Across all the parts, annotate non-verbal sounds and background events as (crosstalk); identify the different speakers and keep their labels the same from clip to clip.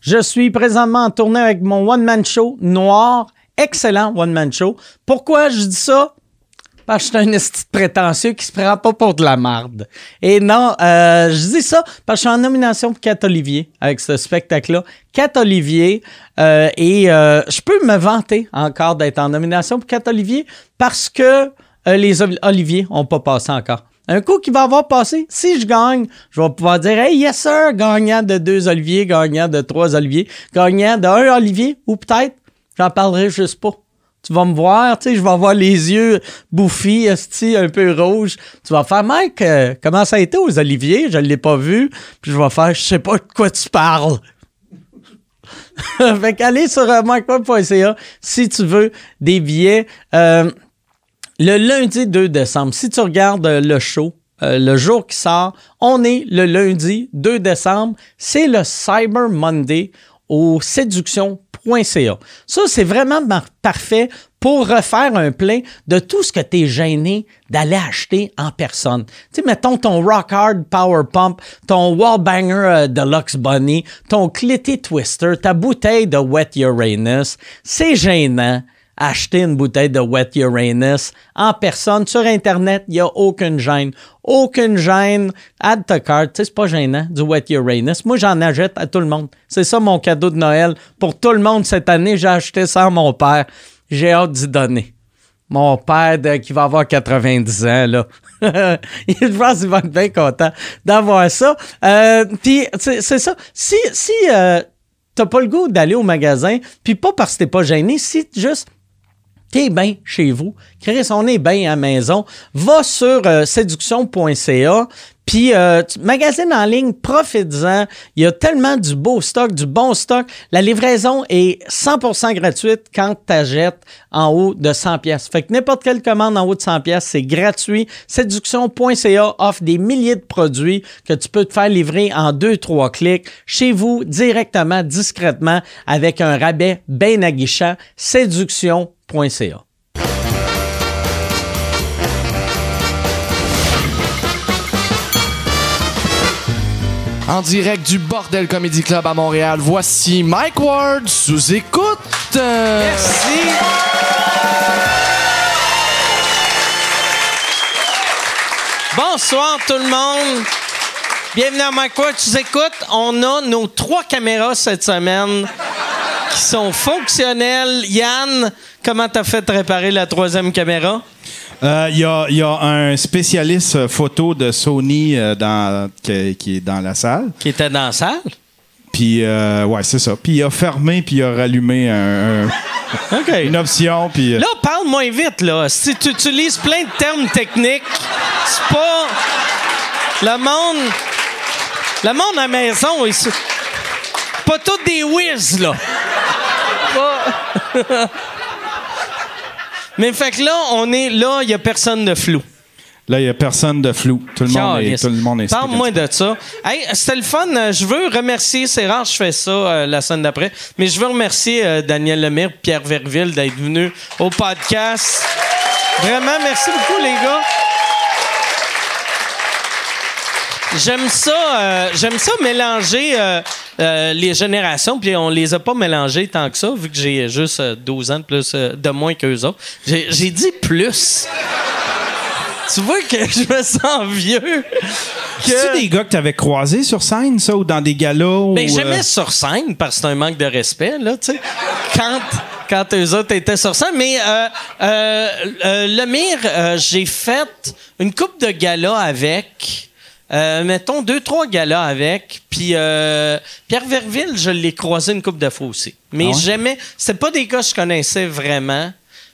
Speaker 1: Je suis présentement en tournée avec mon one-man show noir. Excellent one-man show. Pourquoi je dis ça? Parce que je suis un esti de prétentieux qui se prend pas pour de la marde. Et non, euh, je dis ça parce que je suis en nomination pour Cat Olivier avec ce spectacle-là. Cat Olivier, euh, et euh, je peux me vanter encore d'être en nomination pour Cat Olivier parce que euh, les Ol- Olivier ont pas passé encore. Un coup qui va avoir passé, si je gagne, je vais pouvoir dire Hey, yes sir, gagnant de deux Olivier, gagnant de trois Olivier, gagnant de un Olivier, ou peut-être, j'en parlerai juste pas. Tu vas me voir, tu sais, je vais avoir les yeux bouffis, esti, un peu rouges. Tu vas faire, Mike, euh, comment ça a été aux Olivier? Je l'ai pas vu. Puis je vais faire, je sais pas de quoi tu parles. (laughs) fait qu'allez sur euh, mikepoint.ca si tu veux des billets. Euh, le lundi 2 décembre, si tu regardes euh, le show, euh, le jour qui sort, on est le lundi 2 décembre. C'est le Cyber Monday au séduction.ca. Ça, c'est vraiment mar- parfait pour refaire un plein de tout ce que tu es gêné d'aller acheter en personne. Tu sais, mettons ton Rock Hard Power Pump, ton Wallbanger euh, Deluxe Bunny, ton Clitty Twister, ta bouteille de Wet Uranus. C'est gênant acheter une bouteille de Wet Uranus en personne sur Internet. Il n'y a aucune gêne. Aucune gêne. Add to cart. Tu sais, c'est pas gênant, du Wet Uranus. Moi, j'en achète à tout le monde. C'est ça mon cadeau de Noël. Pour tout le monde cette année, j'ai acheté ça à mon père. J'ai hâte d'y donner. Mon père de- qui va avoir 90 ans, là. (laughs) je pense qu'il va être bien content d'avoir ça. Euh, Puis, c'est c'est ça. Si, si euh, t'as pas le goût d'aller au magasin, puis pas parce que t'es pas gêné, si juste t'es bien chez vous. Chris, on est bien à la maison. Va sur euh, séduction.ca. Puis, euh, tu- magasine en ligne, profite-en. Il y a tellement du beau stock, du bon stock. La livraison est 100% gratuite quand t'achètes en haut de 100 pièces. Fait que n'importe quelle commande en haut de 100 pièces, c'est gratuit. Séduction.ca offre des milliers de produits que tu peux te faire livrer en 2-3 clics chez vous directement, discrètement, avec un rabais bien aguichant. Séduction.ca.
Speaker 2: En direct du Bordel Comedy Club à Montréal, voici Mike Ward sous écoute.
Speaker 3: Euh,
Speaker 1: Merci. Bonsoir tout le monde. Bienvenue à Mike Ward, tu écoutes. On a nos trois caméras cette semaine qui sont fonctionnelles. Yann, comment t'as fait de réparer la troisième caméra?
Speaker 3: Euh, Il y, a, il y a un spécialiste euh, photo de Sony euh, dans, qui, qui est dans la salle.
Speaker 1: Qui était dans la salle?
Speaker 3: Puis, euh, ouais, c'est ça. Puis, il a fermé, puis il a rallumé un- un-
Speaker 1: OK.
Speaker 3: une option. Puis, euh,
Speaker 1: Là, parle moins vite, là. Si tu utilises plein de termes techniques, c'est pas. Le monde. Le monde à la maison, ils sont- Pas tous des whiz, là. Pas- Mais fait que là, on est là, il n'y a personne de flou.
Speaker 3: là, il n'y a personne de flou. Tout le monde est,
Speaker 1: Calisse.
Speaker 3: tout le monde est
Speaker 1: Parle-moi de ça. Hey, c'était le fun. Euh, Je veux remercier, c'est rare, je fais ça euh, la semaine d'après, mais je veux remercier euh, Daniel Lemire, Pierre Verville d'être venus au podcast. Vraiment, merci beaucoup, les gars. J'aime ça, euh, j'aime ça mélanger euh, euh, les générations, puis on les a pas mélangées tant que ça, vu que j'ai juste euh, 12 ans de plus euh, de moins qu'eux autres. J'ai j'ai dit plus. tu vois que (laughs) je me sens vieux.
Speaker 3: C'est-tu des gars que tu avais croisés sur scène, ça, ou dans des galas?
Speaker 1: Mais Ben,
Speaker 3: ou,
Speaker 1: jamais
Speaker 3: euh,
Speaker 1: sur scène parce que c'est un manque de respect, là, tu sais. Quand, quand eux autres étaient sur scène. Mais euh, euh, euh, Lemire, euh, j'ai fait une coupe de galas avec. euh, mettons deux, trois galas avec. Puis euh, Pierre Verville, je l'ai croisé une coupe de fois aussi.
Speaker 3: Ah
Speaker 1: Mais jamais. C'était pas des gars que je connaissais vraiment.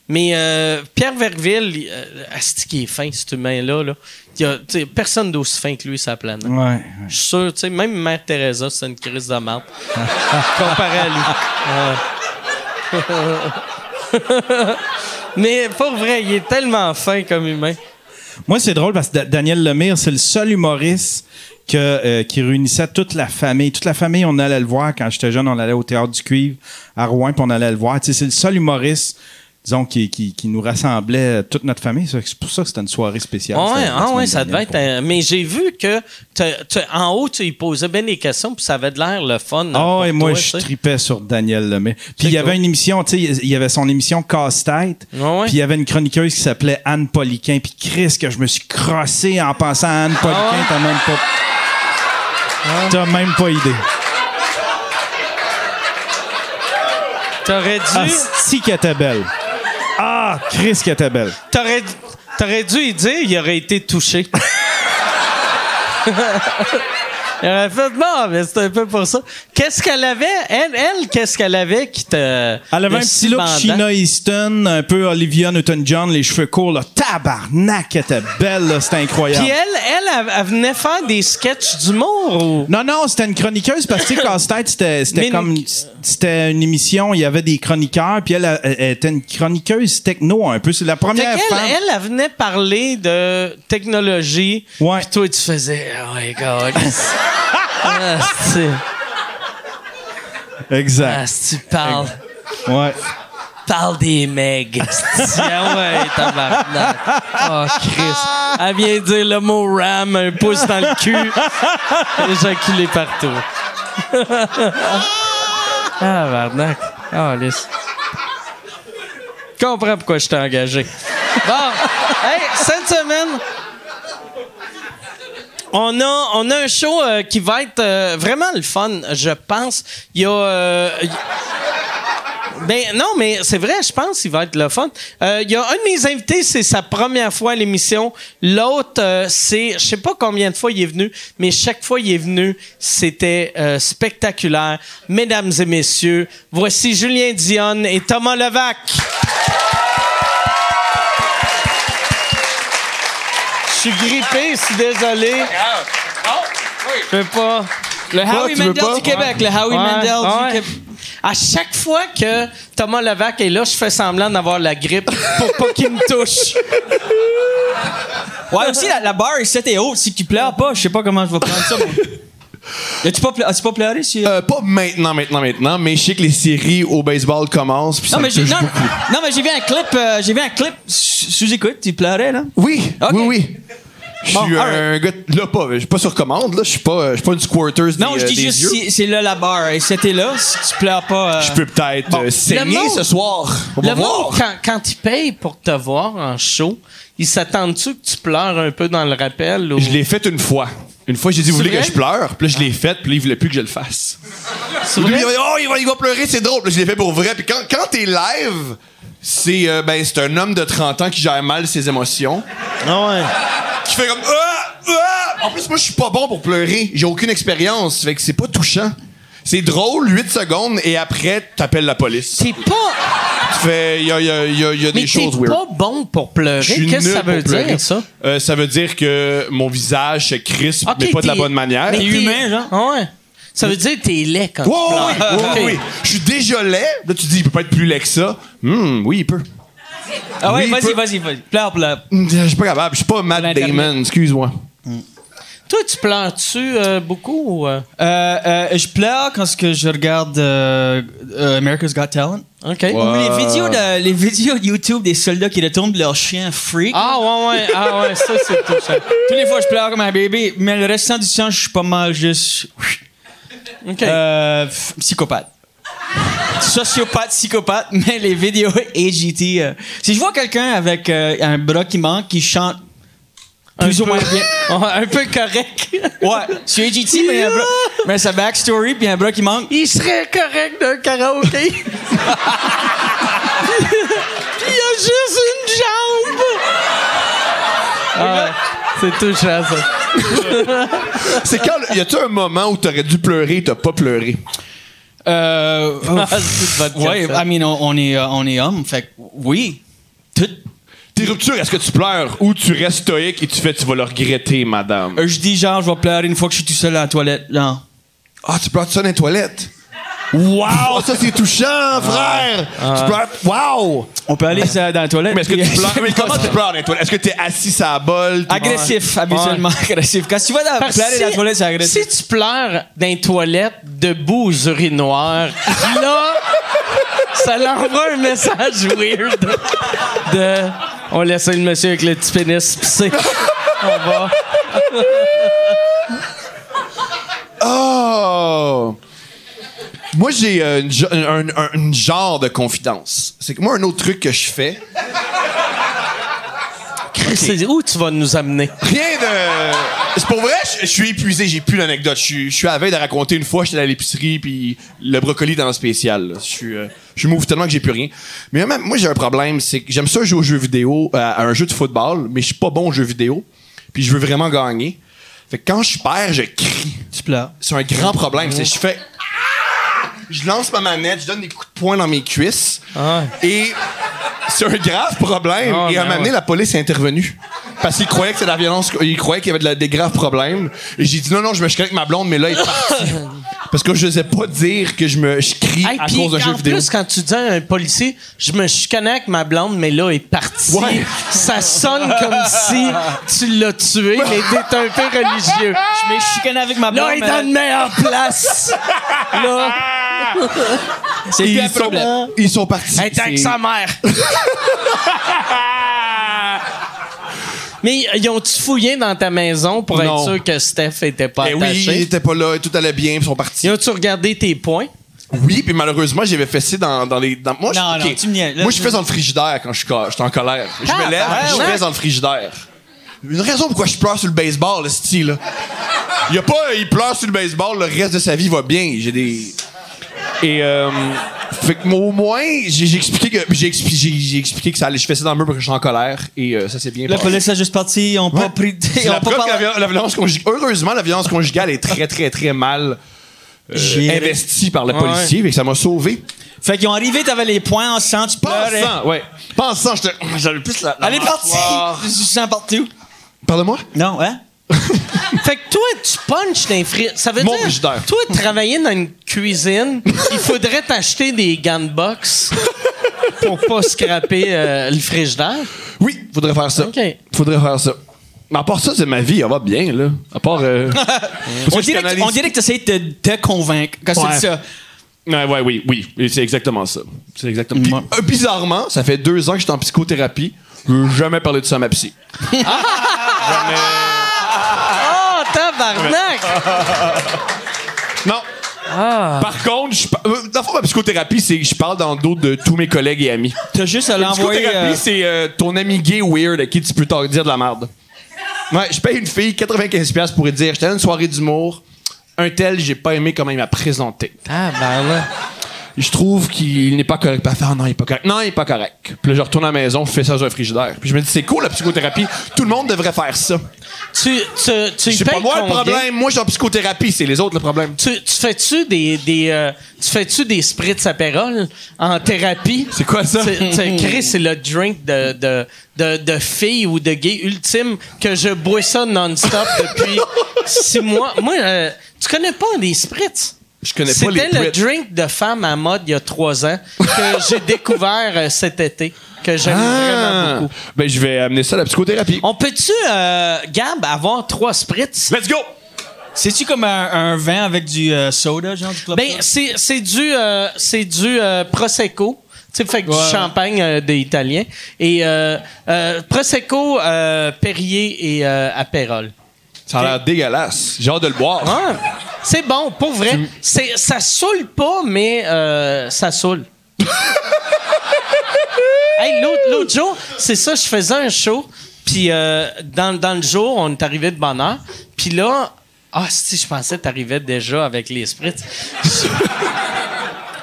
Speaker 1: Mais euh, Pierre Verville, euh, asti qu'il est fin, cet humain-là. Là. Il y a, tu sais, personne d'aussi fin que lui sur la planète.
Speaker 3: Ouais, ouais.
Speaker 1: Je suis sûr, tu sais, même Mère Teresa, c'est une crise de marde. Comparé à lui. Ouais. Mais pour vrai, il est tellement fin comme humain.
Speaker 3: (laughs) Moi, c'est drôle parce que Da- Daniel Lemire, c'est le seul humoriste que, euh, qui réunissait toute la famille. Toute la famille, on allait le voir. Quand j'étais jeune, on allait au Théâtre du Cuivre à Rouen, puis on allait le voir. Tu sais, c'est le seul humoriste disons, qui, qui, qui nous rassemblait toute notre famille. C'est pour ça que c'était une soirée spéciale.
Speaker 1: Ah ouais,
Speaker 3: C'était la
Speaker 1: ah
Speaker 3: semaine
Speaker 1: ouais, ça devait
Speaker 3: dernière
Speaker 1: être. un- Mais j'ai vu que t'as- t'as- en haut, tu y posais bien des questions, puis ça avait de l'air le fun. euh,
Speaker 3: Ah
Speaker 1: pour
Speaker 3: et moi,
Speaker 1: toi, tu
Speaker 3: je
Speaker 1: sais.
Speaker 3: tripais sur Daniel Lemay. Puis
Speaker 1: C'est
Speaker 3: il y avait
Speaker 1: cool.
Speaker 3: une émission, tu sais, il y avait son émission Casse-tête.
Speaker 1: Ouais, ouais.
Speaker 3: Puis il y avait une chroniqueuse qui s'appelait Anne Poliquin. Puis Chris, que je me suis crossé en pensant à Anne Poliquin,
Speaker 1: Ah ouais? Ah.
Speaker 3: t'as même pas. T'as même pas idée.
Speaker 1: T'aurais dû,
Speaker 3: Ah, si qu'elle était belle. Ah, Chris, qu'elle était belle.
Speaker 1: t'aurais, t'aurais dû y dire, il aurait été
Speaker 3: (laughs)
Speaker 1: touché. il aurait fait non, mais c'est un peu pour ça. Qu'est-ce qu'elle avait, elle, elle, qu'est-ce qu'elle avait qui te.
Speaker 3: Elle avait
Speaker 1: de
Speaker 3: un petit look
Speaker 1: bandant?
Speaker 3: Sheena Easton, un peu Olivia Newton-John, les cheveux courts, là. Tabarnak, elle était belle, là. C'était incroyable.
Speaker 1: Puis elle, elle, elle, elle venait faire des sketchs d'humour ou.
Speaker 3: Non, non, c'était une chroniqueuse parce que tu sais, Casse-Tête, c'était, c'était
Speaker 1: Mais une-
Speaker 3: comme. C'était une émission, il y avait des chroniqueurs, puis elle, elle- elle était une chroniqueuse techno un peu. C'est la
Speaker 1: Fait
Speaker 3: première
Speaker 1: qu'elle,
Speaker 3: femme.
Speaker 1: elle, elle venait parler de technologie.
Speaker 3: Ouais.
Speaker 1: Puis toi, tu faisais, oh my god. (laughs) ah, c'est, ah,
Speaker 3: Exact.
Speaker 1: c'est- tu parles, Ah,
Speaker 3: Ouais.
Speaker 1: parles des megs. C'est- (laughs) ah ouais, tabarnak. Oh, Chris. Elle vient dire le mot RAM, un pouce dans le cul. Éjaculé (laughs) partout. ah, tabarnak. Oh, lisse. Comprends pourquoi je t'ai engagé. Bon, hey, cette semaine, on a, on a un show euh, qui va être euh, vraiment le fun, je pense. Il y a. euh, y- ben non, mais c'est vrai, je pense qu'il va être le fun. Euh, Il y a un de mes invités, c'est sa première fois à l'émission. L'autre, euh, c'est, je sais pas combien de fois il est venu, mais chaque fois il est venu, c'était euh, spectaculaire. Mesdames et messieurs, voici Julien Dionne et Thomas Levac. Je suis grippé, je suis désolé. Je peux pas.
Speaker 2: Oh, Le
Speaker 1: Toi,
Speaker 2: Howie
Speaker 1: tu veux
Speaker 2: Mandel
Speaker 1: pas?
Speaker 2: du Québec, le Howie
Speaker 1: Ouais,
Speaker 2: Mandel
Speaker 1: ouais.
Speaker 2: du Québec.
Speaker 1: À chaque fois que Thomas Levac est là, je fais semblant d'avoir la grippe pour pas qu'il me touche.
Speaker 2: Ouais, aussi, la, la barre ici est haute. Si tu pleures pas, je sais pas comment je vais prendre ça. mais- As-tu pas, pleu- as-tu pas pleuré? Si...
Speaker 4: Euh, pas maintenant, maintenant, maintenant, mais je sais que les séries au baseball commencent. Puis
Speaker 2: non,
Speaker 4: ça
Speaker 2: mais
Speaker 4: me
Speaker 2: j'ai,
Speaker 4: touche
Speaker 2: non,
Speaker 4: beaucoup.
Speaker 2: non, mais j'ai vu un clip, euh, j'ai vu un clip su- sous écoute, tu pleurais, là.
Speaker 4: Oui,
Speaker 2: Ok.
Speaker 4: oui, oui. Je
Speaker 2: Bon,
Speaker 4: suis
Speaker 2: all
Speaker 4: un gars. de- Là, pas, je suis pas sur commande, là. Je suis pas, je suis pas une squirters.
Speaker 2: Non,
Speaker 4: des,
Speaker 2: je
Speaker 4: euh,
Speaker 2: dis
Speaker 4: des
Speaker 2: juste,
Speaker 4: yeux.
Speaker 2: si- c'est là la barre. Et c'était là, si tu pleures pas. euh,
Speaker 4: Je peux peut-être euh, saigner
Speaker 1: monde-
Speaker 4: ce soir. On
Speaker 1: Le
Speaker 4: va voir.
Speaker 1: monde, quand, quand ils payent pour te voir en show, ils s'attendent-tu que tu pleures un peu dans le rappel? Ou...
Speaker 4: Je l'ai fait une fois. Une fois, j'ai dit, vous voulez
Speaker 1: vrai?
Speaker 4: que je pleure? Puis là, je l'ai fait, puis là, il voulait plus que je le fasse.
Speaker 1: C'est
Speaker 4: Lui,
Speaker 1: vrai?
Speaker 4: il va, oh, il va, il va pleurer, c'est drôle. Puis là, je l'ai fait pour vrai. Puis quand, quand t'es live, c'est euh, ben, c'est un homme de 30 ans qui gère mal ses émotions.
Speaker 2: Ah
Speaker 4: qui fait comme ah, ah! En plus, moi, je suis pas bon pour pleurer. J'ai aucune expérience, fait que c'est pas touchant. C'est drôle, 8 secondes, et après, t'appelles la police.
Speaker 1: T'es pas,
Speaker 4: Tu fais, il y a, y a- y a- y a
Speaker 1: mais
Speaker 4: des
Speaker 1: t'es
Speaker 4: choses weird.
Speaker 1: pas bon pour pleurer.
Speaker 4: Je suis
Speaker 1: Qu'est-ce que
Speaker 4: nul
Speaker 1: ça
Speaker 4: pour
Speaker 1: veut
Speaker 4: pleurer.
Speaker 1: dire, ça?
Speaker 4: Euh, ça veut dire que mon visage se crispe,
Speaker 1: Ok,
Speaker 4: mais pas de la
Speaker 1: t'es-
Speaker 4: bonne manière.
Speaker 1: mais
Speaker 2: T'es humain, genre.
Speaker 1: Ah Ouais. Ça veut dire que t'es laid quand
Speaker 4: Ouais, ouais,
Speaker 1: tu pleures.
Speaker 4: ouais, ouais,
Speaker 1: Ok.
Speaker 4: ouais. Je suis déjà laid. Là, tu dis, il peut pas être plus laid que ça. Hum, oui, il peut.
Speaker 2: Ah ouais,
Speaker 4: Oui,
Speaker 2: vas-y,
Speaker 4: peu-
Speaker 2: vas-y, vas-y. Pleure, pleure.
Speaker 4: Hum, Je suis pas capable. Je suis pas Matt
Speaker 2: L'internet.
Speaker 4: Damon, excuse-moi.
Speaker 1: Toi, tu pleures-tu euh, beaucoup? Ou, euh?
Speaker 2: Euh, euh, je pleure quand ce que je regarde euh, euh, America's Got Talent.
Speaker 1: OK.
Speaker 2: Ou les vidéos, de, les vidéos de YouTube des soldats qui retournent de leur chien freak.
Speaker 1: Ah, ouais, ouais. Ah, ouais, ça, c'est touchant.
Speaker 2: Tous les fois, je pleure comme un bébé, mais le restant du temps, je suis pas mal juste.
Speaker 1: OK.
Speaker 2: euh, f- psychopathe. Sociopathe, psychopathe, (laughs) mais les vidéos AGT. euh, si je vois quelqu'un avec euh, un bras qui manque, qui chante plus ou moins bien. (laughs)
Speaker 1: un peu correct.
Speaker 2: Ouais, c'est AGT, E mais, un bras- mais sa backstory, puis un bras qui manque.
Speaker 1: Il serait correct d'un karaoké.
Speaker 2: (laughs)
Speaker 1: Puis il a juste une jambe. Ah, c'est touchant, ça.
Speaker 4: C'est quand. Y a-tu un moment où t'aurais dû pleurer et t'as pas pleuré?
Speaker 2: Euh,
Speaker 1: Ah, c'est votre
Speaker 2: ouais,
Speaker 1: cas, ça.
Speaker 2: I mean, on, on est, euh, on est homme, fait que oui. Tout.
Speaker 4: Tes ruptures, est-ce que tu pleures ou tu restes stoïque et tu fais tu vas le regretter, madame?
Speaker 2: Euh, Je dis genre, je vais pleurer une fois que je suis tout seul à la toilette. Non.
Speaker 4: Ah, tu pleures tout ça dans les toilettes? Wow! ça c'est touchant, frère! Tu pleures. Wow!
Speaker 2: On peut aller euh, dans la toilette.
Speaker 4: Mais est-ce que
Speaker 2: (laughs) puis-
Speaker 4: tu pleures? Mais comment tu pleures dans les toilettes? Est-ce que t'es assis à la bol? T'es-
Speaker 2: Agressif, habituellement agressif. Quand tu vas dans
Speaker 1: Parce
Speaker 2: pleurer dans la
Speaker 1: si-
Speaker 2: toilette, c'est agressif.
Speaker 1: Si tu pleures dans les toilettes, debout aux urinoirs, là,
Speaker 5: ça l'envoie un message weird de on laisse le monsieur avec le petit pénis pisser. On va.
Speaker 4: Oh! Moi, j'ai euh, une, ge- un, un- une genre de confidence. C'est que moi, un autre truc que je fais,
Speaker 5: C'est où tu vas nous amener?
Speaker 4: rien de. C'est pour vrai, je je suis épuisé, j'ai plus l'anecdote. Je suis- je suis à la veille de raconter une fois, j'étais allé à l'épicerie, puis le brocoli dans le spécial. là. Je suis, euh, je m'ouvre tellement que j'ai plus rien. Mais même, moi, j'ai un problème, c'est que j'aime ça jouer aux jeux vidéo, euh, à un jeu de football, mais je suis pas bon aux jeux vidéo, puis je veux vraiment gagner. Fait que quand je perds, je crie.
Speaker 3: Tu pleures.
Speaker 4: C'est un grand problème. C'est
Speaker 5: Mm.
Speaker 4: je fais. Ah! Je lance ma manette, je donne des coups de poing dans mes cuisses. Et c'est un grave problème.
Speaker 5: Ah,
Speaker 4: et à un
Speaker 5: ben
Speaker 4: moment donné,
Speaker 5: ouais.
Speaker 4: la police est intervenue. Parce qu'ils croyaient que c'était de la violence, ils croyaient qu'il y avait de la- des graves problèmes. Et j'ai dit non, non, je me chicanais avec ma blonde, mais là, elle est partie.
Speaker 5: (laughs)
Speaker 4: Parce que je n'osais pas dire que je me je crie
Speaker 5: Hey,
Speaker 4: à
Speaker 5: puis
Speaker 4: cause d'un jeu
Speaker 5: en
Speaker 4: vidéo.
Speaker 5: plus, quand tu dis à un policier, je me chicanais avec ma blonde, mais là, elle est partie.
Speaker 4: Ouais.
Speaker 5: Ça sonne comme si tu l'as tué, mais t'es un peu religieux.
Speaker 6: Mais je suis avec ma blonde.
Speaker 5: Là, elle est dans une meilleure place. Là,
Speaker 6: C'est plus
Speaker 4: Ils
Speaker 6: un problème.
Speaker 4: sont, ils sont partis.
Speaker 5: elle est avec
Speaker 4: C'est-
Speaker 5: sa mère. (laughs) mais ils ont-tu fouillé dans ta maison pour
Speaker 4: Non.
Speaker 5: être sûr que Steph était pas
Speaker 4: Eh oui, ils
Speaker 5: attaché?
Speaker 4: étaient pas là, tout allait bien, ils sont partis.
Speaker 5: Ils ont-tu regardé tes points?
Speaker 4: Oui, puis malheureusement, j'avais fessé dans, dans les. Dans, moi, je-
Speaker 6: Non,
Speaker 4: ok.
Speaker 6: non, tu me niaises. Ah,
Speaker 4: Moi, je fais dans le frigidaire quand je suis co- je suis en colère. Je me lève,
Speaker 5: ben,
Speaker 4: je
Speaker 5: ouais.
Speaker 4: fais dans le frigidaire. Une raison pourquoi je pleure sur le baseball, le style. Il y a pas, il pleure sur le baseball, le reste de sa vie va bien. J'ai des. Et euh, fait que moi, au moins, j'ai j'ai expliqué que j'ai expli- j'ai- j'ai expliqué que ça allait. Je fais ça dans le mur parce que je suis en colère et euh, ça s'est bien
Speaker 6: La
Speaker 4: passé.
Speaker 6: police a juste parti, ils ont pas pris.
Speaker 4: C'est
Speaker 6: Ils
Speaker 4: la
Speaker 6: ont pas
Speaker 4: preuve que la,
Speaker 6: parlé.
Speaker 4: vi- la violence conjugale. Heureusement, la violence conjugale est très très très mal euh,
Speaker 6: Gérée.
Speaker 4: investie par le
Speaker 5: Ouais.
Speaker 4: policier, et ça m'a sauvé.
Speaker 6: Fait qu'ils ont arrivé, t'avais les points en sang, tu pleurais.
Speaker 4: Pensant, ouais. Pensant, j'étais- hum, j'avais plus la. la
Speaker 6: Elle est partie! (laughs)
Speaker 4: mâchoire.
Speaker 6: Je sens partout.
Speaker 4: Pardon-moi?
Speaker 6: Non, hein?
Speaker 5: Fait que toi, tu punches d'un fri... Ça veut
Speaker 4: Mon
Speaker 5: dire,
Speaker 4: frigidaire.
Speaker 5: toi, travailler dans une cuisine, il faudrait t'acheter des gants de boxe pour pas scraper euh, le frigidaire.
Speaker 4: Oui, faudrait faire ça.
Speaker 5: OK.
Speaker 4: Faudrait faire ça. Mais à part ça, c'est ma vie, elle va bien, là. À part. euh, parce
Speaker 6: On
Speaker 4: que je
Speaker 6: dirait,
Speaker 4: canalise-
Speaker 6: que- on dirait que t'essayes de te convaincre quand tu
Speaker 4: Ouais.
Speaker 6: dis ça.
Speaker 4: (laughs) Ouais, ouais, oui, oui. Et C'est exactement ça. C'est exactement Puis,
Speaker 6: Ouais.
Speaker 4: euh, bizarrement, ça fait deux ans que je suis en psychothérapie. Je veux jamais parler de ça à ma psy.
Speaker 5: Oh, tabarnak!
Speaker 4: Non. Par contre, je. pa- euh, Dans le fond, ma psychothérapie, c'est que je parle dans le dos de tous mes collègues et amis.
Speaker 6: T'as juste à l'envoyer.
Speaker 4: Psychothérapie,
Speaker 6: euh,
Speaker 4: c'est euh, ton ami gay weird à qui tu peux t'en dire de la merde. Ouais, je paye une fille 95$ pour lui dire J'étais à une soirée d'humour, un tel, j'ai pas aimé comment il m'a présenté.
Speaker 5: Tabarnak.
Speaker 4: Ah, ben Je trouve qu'il n'est pas correct. Puis elle fait, Ah non, il est pas correct. Non, il est pas correct. Puis là, je retourne à la maison, je fais ça dans un frigidaire. Puis je me dis C'est cool la psychothérapie, tout le monde devrait faire ça.
Speaker 5: Tu, tu, tu y
Speaker 4: C'est pas
Speaker 5: payes
Speaker 4: moi le
Speaker 5: combien?
Speaker 4: problème, moi je suis en psychothérapie, c'est les autres le problème.
Speaker 5: Tu, tu fais-tu des, des, euh, tu fais-tu des spritz apérol en thérapie?
Speaker 4: C'est quoi ça? (laughs)
Speaker 5: Tu- tu- Chris, c'est le drink de, de, de, de fille ou de gay ultime que je bois ça non-stop
Speaker 4: (laughs)
Speaker 5: depuis six mois. Moi, euh, tu connais pas des spritz?
Speaker 4: Je connais pas les
Speaker 5: C'était le
Speaker 4: Brits.
Speaker 5: drink de femme à mode il y a trois ans
Speaker 4: (laughs)
Speaker 5: que j'ai découvert euh, cet été, que j'aime
Speaker 4: Ah!
Speaker 5: vraiment beaucoup.
Speaker 4: Ben, je vais amener ça à la psychothérapie.
Speaker 5: On peut-tu, euh, Gab, avoir trois spritz?
Speaker 4: Let's go!
Speaker 6: C'est-tu comme un, un vin avec du euh, soda, genre du club?
Speaker 5: Ben, c'est c'est du, euh, c'est du euh, Prosecco. Tu sais, fait que du champagne euh, des Italiens. Et euh, euh, Prosecco, euh, Perrier et euh, Aperol.
Speaker 4: Ça a l'air dégueulasse. J'ai hâte de le boire.
Speaker 5: Ah, c'est bon, pour vrai. C'est, ça saoule pas, mais euh, ça
Speaker 4: (laughs)
Speaker 5: saoule. Hey, l'autre, l'autre jour, c'est ça, je faisais un show, puis euh, dans, dans le jour, on est arrivé de bonne heure, puis là, ah, si, je pensais que t'arrivais déjà avec les spritz.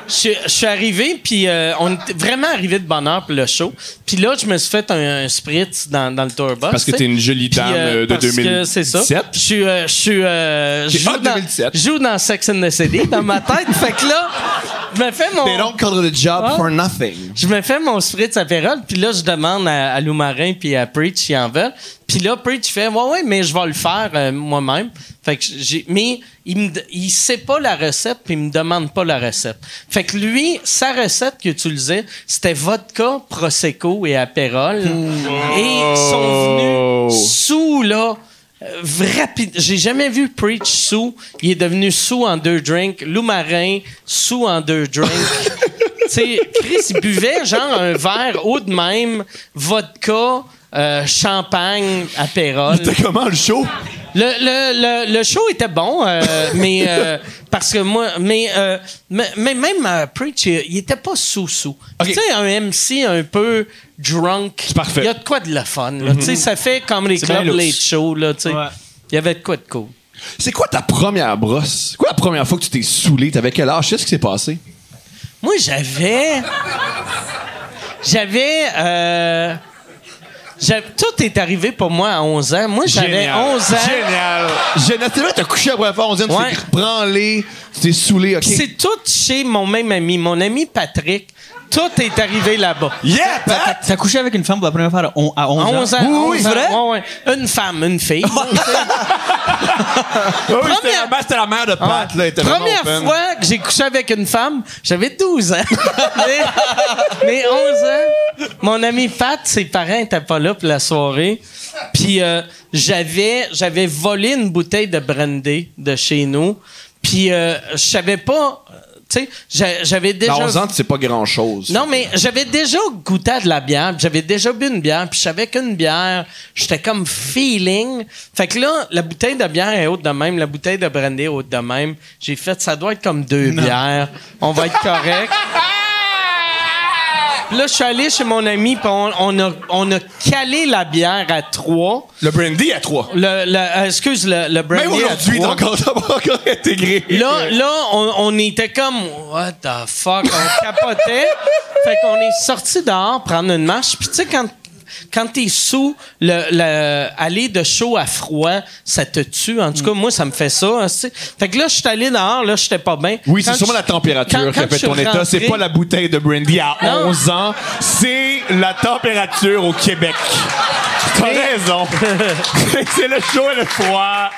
Speaker 5: Je, je suis arrivé, puis euh, on est vraiment arrivé de bonne heure pour le show. Puis là, je me suis fait un, un spritz dans, dans le tourbox.
Speaker 4: Parce que
Speaker 5: tu sais.
Speaker 4: t'es une jolie
Speaker 5: Puis,
Speaker 4: dame, euh, de
Speaker 5: parce que c'est ça.
Speaker 4: 2017.
Speaker 5: Je suis, euh, je suis, euh, je
Speaker 4: J'ai
Speaker 5: joue
Speaker 4: hâte
Speaker 5: dans,
Speaker 4: 2017.
Speaker 5: je joue dans Sex and the City dans ma tête. fait que là, je me fais
Speaker 4: They
Speaker 5: mon,
Speaker 4: don't call it a job
Speaker 5: Ah.
Speaker 4: for nothing.
Speaker 5: je me fais mon spritz apérole, puis là, je demande à, à Lou Marin puis à Preach s'ils en veulent. Puis là, Preach fait, ouais, ouais, mais je vais le faire euh, moi-même. Fait que j'ai, mais il me, d- il sait pas la recette, puis il me demande pas la recette. Fait que lui, sa recette qu'il utilisait, c'était vodka, prosecco et apérole. Et ils sont venus sous, là. Euh, rapide. J'ai jamais vu Preach sous. Il est devenu sous en deux drinks. Lou Marin, sous en deux drinks. sais, Chris, il buvait genre un verre haut de même, vodka, euh, champagne, apérole.
Speaker 4: C'était comment le show?
Speaker 5: Le, le, le, le show était bon, euh, mais euh, parce que moi, mais, euh, mais, mais même euh, Preach, il il était pas sous-sous. Tu sais, un MC un peu drunk,
Speaker 7: parfait. Mhm.
Speaker 5: il y a de quoi de la fun. là. Tu sais, ça fait comme les
Speaker 7: bien
Speaker 5: clubs
Speaker 7: lousse.
Speaker 5: late show, là, tu sais.
Speaker 1: Ouais.
Speaker 5: Il y avait de quoi de cool.
Speaker 4: C'est quoi ta première brosse? C'est quoi la première fois que tu t'es saoulé? T'avais quel âge? Qu'est-ce qui s'est passé?
Speaker 5: Moi, j'avais. J'avais. euh, j'avais- Tout est arrivé pour moi à 11 ans. Moi, j'avais
Speaker 7: Génial.
Speaker 5: 11 ans.
Speaker 4: Génial! Génial! C'est vrai, t'as couché la première fois, on dit,
Speaker 5: Ouais.
Speaker 4: tu t'es branlé, tu t'es saoulé, ok?
Speaker 5: Puis C'est tout chez mon même ami, mon ami Patrick. Tout est arrivé là-bas.
Speaker 4: Yeah,
Speaker 1: T'as-
Speaker 4: Pat!
Speaker 1: T'as couché avec une femme pour la première fois à on- à 11
Speaker 5: À
Speaker 1: ans?
Speaker 5: 11 ans.
Speaker 4: Oui, oui,
Speaker 5: 11 ans,
Speaker 4: vrai?
Speaker 5: ouais, ouais. Une femme,
Speaker 4: (laughs)
Speaker 5: une fille.
Speaker 4: Ah oui, c'était
Speaker 5: Première-
Speaker 4: la- ben, c'était la mère de Pat, là. elle était vraiment
Speaker 5: Ah, Première
Speaker 4: open.
Speaker 5: fois que j'ai couché avec une femme, j'avais 12 ans. (laughs) mais, mais 11 ans, mon ami Pat, ses parents étaient pas là pour la soirée. Puis euh, j'avais j'avais volé une bouteille de brandy de chez nous. Puis euh, je savais pas, tu sais, j'a- j'avais déjà
Speaker 4: À 11 ans, tu sais pas grand-chose.
Speaker 5: non, mais j'avais déjà goûté à de la bière, puis j'avais déjà bu une bière, puis je savais qu'une bière, j'étais comme feeling. Fait que là, la bouteille de bière est haute de même, la bouteille de brandy est haute de même. J'ai fait, ça doit être comme deux bières. On va être correct. Puis Là, je suis allé chez mon ami, puis on, on a, on a calé la bière à trois.
Speaker 4: Le brandy à 3.
Speaker 5: Le, le- euh, excuse, le, le brandy.
Speaker 4: Même
Speaker 5: à
Speaker 4: aujourd'hui, t'as
Speaker 5: trois.
Speaker 4: encore, t'as pas encore intégré.
Speaker 5: Là, là on, on était comme What the fuck? On capotait. fait qu'on est sorti dehors prendre une marche. Puis tu sais, quand, quand t'es sous, le, le- aller de chaud à froid, ça te tue. En tout cas, moi, ça me fait ça. hein, tu sais. fait que là, je suis allé dehors, là, j'étais pas bien.
Speaker 4: Oui, c'est
Speaker 5: Quand
Speaker 4: sûrement
Speaker 5: je-
Speaker 4: la température
Speaker 5: quand-
Speaker 4: qui
Speaker 5: quand
Speaker 4: fait
Speaker 5: je
Speaker 4: ton
Speaker 5: suis
Speaker 4: état. C'est
Speaker 5: rentré-
Speaker 4: pas la bouteille de brandy à
Speaker 5: Non.
Speaker 4: 11 ans. C'est la température au Québec. T'as
Speaker 5: (laughs)
Speaker 4: raison. c'est le chaud et le froid.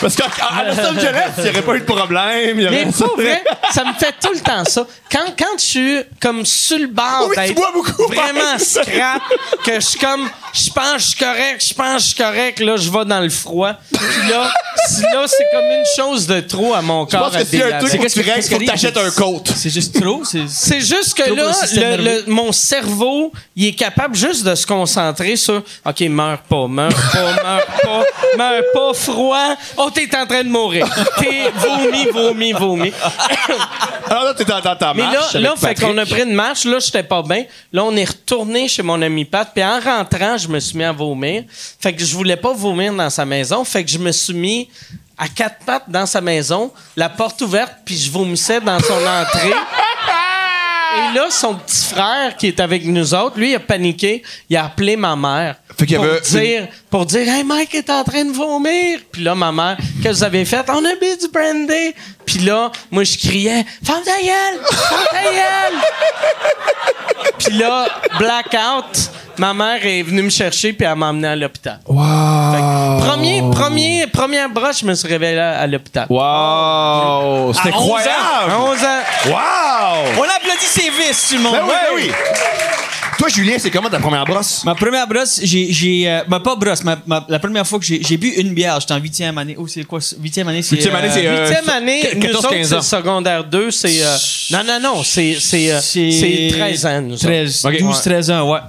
Speaker 4: Parce qu'à à Los Angeles, il n'y aurait pas eu de problème. il y aurait- (laughs)
Speaker 5: Mais pour vrai, ça me fait tout le temps ça. Quand, quand je suis comme sur le bord
Speaker 4: Oui, tu
Speaker 5: d'être
Speaker 4: bois beaucoup,
Speaker 5: vraiment
Speaker 4: ouais.
Speaker 5: scrap, que je suis comme, je pense que je suis correct, je pense que je suis correct, là, je vais dans le froid. Puis là, si- là c'est comme une chose de trop à mon
Speaker 4: Je
Speaker 5: corps.
Speaker 4: pense que
Speaker 5: à
Speaker 4: s'il y a un
Speaker 5: délaver.
Speaker 4: truc où tu
Speaker 1: Qu'est-ce que-
Speaker 4: règles,
Speaker 1: qu'est-ce
Speaker 4: faut que
Speaker 1: qui
Speaker 4: t'achètes un
Speaker 1: arrive?
Speaker 4: coat.
Speaker 1: C'est juste trop. c'est-
Speaker 5: C'est juste que
Speaker 1: Trouble
Speaker 5: là,
Speaker 1: au système
Speaker 5: le- le-
Speaker 1: nerveux.
Speaker 5: mon cerveau, il est capable juste de se concentrer sur OK, meurs pas, meurs pas, meurs pas, meurs pas, froid. Oh, t'es en train de mourir. T'es vomi, vomi, vomi.
Speaker 4: Alors Ah, là, t'es dans, dans ta
Speaker 5: Mais là,
Speaker 4: marche.
Speaker 5: là
Speaker 4: avec
Speaker 5: fait
Speaker 4: Patrick.
Speaker 5: qu'on a pris une marche. Là, j'étais pas bien. Là, on est retourné chez mon ami Pat. Puis en rentrant, je me suis mis à vomir. Fait que je voulais pas vomir dans sa maison. Fait que je me suis mis à quatre pattes dans sa maison, la porte ouverte, puis je vomissais dans son entrée. Et là, son petit frère qui est avec nous autres, lui, il a paniqué. Il a appelé ma mère
Speaker 4: Fait qu'il y
Speaker 5: pour,
Speaker 4: avait une-
Speaker 5: dire, pour dire Hey, Mike est en train de vomir. Puis là, ma mère, qu'est-ce que vous avez fait On a bu du brandy. Puis là, moi, je criais Ferme ta gueule Ferme ta gueule Puis là, blackout. Ma mère est venue me chercher puis elle m'a emmené à l'hôpital. Wow! Premier, premier, première broche, je me suis réveillé à à l'hôpital.
Speaker 4: Wow! C'était
Speaker 1: À 11 ans.
Speaker 4: incroyable!
Speaker 5: À 11 ans.
Speaker 4: Wow!
Speaker 1: On applaudit ses vices, tout le monde.
Speaker 4: Ben oui, ben oui! Toi, Julien, c'est comment ta première brosse?
Speaker 1: Ma première brosse, j'ai. j'ai euh, ben, pas brosse, ma, ma- la première fois que j'ai, j'ai bu une bière, j'étais en huitième année. Oh, c'est quoi ça? Huitième année, c'est.
Speaker 4: Huitième année, c'est, euh,
Speaker 5: Huitième année,
Speaker 4: qu-
Speaker 5: nous
Speaker 4: 14,
Speaker 5: autres,
Speaker 4: 15
Speaker 5: c'est
Speaker 4: ans.
Speaker 5: le secondaire 2, c'est... euh, non, non, non, c'est, c'est, euh,
Speaker 1: C'est-
Speaker 5: c'est 13 ans, nous autres.
Speaker 1: 13,
Speaker 4: Ok,
Speaker 1: 12,
Speaker 4: ouais.
Speaker 1: 13 ans, ouais.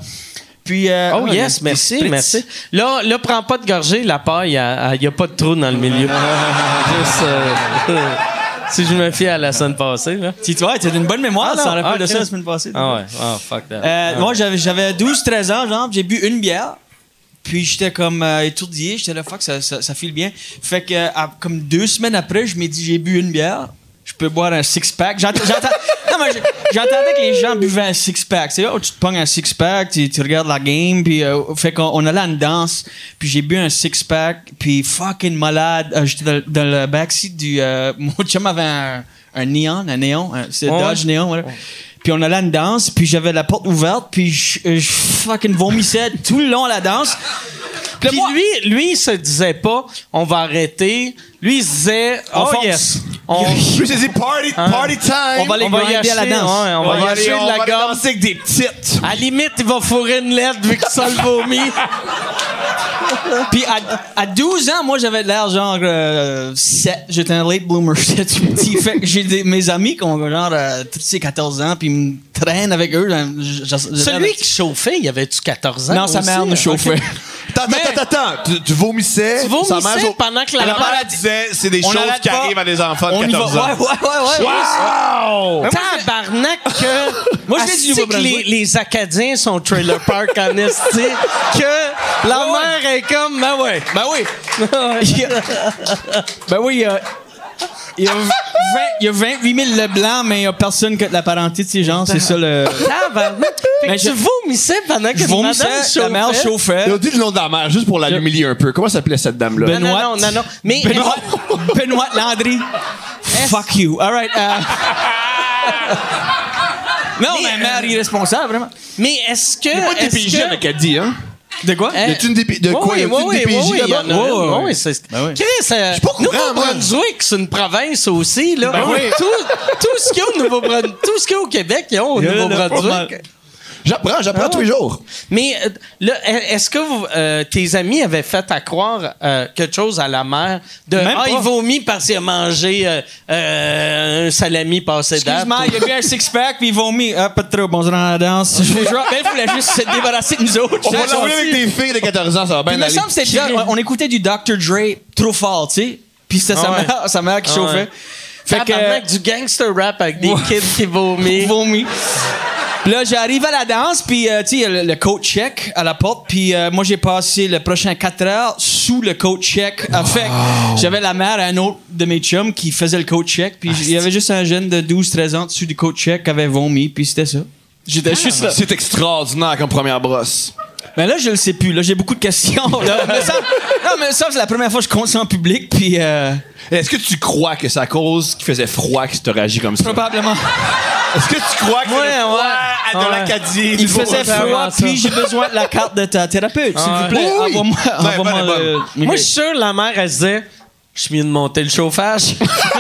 Speaker 1: Puis. euh,
Speaker 5: Oh
Speaker 1: ouais,
Speaker 5: yes,
Speaker 1: des-
Speaker 5: merci,
Speaker 1: des
Speaker 5: merci. Là, là, prends pas de gorgée, la paille, il n'y a pas de trou dans le milieu. (laughs) Juste, euh, si je me fie à la semaine passée, là.
Speaker 1: petits- Tu vois, tu as une bonne mémoire,
Speaker 5: Ah,
Speaker 1: ça
Speaker 5: non,
Speaker 1: en rappelle de
Speaker 5: ok.
Speaker 1: ça la semaine passée.
Speaker 5: Ah ouais, oh, fuck that.
Speaker 1: Euh, Moi, j'avais, j'avais 12, 13 ans, genre, puis j'ai bu une bière. Puis j'étais comme euh, étourdi, j'étais là, fuck, ça, ça, ça file bien. Fait que, euh, à- comme deux semaines après, je m'ai dit, j'ai bu une bière, je peux boire un six-pack. J'entends- j'entends- (laughs) non, mais je- j'entendais que les gens buvaient un six-pack. C'est là où tu te pognes un six-pack, tu, tu regardes la game, puis euh, fait qu'on on allait à une danse, puis j'ai bu un six-pack, puis fucking malade. Euh, j'étais dans, dans le backseat du. euh, (laughs) mon chum avait un, un néon, un néon, un, c'est
Speaker 5: Ouais.
Speaker 1: Dodge néon, voilà. Puis on allait à une danse, puis j'avais la porte ouverte, puis je, euh, je fucking vomissais tout le long de la danse.
Speaker 5: Puis lui, lui, il se disait pas, on va arrêter. Lui, il se disait,
Speaker 1: On
Speaker 5: oh
Speaker 1: fonce.
Speaker 5: yes, On,
Speaker 4: Je me suis dit party, party time.
Speaker 8: On va aller
Speaker 5: on va y
Speaker 8: grinder
Speaker 5: acheter,
Speaker 8: à la danse.
Speaker 5: ouais, on
Speaker 4: On
Speaker 5: va y
Speaker 4: va
Speaker 5: acheter
Speaker 4: aller,
Speaker 5: de
Speaker 4: on va
Speaker 5: la
Speaker 4: aller
Speaker 5: gomme.
Speaker 4: danser avec des petites.
Speaker 5: À la limite, il va fourrer une lettre vu qu'il sent le vomi.
Speaker 1: Puis à, à 12 ans, moi, j'avais l'air genre 7. J'étais un late bloomer. (laughs) J'étais tout petit. Fait que j'ai des- mes amis qui ont genre euh, tous ces 14 ans, puis ils me traînent avec eux. Je- je- je-
Speaker 5: Celui qui chauffait, il avait-tu 14 ans?
Speaker 1: Non, sa
Speaker 5: aussi,
Speaker 1: mère
Speaker 5: hein?
Speaker 1: nous chauffait.
Speaker 4: Attends, attends, attends, attends. Tu, tu vomissais.
Speaker 5: Tu
Speaker 4: Sa
Speaker 5: vomissais
Speaker 4: mère, jo-
Speaker 5: pendant que la
Speaker 4: La
Speaker 5: mère-
Speaker 4: mère elle disait, c'est des
Speaker 1: On
Speaker 4: choses
Speaker 1: arrête
Speaker 4: qui
Speaker 1: pas.
Speaker 4: arrivent à des enfants
Speaker 1: On
Speaker 4: de
Speaker 1: y va.
Speaker 4: 14 ans.
Speaker 1: Ouais, ouais, ouais, ouais.
Speaker 5: Ben, Tabarnak que... (laughs)
Speaker 1: Moi, je l'ai dit
Speaker 5: Asti que les,
Speaker 1: Nouveau-Brunswick.
Speaker 5: les Acadiens sont au trailer
Speaker 1: (laughs)
Speaker 5: park en esti, que la
Speaker 1: Ouais, ouais.
Speaker 5: mère est comme... Ben ouais.
Speaker 1: Ben oui. Il y a- ben oui, il y a, il y a 20 il y a 28 000 Leblanc, mais il n'y a personne que de la parenté de ces gens. C'est ça
Speaker 5: (laughs)
Speaker 1: le.
Speaker 5: Tabarnak. Fait que
Speaker 1: Mais je-
Speaker 5: tu ben, vomissais pendant que
Speaker 1: Je vomissais,
Speaker 5: madame
Speaker 1: la mère
Speaker 5: chauffait.
Speaker 4: Ils
Speaker 1: chauffait.
Speaker 4: ont dit le nom de la mère juste pour la humilier un peu. Comment s'appelait cette dame-là?
Speaker 5: Non, non,
Speaker 1: Benoît.
Speaker 5: non, non, non. Mais
Speaker 1: Benoît, Benoît Landry. Fuck you. All right.
Speaker 5: (laughs)
Speaker 1: euh. non, mais
Speaker 5: euh,
Speaker 1: mère irresponsable, vraiment.
Speaker 5: Mais est-ce que.
Speaker 4: Pas de
Speaker 5: est-ce
Speaker 4: DPJ
Speaker 5: que-
Speaker 4: avec Adi, hein?
Speaker 1: De quoi?
Speaker 5: Hein?
Speaker 4: Y a-tu une DP de
Speaker 5: Ouais,
Speaker 4: quoi? Y
Speaker 5: ouais,
Speaker 4: a-tu une
Speaker 5: ouais,
Speaker 4: DPJ
Speaker 5: ouais, ouais,
Speaker 4: là-bas?
Speaker 5: y en a une.
Speaker 1: Ouais, ouais.
Speaker 5: Ouais, c'est-
Speaker 3: Ben oui.
Speaker 5: Chris, euh,
Speaker 4: suis pas au courant,
Speaker 5: Nouveau-Brunswick, c'est une province aussi, là.
Speaker 4: Ben oui.
Speaker 5: tout, tout ce qu'il y a au Nouveau-Brunswick, tout ce qu'il y a au Québec, ils ont au
Speaker 3: Il y a le-
Speaker 5: Nouveau-Brunswick.
Speaker 4: J'apprends, j'apprends
Speaker 1: Ah.
Speaker 4: tous les jours.
Speaker 5: Mais euh, là, est-ce que vous- euh, tes amis avaient fait à croire euh, quelque chose à la mère de
Speaker 1: Même
Speaker 5: ah,
Speaker 1: pas.
Speaker 5: il vomit parce qu'il a mangé euh, euh, un salami passé date.
Speaker 1: Excuse-moi, il a bu un six-pack, puis ils vont mis. Ah, pas de trouble, on se rend à la danse. Je vais jouer il voulait juste se débarrasser de nous autres.
Speaker 4: On va l'envoyer avec des filles de 14 ans, ça va
Speaker 1: Puis il
Speaker 4: bien
Speaker 1: me
Speaker 4: aller.
Speaker 1: semble que c'était bizarre. On- On écoutait du Dr. Dre trop fort, tu sais. Puis c'était sa,
Speaker 5: Ah ouais.
Speaker 1: mère, sa mère qui
Speaker 5: Ah ouais.
Speaker 1: chauffait. euh,
Speaker 5: Fait que... du gangster rap avec des
Speaker 1: Ouais.
Speaker 5: kids qui vomissent.
Speaker 1: vomi. Puis Là, j'arrive à la danse, puis euh, tu sais, il y a le, le coach check à la porte, puis euh, moi, j'ai passé le prochain 4 heures sous le coach check. Euh, Fait que j'avais la mère à un autre de mes chums qui faisait le coach check, puis il y avait juste un jeune de 12-13 ans dessus du coach check qui avait vomi, puis c'était ça. J'étais juste là.
Speaker 4: C'est extraordinaire comme première brosse.
Speaker 1: Mais Ben là, je le sais plus, là, j'ai beaucoup de questions. (laughs) Là. Mais ça, non, mais ça, c'est la première fois que je compte ça en public, puis euh,
Speaker 4: Est-ce que tu crois que c'est à cause qu'il faisait froid que tu réagi comme ça?
Speaker 1: probablement.
Speaker 4: Est-ce que tu crois que
Speaker 1: Ouais,
Speaker 4: le froid
Speaker 1: ouais.
Speaker 4: a de
Speaker 1: Ouais.
Speaker 4: l'Acadie?
Speaker 1: Il faisait froid,
Speaker 5: ça.
Speaker 1: puis j'ai besoin de la carte de ta thérapeute, s'il vous plaît.
Speaker 4: Oui, oui.
Speaker 1: Envoie-moi
Speaker 4: Ben,
Speaker 1: envoie-moi
Speaker 4: bonne,
Speaker 1: le-
Speaker 4: bonne.
Speaker 1: mes-
Speaker 5: Ah, euh, Moi, je suis sûr, la mère, elle se disait, je suis mieux de monter le chauffage. (laughs) C'est le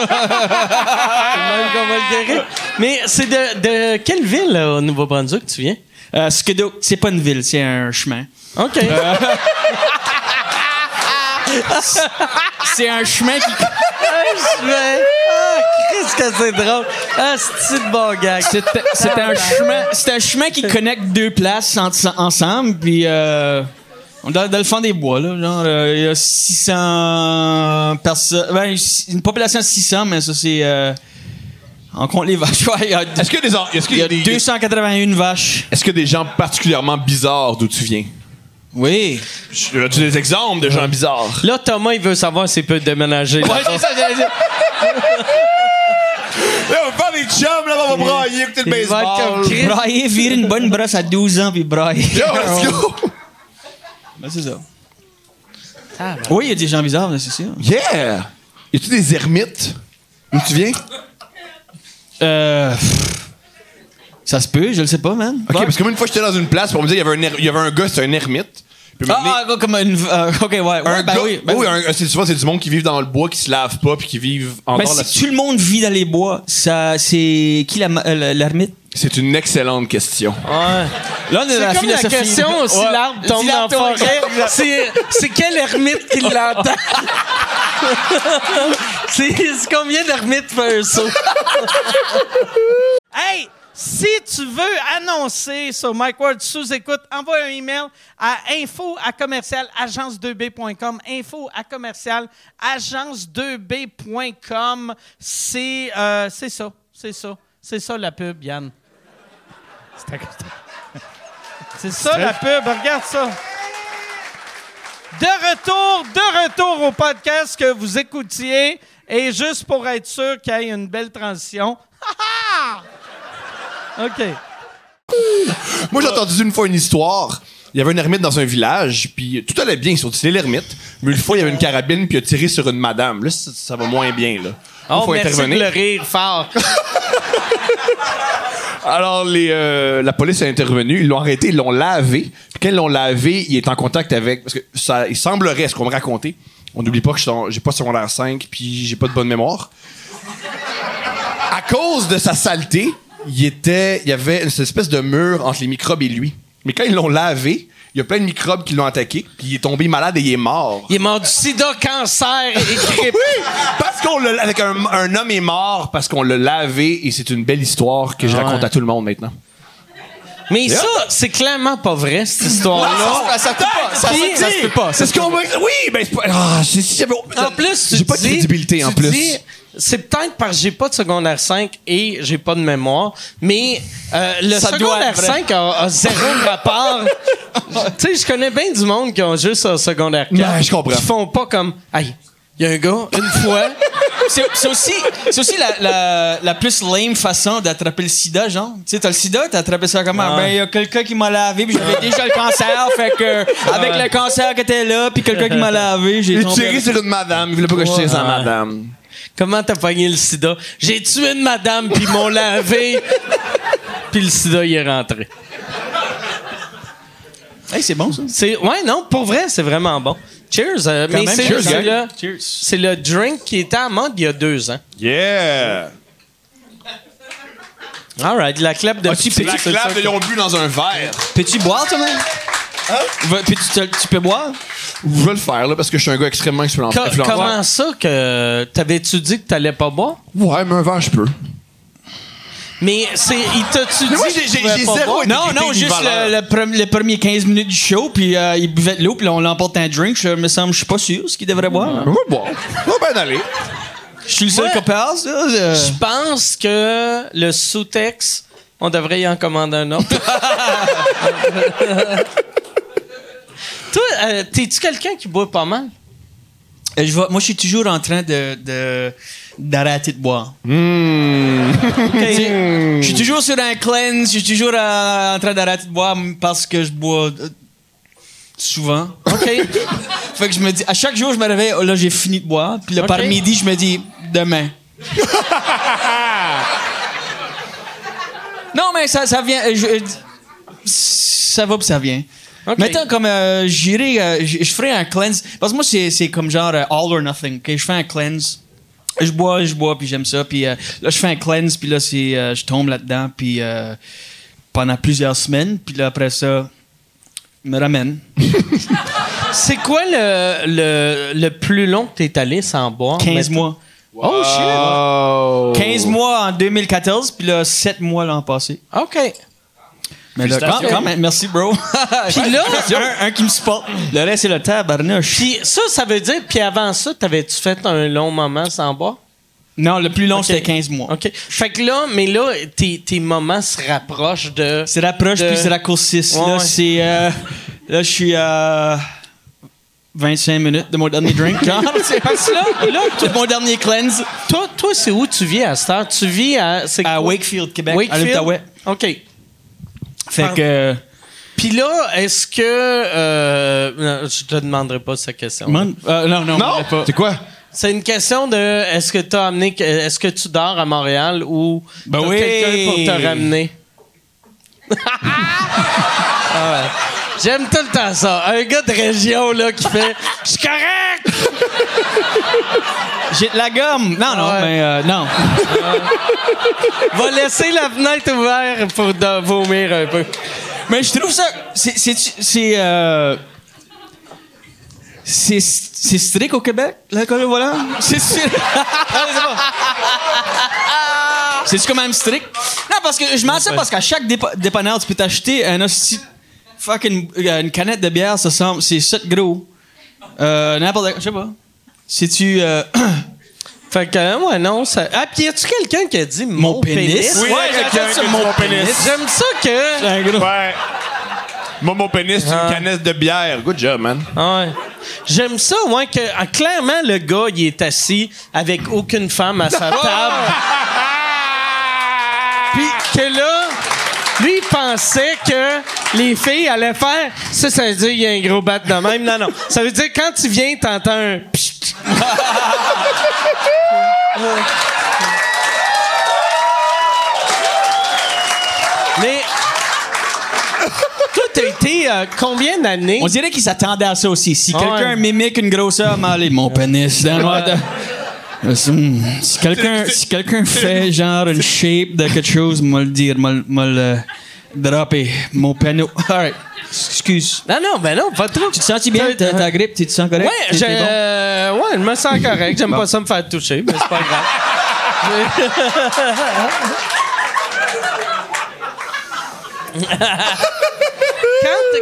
Speaker 5: même qu'on va le guérir. Mais c'est de, de quelle ville euh, au Nouveau-Brunswick tu viens?
Speaker 1: Euh, Skedo, c'est pas une ville, c'est un chemin.
Speaker 5: OK.
Speaker 4: Euh.
Speaker 1: C'est un chemin qui.
Speaker 5: Je vais- Ah, Christ, que c'est drôle. Ah, c'est de bon gag.
Speaker 1: C'était c'était un chemin. C'est un chemin qui connecte deux places en- ensemble, puis euh, on est dans, dans le fond des bois là, genre euh, il y a 600 personnes, ben, une population de 600, mais ça c'est euh, on compte les vaches. (laughs) Ouais, il y a, deux-
Speaker 4: Est-ce que des en- est-ce qu'il
Speaker 1: il
Speaker 4: y
Speaker 1: y
Speaker 4: a
Speaker 1: a
Speaker 4: des
Speaker 1: 281 vaches.
Speaker 4: est-ce que des gens particulièrement bizarres d'où tu viens?
Speaker 1: Oui.
Speaker 4: Je- As-tu des exemples de gens
Speaker 5: (laughs)
Speaker 4: bizarres?
Speaker 5: (laughs) Là, Thomas, il veut savoir s'il peut déménager.
Speaker 4: Ouais,
Speaker 5: (laughs)
Speaker 4: c'est ça, j'allais dire. (laughs) Là, on va faire des chums, là, on va brailler, écouter le
Speaker 5: Il
Speaker 1: Ah,
Speaker 5: va être comme
Speaker 4: baseball.
Speaker 5: Chris.
Speaker 1: Oh, Brailler, virer une bonne brosse à 12 ans puis (laughs) brailler.
Speaker 4: Yo, let's go!
Speaker 1: Ben, c'est ça. Oui, il y a des gens bizarres, mais c'est sûr.
Speaker 4: Yeah! Y a-tu des ermites? D'où tu viens?
Speaker 1: Euh, pff, ça se peut, je le sais pas, man.
Speaker 4: Ok, parce que moi, une fois, j'étais dans une place pour me dire, il y avait un, er- il y avait un gars, c'est un ermite. Puis un moment donné,
Speaker 1: Ah, ah, comme une. euh, ok, ouais. ouais,
Speaker 4: un
Speaker 1: ben
Speaker 4: gars-
Speaker 1: oui. ben oui. Ben,
Speaker 4: un- c'est souvent, c'est du monde qui vit dans le bois, qui se lave pas, puis qui vivent
Speaker 1: Mais
Speaker 4: encore
Speaker 1: si
Speaker 4: la
Speaker 1: tout le monde vit dans les bois, ça, c'est qui la ma- euh, la- l'ermite?
Speaker 4: C'est une excellente question.
Speaker 1: Là, on est dans
Speaker 5: C'est
Speaker 1: la
Speaker 5: comme la
Speaker 1: philosophie.
Speaker 5: question si
Speaker 1: Ouais.
Speaker 5: l'arbre tombe
Speaker 1: Si
Speaker 5: dans la
Speaker 1: l'arbre tombe-
Speaker 5: forêt. C'est c'est quel ermite qui l'entend? c'est c'est combien d'ermites fait un saut? hey! Si tu veux annoncer sur Mike Ward sous écoute, envoie un email à info à commercial agence2b.com. Info à commercial agence2b.com. C'est euh, c'est ça. C'est ça. C'est ça la pub, Yann. C'est ça la pub, regarde ça.
Speaker 8: De retour, de retour au podcast que vous écoutiez. Et juste pour être sûr qu'il y ait une belle transition. Ha, ha! OK.
Speaker 4: Moi, j'ai entendu une fois une histoire. Il y avait un ermite dans un village, puis tout allait bien, ils sont tirés l'ermite. Mais une fois, il y avait une carabine, puis il a tiré sur une madame. Là, ça, ça va moins bien, là. Il
Speaker 5: Oh, merci de le rire fort.
Speaker 4: Alors, les, euh, la police a intervenu, ils l'ont arrêté, ils l'ont lavé. Puis quand ils l'ont lavé, il est en contact avec. Parce que ça, il semblerait, ce qu'on me racontait, on n'oublie pas que je suis en- j'ai pas secondaire 5 puis j'ai pas de bonne mémoire. à cause de sa saleté, il était, il y avait une espèce de mur entre les microbes et lui. Mais quand ils l'ont lavé, il y a plein de microbes qui l'ont attaqué, puis il est tombé malade et il est mort.
Speaker 5: Il est mort du sida, cancer et grippe.
Speaker 4: Oui, parce qu'on l'a- avec un, un homme est mort parce qu'on l'a lavé et c'est une belle histoire que je
Speaker 5: Ah ouais.
Speaker 4: raconte à tout le monde maintenant.
Speaker 5: Mais ça, c'est clairement pas vrai, cette
Speaker 4: Oh
Speaker 5: histoire-là.
Speaker 4: Ah, ça, ça, pas, ça,
Speaker 5: Puis-
Speaker 4: se peut pas. C'est ce qu'on m'a- Oui, ben c'est pas. Ah, si- si j'avais-
Speaker 5: En plus, tu
Speaker 4: j'ai pas de
Speaker 5: dis-
Speaker 4: crédibilité en
Speaker 5: tu
Speaker 4: plus.
Speaker 5: dis, c'est peut-être parce que j'ai pas de secondaire 5 et j'ai pas de mémoire, mais euh, le
Speaker 1: Ça doit
Speaker 5: secondaire
Speaker 1: être vrai.
Speaker 5: 5 a, a zéro
Speaker 4: (laughs)
Speaker 5: rapport. tu sais, je connais bien du monde qui ont juste un secondaire 4.
Speaker 4: Ouais, je comprends.
Speaker 5: Qui font pas comme, aïe, il y a un gars, une fois,
Speaker 1: C'est c'est aussi, c'est aussi la, la, la plus lame façon d'attraper le sida, genre. Tu sais, t'as le sida, t'as attrapé ça
Speaker 4: Ah.
Speaker 1: comment? Ben, il y a quelqu'un qui m'a lavé, puis
Speaker 4: (laughs)
Speaker 1: j'avais déjà le cancer, fait que, avec le cancer qui était là, puis quelqu'un qui
Speaker 4: (laughs)
Speaker 1: m'a lavé, j'ai
Speaker 4: Ah. Il
Speaker 1: tombé.
Speaker 4: tirait sur une madame, il voulait pas que je tire sur la madame.
Speaker 5: comment t'as pogné le sida? J'ai tué une madame, puis ils m'ont
Speaker 4: (laughs)
Speaker 5: lavé, puis le sida, il est rentré.
Speaker 1: Hey, c'est bon, ça.
Speaker 5: C'est ouais non, pour vrai, c'est vraiment bon. Cheers. euh, mais
Speaker 1: même,
Speaker 5: c'est
Speaker 1: cheers,
Speaker 5: c'est
Speaker 1: gang.
Speaker 5: le, c'est le drink qui était en mode il y a deux ans.
Speaker 4: Yeah!
Speaker 5: All right, la clap de
Speaker 4: C'est Ah, la clave de l'on bu dans un verre.
Speaker 1: Peux-tu boire, toi, même? Va- Peux-tu te- tu peux boire?
Speaker 4: Je vais le faire, là, parce que je suis un gars extrêmement influent-
Speaker 5: Co-
Speaker 4: influenceur.
Speaker 5: comment ça que t'avais-tu dit que t'allais pas boire?
Speaker 4: Ouais, mais un verre, je peux.
Speaker 5: Mais c'est il t'a-tu dit
Speaker 4: Mais moi, j'ai-
Speaker 5: que tu
Speaker 4: j'ai-
Speaker 5: pouvais
Speaker 4: j'ai
Speaker 5: pas
Speaker 4: zéro
Speaker 5: boire?
Speaker 4: idée.
Speaker 1: Non,
Speaker 4: Des-
Speaker 1: non,
Speaker 4: des
Speaker 1: juste
Speaker 4: valeurs.
Speaker 1: le, le premi- le premier 15 minutes du show, puis euh, il buvait de l'eau, puis on l'emporte un drink. Je me semble, je suis pas sûr ce qu'il devrait boire.
Speaker 4: On va boire. On va bien aller.
Speaker 1: Je suis le seul
Speaker 5: Ouais.
Speaker 1: qui passe, là. euh.
Speaker 5: Je pense que le sous-texte, on devrait y en commander
Speaker 4: (laughs)
Speaker 5: un autre. Toi, euh, t'es-tu quelqu'un qui boit pas mal?
Speaker 1: Euh, je vais- moi, je suis toujours en train de, de- d'arrêter de boire.
Speaker 5: Hmm.
Speaker 1: (laughs) Tu sais, Je suis toujours sur un cleanse, je suis toujours euh, en train d'arrêter de boire parce que je bois euh, souvent.
Speaker 5: OK.
Speaker 1: (laughs) Fait que je me dis, à chaque jour, je me réveille, oh là, j'ai fini de boire. Puis là,
Speaker 5: Ok.
Speaker 1: par midi, je me dis, demain.
Speaker 5: (laughs)
Speaker 1: non, mais ça, ça vient. euh, je- euh, ça va, puis ça vient.
Speaker 5: Ok.
Speaker 1: Mettons comme euh, j'irai, euh, j- je ferai un cleanse. Parce que moi, c'est, c'est comme genre euh, all or nothing. ok? Je fais un cleanse. Je bois, je bois, puis j'aime ça. Puis euh, là, je fais un cleanse, puis là, c'est, euh, je tombe là-dedans, puis euh, pendant plusieurs semaines. Puis là, après ça, je me ramène.
Speaker 5: C'est quoi le, le, le plus long que t'es allé sans boire?
Speaker 1: 15
Speaker 5: Mais-
Speaker 1: mois.
Speaker 5: Oh shit!
Speaker 4: Oh.
Speaker 1: 15 mois en 2014, puis là, 7 mois l'an passé.
Speaker 5: Ah, OK.
Speaker 1: Mais là, quand, quand même, merci, bro. (laughs)
Speaker 5: Puis là-
Speaker 1: un, un qui me supporte. Le reste, c'est le tabarnouche.
Speaker 5: Puis ça, ça veut dire, puis avant ça, t'avais-tu fait un long moment sans boire?
Speaker 1: Non, le plus long,
Speaker 5: Ok.
Speaker 1: c'était 15 mois.
Speaker 5: OK. Fait que là, mais là, tes, tes moments se rapprochent de.
Speaker 1: C'est rapproche,
Speaker 5: De-
Speaker 1: puis c'est raccourcisse.
Speaker 5: Ouais,
Speaker 1: là,
Speaker 5: ouais.
Speaker 1: c'est. euh, là, je suis à. 25 minutes de mon dernier
Speaker 5: (laughs)
Speaker 1: drink. genre. C'est parce que là, là, tout mon dernier cleanse.
Speaker 5: Toi, toi c'est où tu vis à cette heure? Tu vis à. c'est
Speaker 1: À
Speaker 5: quoi?
Speaker 1: Wakefield, Québec. À
Speaker 5: Wakefield? Ah.
Speaker 1: l'Outaouais.
Speaker 5: OK.
Speaker 1: Fait que. euh,
Speaker 5: Puis là, est-ce que. euh, non, je te demanderai pas cette question.
Speaker 1: Man- euh, non, non,
Speaker 4: Non!
Speaker 1: on l'a pas.
Speaker 4: C'est quoi?
Speaker 5: C'est une question de est-ce que t'as amené est-ce que tu dors à Montréal ou
Speaker 1: Ben
Speaker 5: t'as
Speaker 1: oui.
Speaker 5: quelqu'un pour te ramener? (laughs) Ah ouais. J'aime tout le temps ça. Un gars de région là qui fait Je suis correct!
Speaker 1: J'ai de la gomme. Non, non,
Speaker 5: Ah Ouais.
Speaker 1: mais euh, non.
Speaker 5: Va laisser la fenêtre ouverte pour de- vomir un peu.
Speaker 1: Mais je trouve ça. C'est. C'est. C'est. euh, c'est- c'est strict au Québec, là, comme voilà. C'est sûr. (laughs) C'est quand même strict. Non, parce que je m'en sais parce qu'à chaque dépa- dépanneur, tu peux t'acheter un hostie- fucking euh, une canette de bière, ça semble. C'est 7 gros. Euh, n'importe Je sais pas. Si tu. euh, (clears throat)
Speaker 5: Fait que euh, ouais non ça. Ah puis y a-tu quelqu'un qui a dit mon, pénis?
Speaker 1: ouais,
Speaker 4: Oui, quelqu'un
Speaker 1: j'attends
Speaker 4: qui
Speaker 1: sur
Speaker 4: dit
Speaker 1: mon
Speaker 4: mon pénis.
Speaker 1: pénis.
Speaker 5: J'aime ça que
Speaker 1: Un gros.
Speaker 4: Ouais. Moi, mon pénis, c'est une canette de bière. Good job, man.
Speaker 5: Ouais. J'aime ça, ouais, que ah, clairement le gars, il est assis avec aucune femme à sa table. Puis que là, lui, il pensait que les filles allaient faire ça, ça veut dire qu'il y a un gros bat de même. Non, non. Ça veut dire que quand tu viens, t'entends un pchit. (laughs) Mais. Toi, t'as été euh, combien d'années?
Speaker 1: On dirait qu'ils s'attendaient à ça aussi. Si
Speaker 5: Ah
Speaker 1: quelqu'un
Speaker 5: ouais.
Speaker 1: mimique une grosseur, mais allez, mon pénis. dans le- Hum, Si
Speaker 5: (laughs)
Speaker 1: quelqu'un si quelqu'un fait genre une shape de quelque chose, moi le dire, moi le- moi le dropper, mon panneau. Alright. Excuse.
Speaker 5: Non, non, ben non, pas trop.
Speaker 1: Tu te sens-tu bien? T'as ta grippe, tu te sens correct?
Speaker 5: euh, Ouais,
Speaker 1: T'es-
Speaker 5: je,
Speaker 1: t'es bon?
Speaker 5: euh, ouais, je me sens correct. J'aime pas ça me faire toucher, mais c'est pas grave.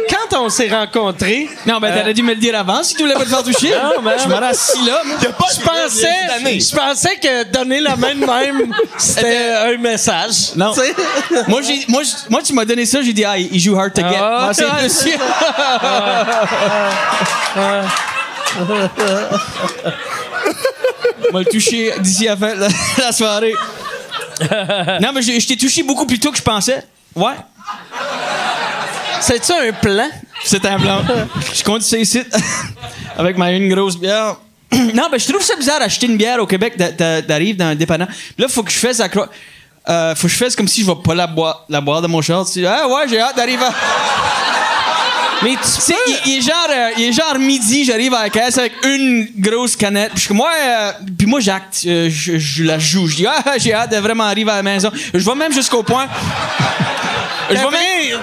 Speaker 5: quand, quand on s'est rencontrés,
Speaker 1: Non, ben t'aurais dû me le dire avant si tu voulais pas te faire toucher.
Speaker 5: euh, Non, ben-
Speaker 1: je m'en assis là. moi.
Speaker 5: je pensais, je pensais que donner la main de même, c'était un message.
Speaker 1: Non.
Speaker 5: Tu sais?
Speaker 1: (laughs) moi, j'ai, moi, j'- moi, tu m'as donné ça, j'ai dit, ah, il joue hard to get.
Speaker 5: Ah,
Speaker 1: Moi, c'est
Speaker 5: ouais.
Speaker 1: plus-
Speaker 5: (laughs)
Speaker 1: On va le toucher d'ici la fin de la, la soirée. non, mais je, je t'ai touché beaucoup plus tôt que je pensais. Ouais.
Speaker 5: C'est-tu un plan?
Speaker 1: C'est un plan. Je compte ça ici (laughs) avec ma une grosse bière. (clears throat) non, mais je trouve ça bizarre acheter une bière au Québec. d'a- d'a- T'arrives dans un dépannant. Là, faut que je fasse la cro- euh, faut que je fasse comme si je vais pas la boire, la boire de mon char. Tu dis, ah ouais, j'ai hâte d'arriver. à- (laughs) Mais tu sais, il, il est genre, euh, il est genre midi, j'arrive à la caisse avec une grosse canette. Puis je suis comme, ouais, euh, puis moi j'acte, euh, je, je la joue. Je dis, ah, (laughs) j'ai hâte de vraiment arriver à la maison. Je vais même jusqu'au
Speaker 5: (laughs)
Speaker 1: point. Je vais même.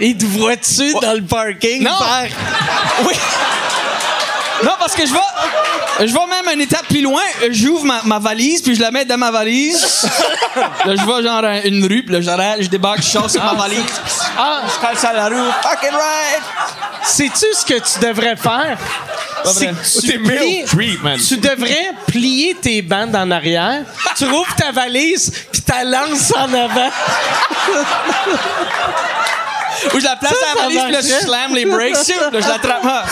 Speaker 5: Il te voit-tu dans le parking?
Speaker 1: Non.
Speaker 5: faire-
Speaker 1: (laughs) Oui. Non, parce que je vais, je vais même une étape plus loin. J'ouvre ma, ma valise, puis je la mets dans ma valise.
Speaker 5: (laughs)
Speaker 1: là, je vais genre à une rue, puis là, j'arrête, je débarque, je sors sur ma valise.
Speaker 5: Ah,
Speaker 1: Je colle ça à la rue. Fucking right!
Speaker 5: Sais-tu ce que tu devrais faire? C'est
Speaker 1: vrai.
Speaker 5: que tu, plies- tu devrais plier tes bandes en arrière, tu rouvres ta valise, puis tu la lances en avant.
Speaker 1: Ou je la place
Speaker 5: Ça,
Speaker 1: à la
Speaker 5: ça
Speaker 1: valise, puis là, je
Speaker 5: marchait.
Speaker 1: slam les brakes.
Speaker 5: (laughs)
Speaker 1: Shoot, Là, je l'attrape. Ah.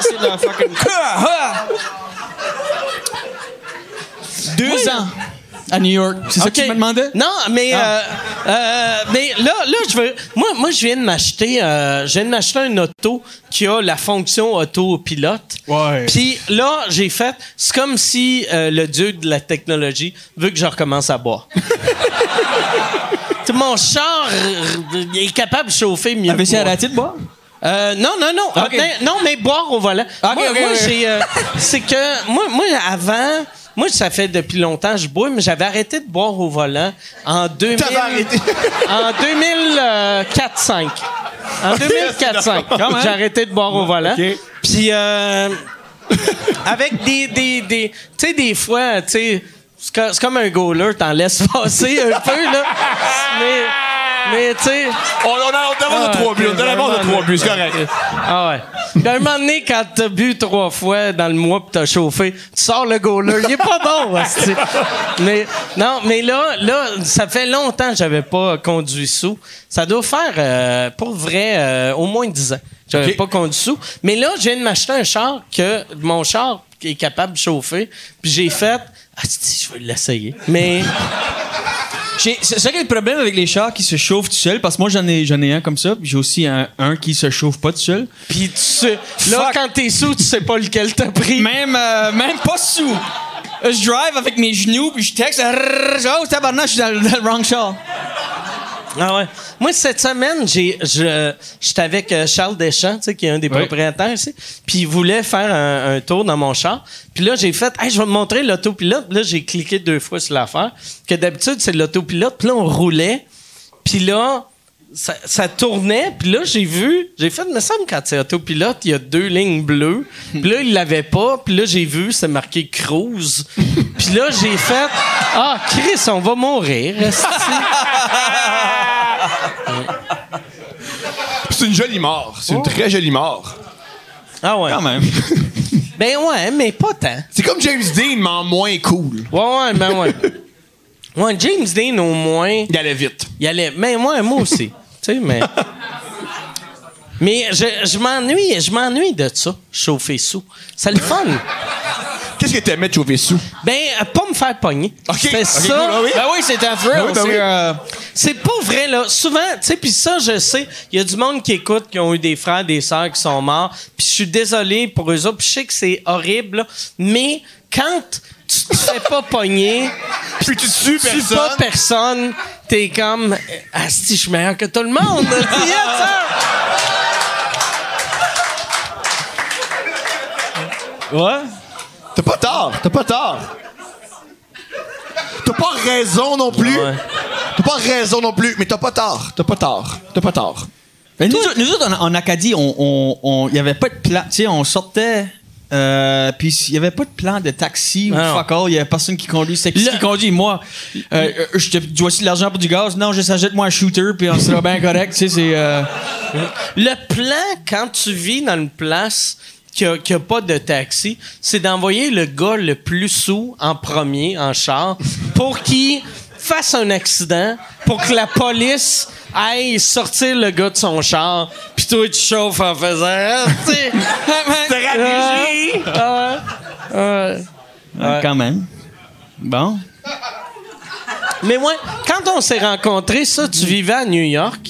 Speaker 1: C'est de la fucking. Ah, ah. Deux ans à New York. C'est ça que
Speaker 5: Ok.
Speaker 1: tu me demandais? Ah.
Speaker 5: Non, mais, euh, euh, mais là, là, je veux. Moi, moi, je viens de m'acheter, euh, je viens de m'acheter un auto qui a la fonction autopilote.
Speaker 3: Ouais.
Speaker 5: Puis là, j'ai fait. C'est comme si euh, le dieu de la technologie veut que je recommence
Speaker 1: (laughs)
Speaker 5: à boire. Tout Mon char euh, il est capable de chauffer mieux. que
Speaker 1: Avais-tu
Speaker 5: moi.
Speaker 1: Ah, arrêté de boire?
Speaker 5: Euh, non, non, non.
Speaker 1: Ok.
Speaker 5: Mais- non, mais boire au volant.
Speaker 1: Ok,
Speaker 5: moi,
Speaker 1: ok,
Speaker 5: moi,
Speaker 1: ok. (laughs)
Speaker 5: j'ai, euh, c'est que moi, moi, avant, moi, ça fait depuis longtemps que je bois, mais j'avais arrêté de boire au volant en 2000.
Speaker 4: T'avais arrêté.
Speaker 5: (laughs) en 2004-5. En 2004-5. J'ai arrêté de boire au volant. Puis
Speaker 1: (laughs)
Speaker 5: euh, avec des des des, tu sais, des fois, tu sais, c'est co- c'est comme un goaler, t'en laisses (laughs) passer un peu là, mais mais tu sais.
Speaker 4: On, on, a, on avance de trois buts. On avance de trois buts, c'est correct.
Speaker 5: Ah ouais. Puis à un moment donné, quand t'as bu trois fois dans le mois pis t'as chauffé, tu sors le goaler. Il est pas
Speaker 4: (laughs)
Speaker 5: bon, hostie. Mais non, mais là, là, ça fait longtemps que j'avais pas conduit sous. Ça doit faire, euh, pour vrai, euh, au moins 10 ans. J'avais pas conduit sous. Mais là, je viens de m'acheter un char que mon char est capable de chauffer. Puis j'ai fait, ah, je vais l'essayer. Mais (laughs)
Speaker 1: J'ai- C'est ça qui est le problème avec les chars qui se chauffent tout seuls, parce que moi j'en ai, j'en ai un comme ça, puis j'ai aussi un, un qui se chauffe pas tout seul.
Speaker 5: puis tu sais, là,
Speaker 1: Fuck.
Speaker 5: quand t'es sous, tu sais pas lequel t'as pris.
Speaker 1: Même, euh, même pas sous. Euh, Je drive avec mes genoux, puis je texte. rrrr, Oh, tabarnak, je suis dans, le- dans le wrong char.
Speaker 5: Ah ouais. Moi, cette semaine, j'ai, je, j'étais avec euh, Charles Deschamps, tu sais, qui est un des propriétaires ici. Puis il voulait faire un, un tour dans mon char. Puis là, j'ai fait, hey, je vais te montrer l'autopilote. Puis là, j'ai cliqué deux fois sur l'affaire. Que d'habitude, c'est l'autopilote. Puis là, on roulait. Puis là, ça, ça tournait. Puis là, j'ai vu, j'ai fait, me semble, quand c'est autopilote, il y a deux lignes bleues. Puis là, il l'avait pas. Puis là, j'ai vu, c'est marqué cruise. Puis là, j'ai fait, ah, Chris, on va mourir.
Speaker 4: C'est une jolie mort. C'est une très jolie mort.
Speaker 5: Ah ouais.
Speaker 1: Quand même.
Speaker 5: (laughs) Ben ouais, mais pas tant.
Speaker 4: C'est comme James Dean, mais en moins cool.
Speaker 5: Ouais, ouais, ben ouais. ouais, James Dean, au moins,
Speaker 4: Il allait vite.
Speaker 5: il allait. Mais moi, moi aussi. tu sais, (laughs) mais. Mais je, je m'ennuie, je m'ennuie de ça, chauffer sous. C'est le fun.
Speaker 4: Qu'est-ce que t'aimais de chauffer sous?
Speaker 5: Ben, euh, pas me faire pogner.
Speaker 4: Ok,
Speaker 5: C'est
Speaker 4: ok,
Speaker 5: ça.
Speaker 4: cool, ah oui.
Speaker 1: Ben oui, c'est un thrill.
Speaker 4: Ben oui, ben
Speaker 1: c'est,
Speaker 4: oui.
Speaker 1: euh,
Speaker 5: C'est pas vrai, là. Souvent, tu sais, puis ça, je sais, il y a du monde qui écoute, qui ont eu des frères, des sœurs qui sont morts, puis je suis désolé pour eux autres, puis je sais que c'est horrible, là, mais quand tu te fais pas (laughs) pogner,
Speaker 4: Puis tu tues
Speaker 5: tu suis pas
Speaker 4: personne.
Speaker 5: personne, t'es comme Asti, je suis meilleur que tout le monde.
Speaker 4: (laughs)
Speaker 5: Yes, sir!
Speaker 4: T'as pas tort. T'as pas tort. T'as pas raison non plus. T'as pas raison non plus, mais t'as pas tort. T'as pas tort. T'as pas tort.
Speaker 1: Mais nous, autres- nous autres, en, en Acadie, on- on- on- il n'y avait pas de plan. Tu sais, on sortait. euh, puis il n'y avait pas de plan de taxi ou
Speaker 5: Ah non.
Speaker 1: fuck all. Il n'y avait personne qui conduit. C'était qui, qui conduit? Moi, euh, euh, je te dois-tu de l'argent pour du gaz? Non, je s'achète moi un shooter, puis on sera bien correct. Tu sais, c'est. euh,
Speaker 5: Le plan, quand tu vis dans une place qui a, qui a pas de taxi, c'est d'envoyer le gars le plus sous en premier, en char, pour qu'il fasse un accident, pour que la police aille sortir le gars de son char, puis toi, tu chauffes en faisant... Ah, tu sais. (laughs) Ah, ouais. Ah, ouais.
Speaker 1: Euh, Quand même. Bon.
Speaker 5: Mais moi, quand on s'est rencontrés, ça, tu vivais à New York.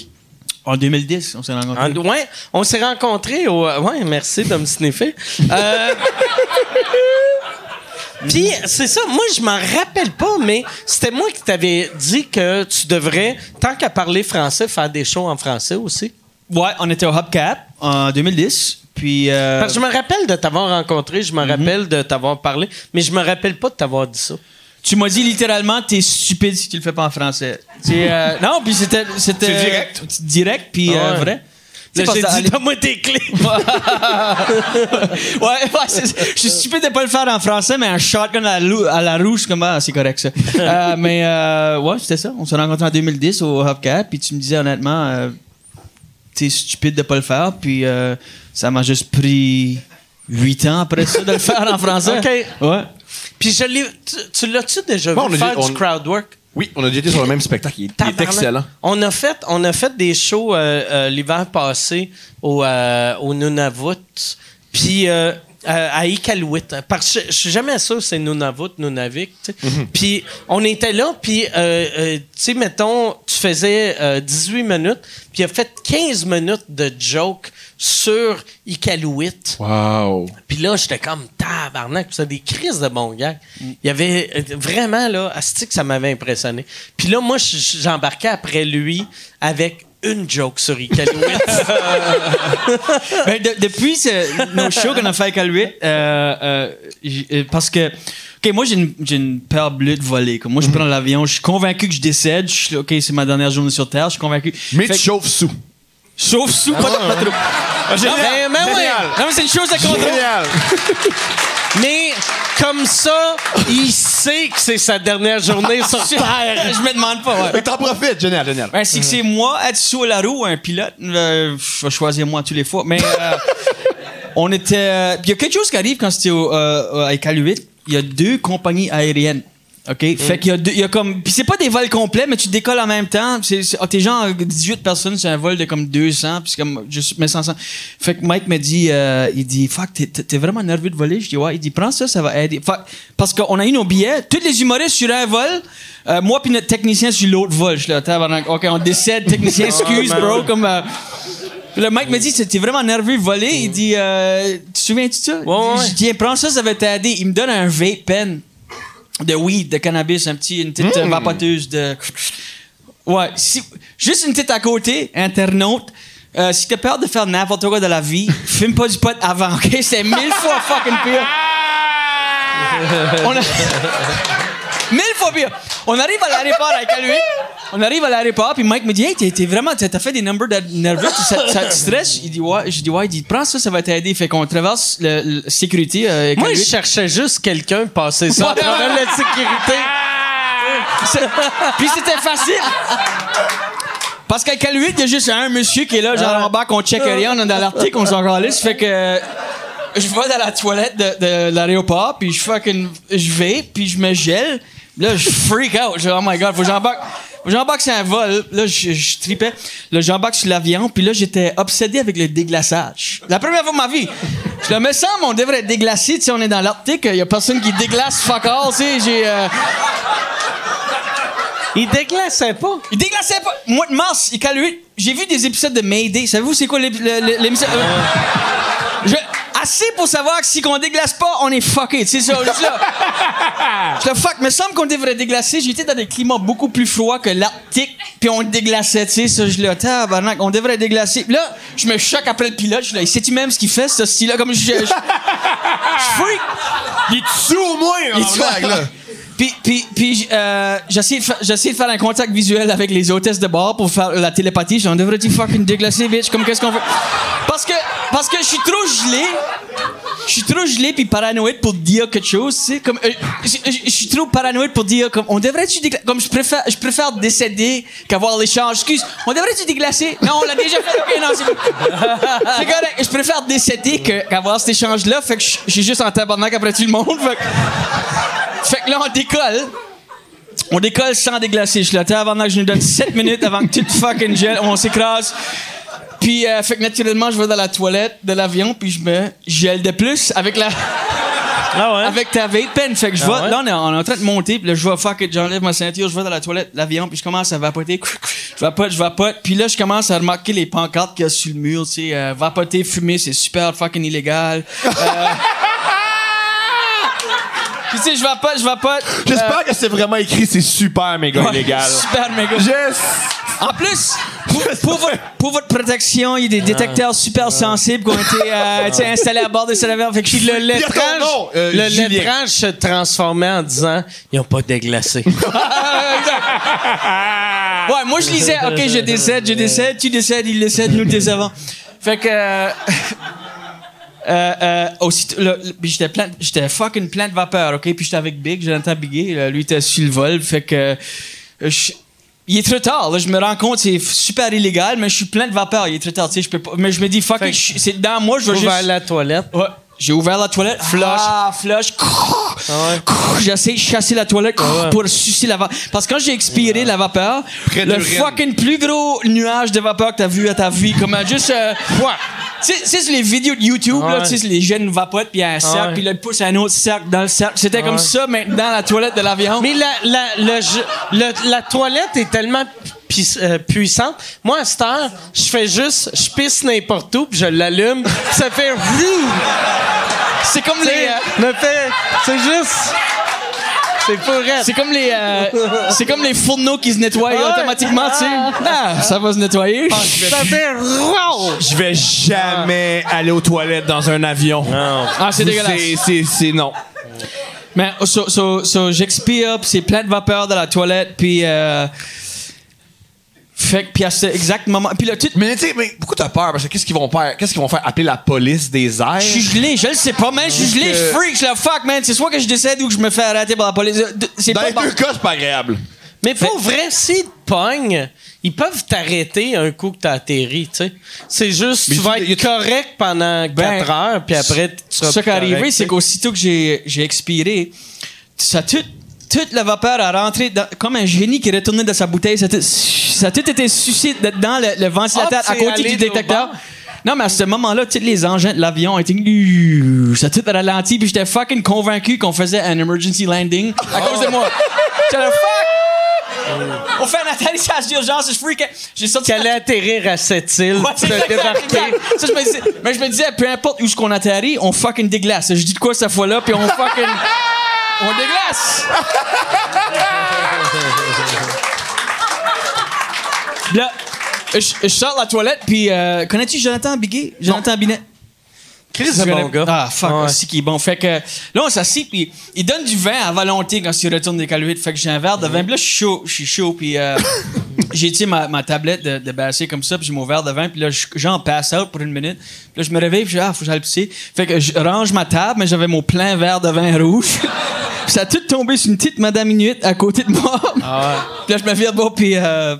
Speaker 1: En 2010, on s'est rencontrés.
Speaker 5: En- Ah, ouais, on s'est rencontrés au. Ouais, merci de me sniffer.
Speaker 1: (laughs)
Speaker 5: Euh, Puis, c'est ça, moi, je m'en rappelle pas, mais c'était moi qui t'avais dit que tu devrais, tant qu'à parler français, faire des shows en français aussi.
Speaker 1: Ouais, on était au Hubcap en 2010. Puis. euh,
Speaker 5: Parce que je me rappelle de t'avoir rencontré,
Speaker 1: Mhm.
Speaker 5: je me rappelle de t'avoir parlé, mais je me rappelle pas de t'avoir dit ça.
Speaker 1: Tu m'as dit littéralement, t'es stupide si tu le fais pas en français. C'est,
Speaker 5: (laughs)
Speaker 1: euh, non, puis c'était. c'était
Speaker 4: C'est direct.
Speaker 1: Direct, puis
Speaker 5: Ah
Speaker 1: euh,
Speaker 5: ouais.
Speaker 1: vrai.
Speaker 5: Là,
Speaker 1: Tu sais,
Speaker 5: j'ai
Speaker 1: parce que-
Speaker 5: dit, donne-moi tes clés.
Speaker 1: ouais, ouais, c'est- je suis stupide de pas le faire en français, mais un shotgun à la, lou- à la rouge, comme ah, c'est correct ça.
Speaker 4: (laughs)
Speaker 1: Euh, mais euh, ouais, c'était ça. On s'est rencontrés en 2010 au Hubcap, puis tu me disais honnêtement, euh, t'es stupide de pas le faire, puis euh, ça m'a juste pris 8 ans après ça de le (laughs) faire en
Speaker 4: (laughs)
Speaker 1: français.
Speaker 5: OK.
Speaker 1: Ouais.
Speaker 5: Puis je l'ai. Tu, tu l'as-tu déjà
Speaker 4: Bon, on
Speaker 5: vu
Speaker 4: a
Speaker 5: faire
Speaker 4: dit-
Speaker 5: du
Speaker 4: on-
Speaker 5: crowd work?
Speaker 4: Oui, on a déjà été sur le même spectacle. Il, il est
Speaker 5: Tabarnak.
Speaker 4: excellent.
Speaker 5: On a fait, on a fait des shows euh, euh, l'hiver passé au, euh, au Nunavut, puis euh, euh, à Iqaluit. hein, Parce que je je suis jamais sûr si c'est Nunavut, Nunavik. tu sais.
Speaker 4: Mhm.
Speaker 5: Puis on était là, puis euh, euh, tu sais, mettons, tu faisais euh, 18 minutes, puis il a fait 15 minutes de joke sur Iqaluit.
Speaker 4: Wow.
Speaker 5: Puis là, j'étais comme tabarnak, pis ça des crises de bon gars. Il y avait euh, vraiment là, asti que ça m'avait impressionné. Puis là, moi, j- j'embarquais après lui avec une joke sur Ah, Iqaluit.
Speaker 1: Ben, de- depuis ce- nos shows qu'on a fait avec Alouette, euh, euh, j- euh, parce que. OK, moi, j'ai une, j'ai une peur bleue de voler. Comme moi,
Speaker 4: Mhm.
Speaker 1: je prends l'avion, je suis convaincu que je décède. Je suis là, OK, c'est ma dernière journée sur Terre, je suis convaincu.
Speaker 4: Mais
Speaker 1: Fait
Speaker 4: tu
Speaker 1: que-
Speaker 4: chauffes sous.
Speaker 1: Sauf sous, pas, pas trop.
Speaker 5: Génial.
Speaker 1: Ben, ben ouais.
Speaker 5: Génial.
Speaker 1: Non, mais c'est une chose à contrôler.
Speaker 4: Génial.
Speaker 5: Mais comme ça, il sait que c'est sa dernière journée sur Terre.
Speaker 1: Je me demande pas, ouais.
Speaker 4: Mais t'en profites. Génial, génial.
Speaker 1: Ben, si que c'est moi, être sous à la roue ou un pilote, euh, je vais choisir moi tous les fois. Mais euh, on était. euh, puis Il y a quelque chose qui arrive quand c'était au, euh, avec Aluit. Il y a deux compagnies aériennes. OK? Fait qu'il y a, deux, il y a comme. Puis c'est pas des vols complets, mais tu décolles en même temps. Puis c'est- c'est- ah, T'es genre 18 personnes sur un vol de comme 200, puis c'est comme juste mais 500. Fait que Mike me dit, euh, il dit, fuck, t'es- t'es t'es vraiment nerveux de voler. Je dis, ouais. Il dit, prends ça, ça va aider. Fait- parce qu'on a eu nos billets, tous les humoristes sur un vol, euh, moi puis notre technicien sur l'autre vol. Je suis là, tabarnak. OK, on décède, technicien, excuse, bro. Comme. euh, puis Le mec me dit, t'es vraiment nerveux de voler. Il dit, euh, tu te souviens-tu de ça?
Speaker 5: Ouais, ouais.
Speaker 1: Je dis, prends ça, ça va t'aider. Il me donne un vape pen de weed, de cannabis, un petit, une
Speaker 5: Mmh.
Speaker 1: petite euh, vapoteuse de. Ouais, si- juste une petite à côté, internaute. Euh, si t'as peur de faire n'importe quoi de la
Speaker 5: (laughs)
Speaker 1: vie, fume pas du pot avant, ok? C'est mille fois fucking pire. On
Speaker 5: (laughs)
Speaker 1: a- Mille fois pire. On arrive à l'aéroport avec lui. On arrive à l'aéroport, puis Mike me dit Hey, t'es, t'es vraiment, t'as, t'as fait des numbers de nerveux, tu- ça, ça te stresse. Il dit Ouais, je dis Ouais, il dit Prends ça, ça va t'aider. Fait qu'on traverse le, le sécurité. euh, avec
Speaker 5: Moi,
Speaker 1: lui.
Speaker 5: je cherchais juste quelqu'un passer ça à travers la sécurité.
Speaker 1: C'est- Puis c'était facile. Parce qu'à Caluit, il y a juste un monsieur qui est là, genre en bas, qu'on check rien, on est dans l'article, on s'en calisse. Fait que je vais dans la toilette de, de l'aéroport, puis je fucking. Je vais, puis je me gèle. Là, je freak out. Je dis, oh my god, faut que j'embarque. Faut que j'embarque sur un vol. Là, je, je tripais. Là, j'embarque sur l'avion, puis là, j'étais obsédé avec le déglaçage. La première fois de ma vie. Je le me semble, on devrait être déglacé, tu sais, on est dans l'Arctique, il y a personne qui déglace fuck all, tu sais, j'ai. euh,
Speaker 5: Il déglaçait pas.
Speaker 1: il déglaçait pas. Mois de mars, il calait. J'ai vu des épisodes de Mayday. Savez-vous c'est quoi l'ép- le- le- l'émission? Euh, je- assez pour savoir que si qu'on déglace pas, on est fucké. C'est ça, juste là. Je te fuck, me semble qu'on devrait déglacer. J'étais dans des climats beaucoup plus froids que l'Arctique, puis on déglaçait, tu sais, ça, je l'ai tabarnak, on devrait déglacer. Puis là, je me choque après le pilote, je suis là, sais-tu même ce qu'il fait, ce style-là, comme je. je- je freak!
Speaker 4: Il est sous au moins.
Speaker 1: Il
Speaker 4: en
Speaker 1: se
Speaker 4: blague, là.
Speaker 1: voit. Puis, puis, puis euh, j'essaie de fa- j'essaie de faire un contact visuel avec les hôtesses de bar pour faire la télépathie. J'en devrais tu fucking déglacer, bitch. Comme qu'est-ce qu'on fait? Parce que, parce que je suis trop gelé. Je suis trop gelé puis paranoïde pour dire quelque chose, tu sais. Comme, euh, je je- je suis trop paranoïde pour dire comme, on devrait-tu déglacer? Comme je préfère, je préfère décéder qu'avoir l'échange. Excuse, on devrait-tu déglacer? Non, on l'a déjà fait. Ok, non, c'est c'est correct. Je préfère décéder que- qu'avoir cet échange-là. Fait que je je suis juste en tabarnak après tout le monde. Fait que... Fait que là, on décolle. On décolle sans déglacer. Je suis là, avant que je nous donne 7 minutes avant que tout fucking gel. On s'écrase. Puis, euh, fait que naturellement, je vais dans la toilette de l'avion, puis je me gèle de plus avec la.
Speaker 5: Ah ouais? Ah
Speaker 1: Avec ta vape pen. Fait que je vais.
Speaker 5: ouais?
Speaker 1: Là, on est, on est en train de monter, puis là, je vais fuck it, j'enlève ma ceinture, je vais dans la toilette de l'avion, puis je commence à vapoter. Je vapote, je vapote. Puis là, je commence à remarquer les pancartes qu'il y a sur le mur, tu sais. euh, vapoter, fumer, c'est super fucking illégal. Euh...
Speaker 5: (laughs)
Speaker 1: puis, tu sais, je vapote, je vapote.
Speaker 4: J'espère que c'est vraiment écrit, c'est super méga
Speaker 1: Ouais,
Speaker 4: illégal.
Speaker 1: Super méga.
Speaker 4: Yes!
Speaker 1: En plus, pour, pour votre, pour votre protection, il y a des
Speaker 4: Ah.
Speaker 1: détecteurs super sensibles qui ont été euh, tu sais, installés à bord de ce navire. Fait que je suis le
Speaker 4: Il y a
Speaker 1: lettre.
Speaker 4: ton nom, euh,
Speaker 5: le
Speaker 4: Julien.
Speaker 5: Letrange se transformait en disant Ils n'ont pas déglacé.
Speaker 1: Ouais, moi je lisais, ok, je décède, je décède, tu décèdes, il décède, nous décédons. Fait que. euh, euh, euh, aussitôt- le- le- puis j'étais plein, j'étais fucking plein de vapeur, ok? Puis j'étais avec Big, Jonathan Biguet, là, lui était sur le vol, fait que. euh, je- il est trop tard, là, je me rends compte, c'est super illégal, mais je suis plein de vapeur, il est trop tard, tu sais, je peux pas. Mais je me dis, fuck, it, je- c'est dans moi, je vais
Speaker 5: Ouvert
Speaker 1: juste.
Speaker 5: la toilette.
Speaker 1: Ouais. J'ai ouvert la toilette. Flush. Ah, flush. J'essaie de chasser la toilette pour sucer la vapeur. Parce que quand j'ai expiré la vapeur, le
Speaker 4: d'urine.
Speaker 1: fucking plus gros nuage de vapeur que t'as vu à ta vie, comme euh, juste. euh, Tu sais- tu sais, sur les vidéos de YouTube, là, tu sais, sur les jeunes vapotent, puis il y a un cercle,
Speaker 5: ouais.
Speaker 1: puis là, ils poussent un autre cercle dans le cercle. C'était comme
Speaker 5: ouais.
Speaker 1: ça, maintenant, la toilette de l'avion.
Speaker 5: Mais la, la, le jeu- le- la toilette est tellement pui- euh, puissante. Moi, à cette heure, je fais juste, je pisse n'importe où, puis je l'allume, puis ça fait vroom.
Speaker 1: C'est comme
Speaker 5: Tu
Speaker 1: les.
Speaker 5: sais,
Speaker 1: euh,
Speaker 5: me fait- C'est juste. C'est pour elle.
Speaker 1: C'est comme les euh, c'est comme les fourneaux qui se nettoient
Speaker 5: Ouais.
Speaker 1: automatiquement, tu sais. Ah, ça va se nettoyer.
Speaker 5: Ça fait roar.
Speaker 4: Je vais jamais aller aux toilettes dans un avion.
Speaker 1: Ah, c'est dégueulasse.
Speaker 4: C'est- C'est c'est- non.
Speaker 1: Mais so, so, so, j'expire, puis c'est plein de vapeur dans la toilette, puis euh, fait que puis à ce exact moment, puis là tout
Speaker 4: Mais tu sais, mais pourquoi t'as peur? Parce que qu'est-ce qu'ils vont faire? Qu'est-ce qu'ils vont faire? Appeler la police des airs?
Speaker 1: je suis gelé, je le sais pas, man, je suis gelé, je freak, je la fuck, man, c'est soit que je décède ou que je me fais arrêter par la police. Euh, d- C'est
Speaker 4: Dans
Speaker 1: pas
Speaker 4: les
Speaker 1: bon.
Speaker 4: deux cas, c'est pas agréable.
Speaker 5: Mais pour vrai, s'ils te pognent, ils peuvent t'arrêter un coup que t'as atterri, tu sais. C'est juste, tu vas être correct pendant 4 heures, puis après, tu seras
Speaker 1: Ce qui
Speaker 5: plus
Speaker 1: est arrivé,
Speaker 5: correct,
Speaker 1: c'est
Speaker 5: tu sais.
Speaker 1: qu'aussitôt que j'ai j'ai expiré, ça a tout- toute la vapeur a rentré dans- comme un génie qui retournait dans sa bouteille. Ça a tout, ça a tout été sucé de- dans le, le ventilateur
Speaker 5: Ah,
Speaker 1: à
Speaker 5: c'est allé
Speaker 1: côté du
Speaker 5: de l'autre
Speaker 1: détecteur.
Speaker 5: bord.
Speaker 1: Non, mais à ce moment-là, tous les engins de l'avion étaient. Uuuh, Ça a tout ralenti, puis j'étais fucking convaincu qu'on faisait un emergency landing à cause de
Speaker 5: Oh.
Speaker 1: moi. J'étais le fuck! On fait un atterrissage d'urgence, je freak. J'ai sorti
Speaker 5: Qu'elle allait atterrir à cette île,
Speaker 1: Ouais,
Speaker 5: tu
Speaker 1: c'est
Speaker 5: t'as
Speaker 1: exact,
Speaker 5: débarqué.
Speaker 1: exact. Ça, je me disais, mais je me disais, peu importe où ce qu'on atterrit, on fucking déglace. Je dis de quoi cette fois-là, puis on fucking. on déglace! Là, je, je sors de la toilette, puis euh, connais-tu Jonathan Biguet? Jonathan Binet?
Speaker 5: Chris, c'est bon gars.
Speaker 1: Ah, fuck,
Speaker 5: Ouais.
Speaker 1: aussi qui est bon. Fait que là, on s'assit, puis il donne du vin à volonté quand il retourne des caluettes. Fait que j'ai un verre de vin. Puis là, je suis chaud, je suis chaud, puis
Speaker 5: (laughs)
Speaker 1: euh, j'ai tiré ma, ma tablette de, de basset comme ça, puis j'ai mon verre de vin, puis là, je- j'en passe out pour une minute. Puis là, je me réveille, puis je dis, ah, faut que j'aille pisser. Fait que je range ma table, mais j'avais mon plein verre de vin rouge. (laughs) Puis ça a tout tombé sur une petite madame Inuit à côté de moi.
Speaker 5: Ah
Speaker 1: puis là, je me vire de bord, puis. euh,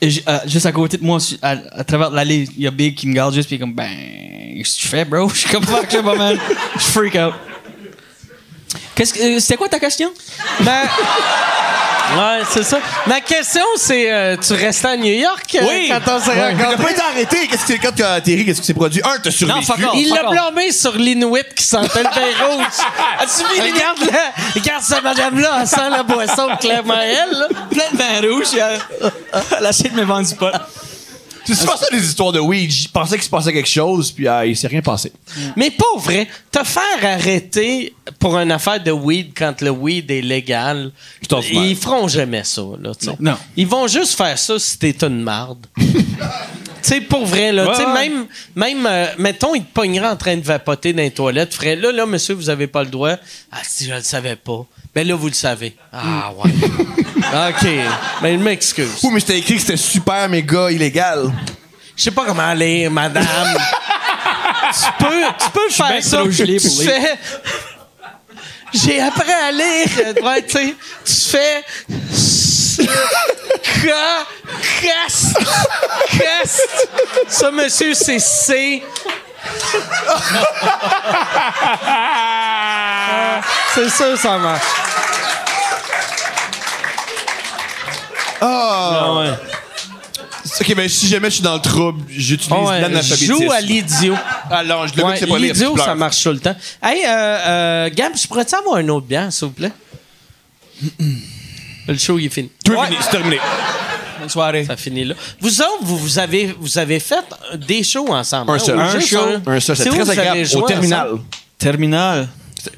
Speaker 1: et j- euh, juste à côté de moi, su- à, à travers l'allée, il y a Big qui me garde juste, puis il est comme, ben, qu'est-ce que tu fais, bro? (laughs) Je suis comme, fuck, je sais pas, man. Je freak out. Qu'est-ce que, euh, c'était quoi ta question?
Speaker 5: Ma... Ouais, c'est ça. Ma question, c'est euh, tu restais à New York euh,
Speaker 1: Oui.
Speaker 5: quand on s'est
Speaker 4: Mais T'as
Speaker 5: rencontrés?
Speaker 4: pas été arrêté. Qu'est-ce que quand t'as atterri? Qu'est-ce qui s'est produit? Un, t'as survécu.
Speaker 1: Non, fuck off.
Speaker 5: Il
Speaker 1: fuck
Speaker 5: l'a
Speaker 1: off.
Speaker 5: blâmé sur l'Inuit qui sentait le vin rouge. As-tu vu? Regarde, là, regarde cette madame-là, elle sent la boisson clairement elle. là.
Speaker 1: Plein de vin rouge, et (laughs) elle, elle a essayé de me vendre du pot.
Speaker 4: C'est souvent ça les histoires de weed. J'y pensais qu'il se passait quelque chose, puis ah, il s'est rien passé.
Speaker 5: Mm. Mais pas vrai. Te faire arrêter pour une affaire de weed quand le weed est légal,
Speaker 4: ordinaire.
Speaker 5: ils feront jamais ça. Là, tu sais.
Speaker 1: Non.
Speaker 5: Ils vont juste faire ça si t'es une
Speaker 1: (laughs)
Speaker 5: marde. tu sais, pour vrai, là, tu sais, même, même euh, mettons, ils te pogneraient en train de vapoter dans les toilettes, ils feraient, là, là, monsieur, vous avez pas le droit. Ah, si, je le savais pas. Mais là, vous le savez. Ah,
Speaker 1: Mm.
Speaker 5: ouais. (laughs) OK. Mais je m'excuse.
Speaker 4: Ouh, mais c'était écrit que c'était super méga illégal.
Speaker 5: Je sais pas comment lire, madame. (laughs) tu peux, tu peux faire ça.
Speaker 1: trop
Speaker 5: que
Speaker 1: gelé
Speaker 5: tu
Speaker 1: pour lire.
Speaker 5: fais- J'ai appris à lire. euh, ouais, tu sais, tu fais. Ca- Cast. Cast. Ça, monsieur, c'est C.
Speaker 8: C'est sûr, ça marche.
Speaker 5: Ah
Speaker 4: Ok, mais si jamais je suis dans le trouble, j'utilise
Speaker 5: Ouais,
Speaker 4: l'analphabétisme.
Speaker 5: joue à l'idiot.
Speaker 4: Ah non, je le
Speaker 5: Ouais,
Speaker 4: mec, c'est pas lire, tu
Speaker 5: l'idiot,
Speaker 4: pleures.
Speaker 5: ça marche tout le temps. Hey, euh, euh, Gab, je pourrais-tu avoir un autre bien, s'il vous plaît? Le show, il est fini.
Speaker 4: Terminé, C'est terminé.
Speaker 1: Bonne soirée.
Speaker 5: Ça finit là. Vous autres, vous, vous, avez, vous avez fait des shows ensemble.
Speaker 4: Un
Speaker 5: hein,
Speaker 4: seul.
Speaker 5: ou
Speaker 4: Un
Speaker 5: juste
Speaker 4: show. Un seul, c'est
Speaker 5: où
Speaker 4: très
Speaker 5: vous avez
Speaker 4: agréable.
Speaker 5: joué
Speaker 4: Au terminal.
Speaker 5: ensemble?
Speaker 1: Terminal.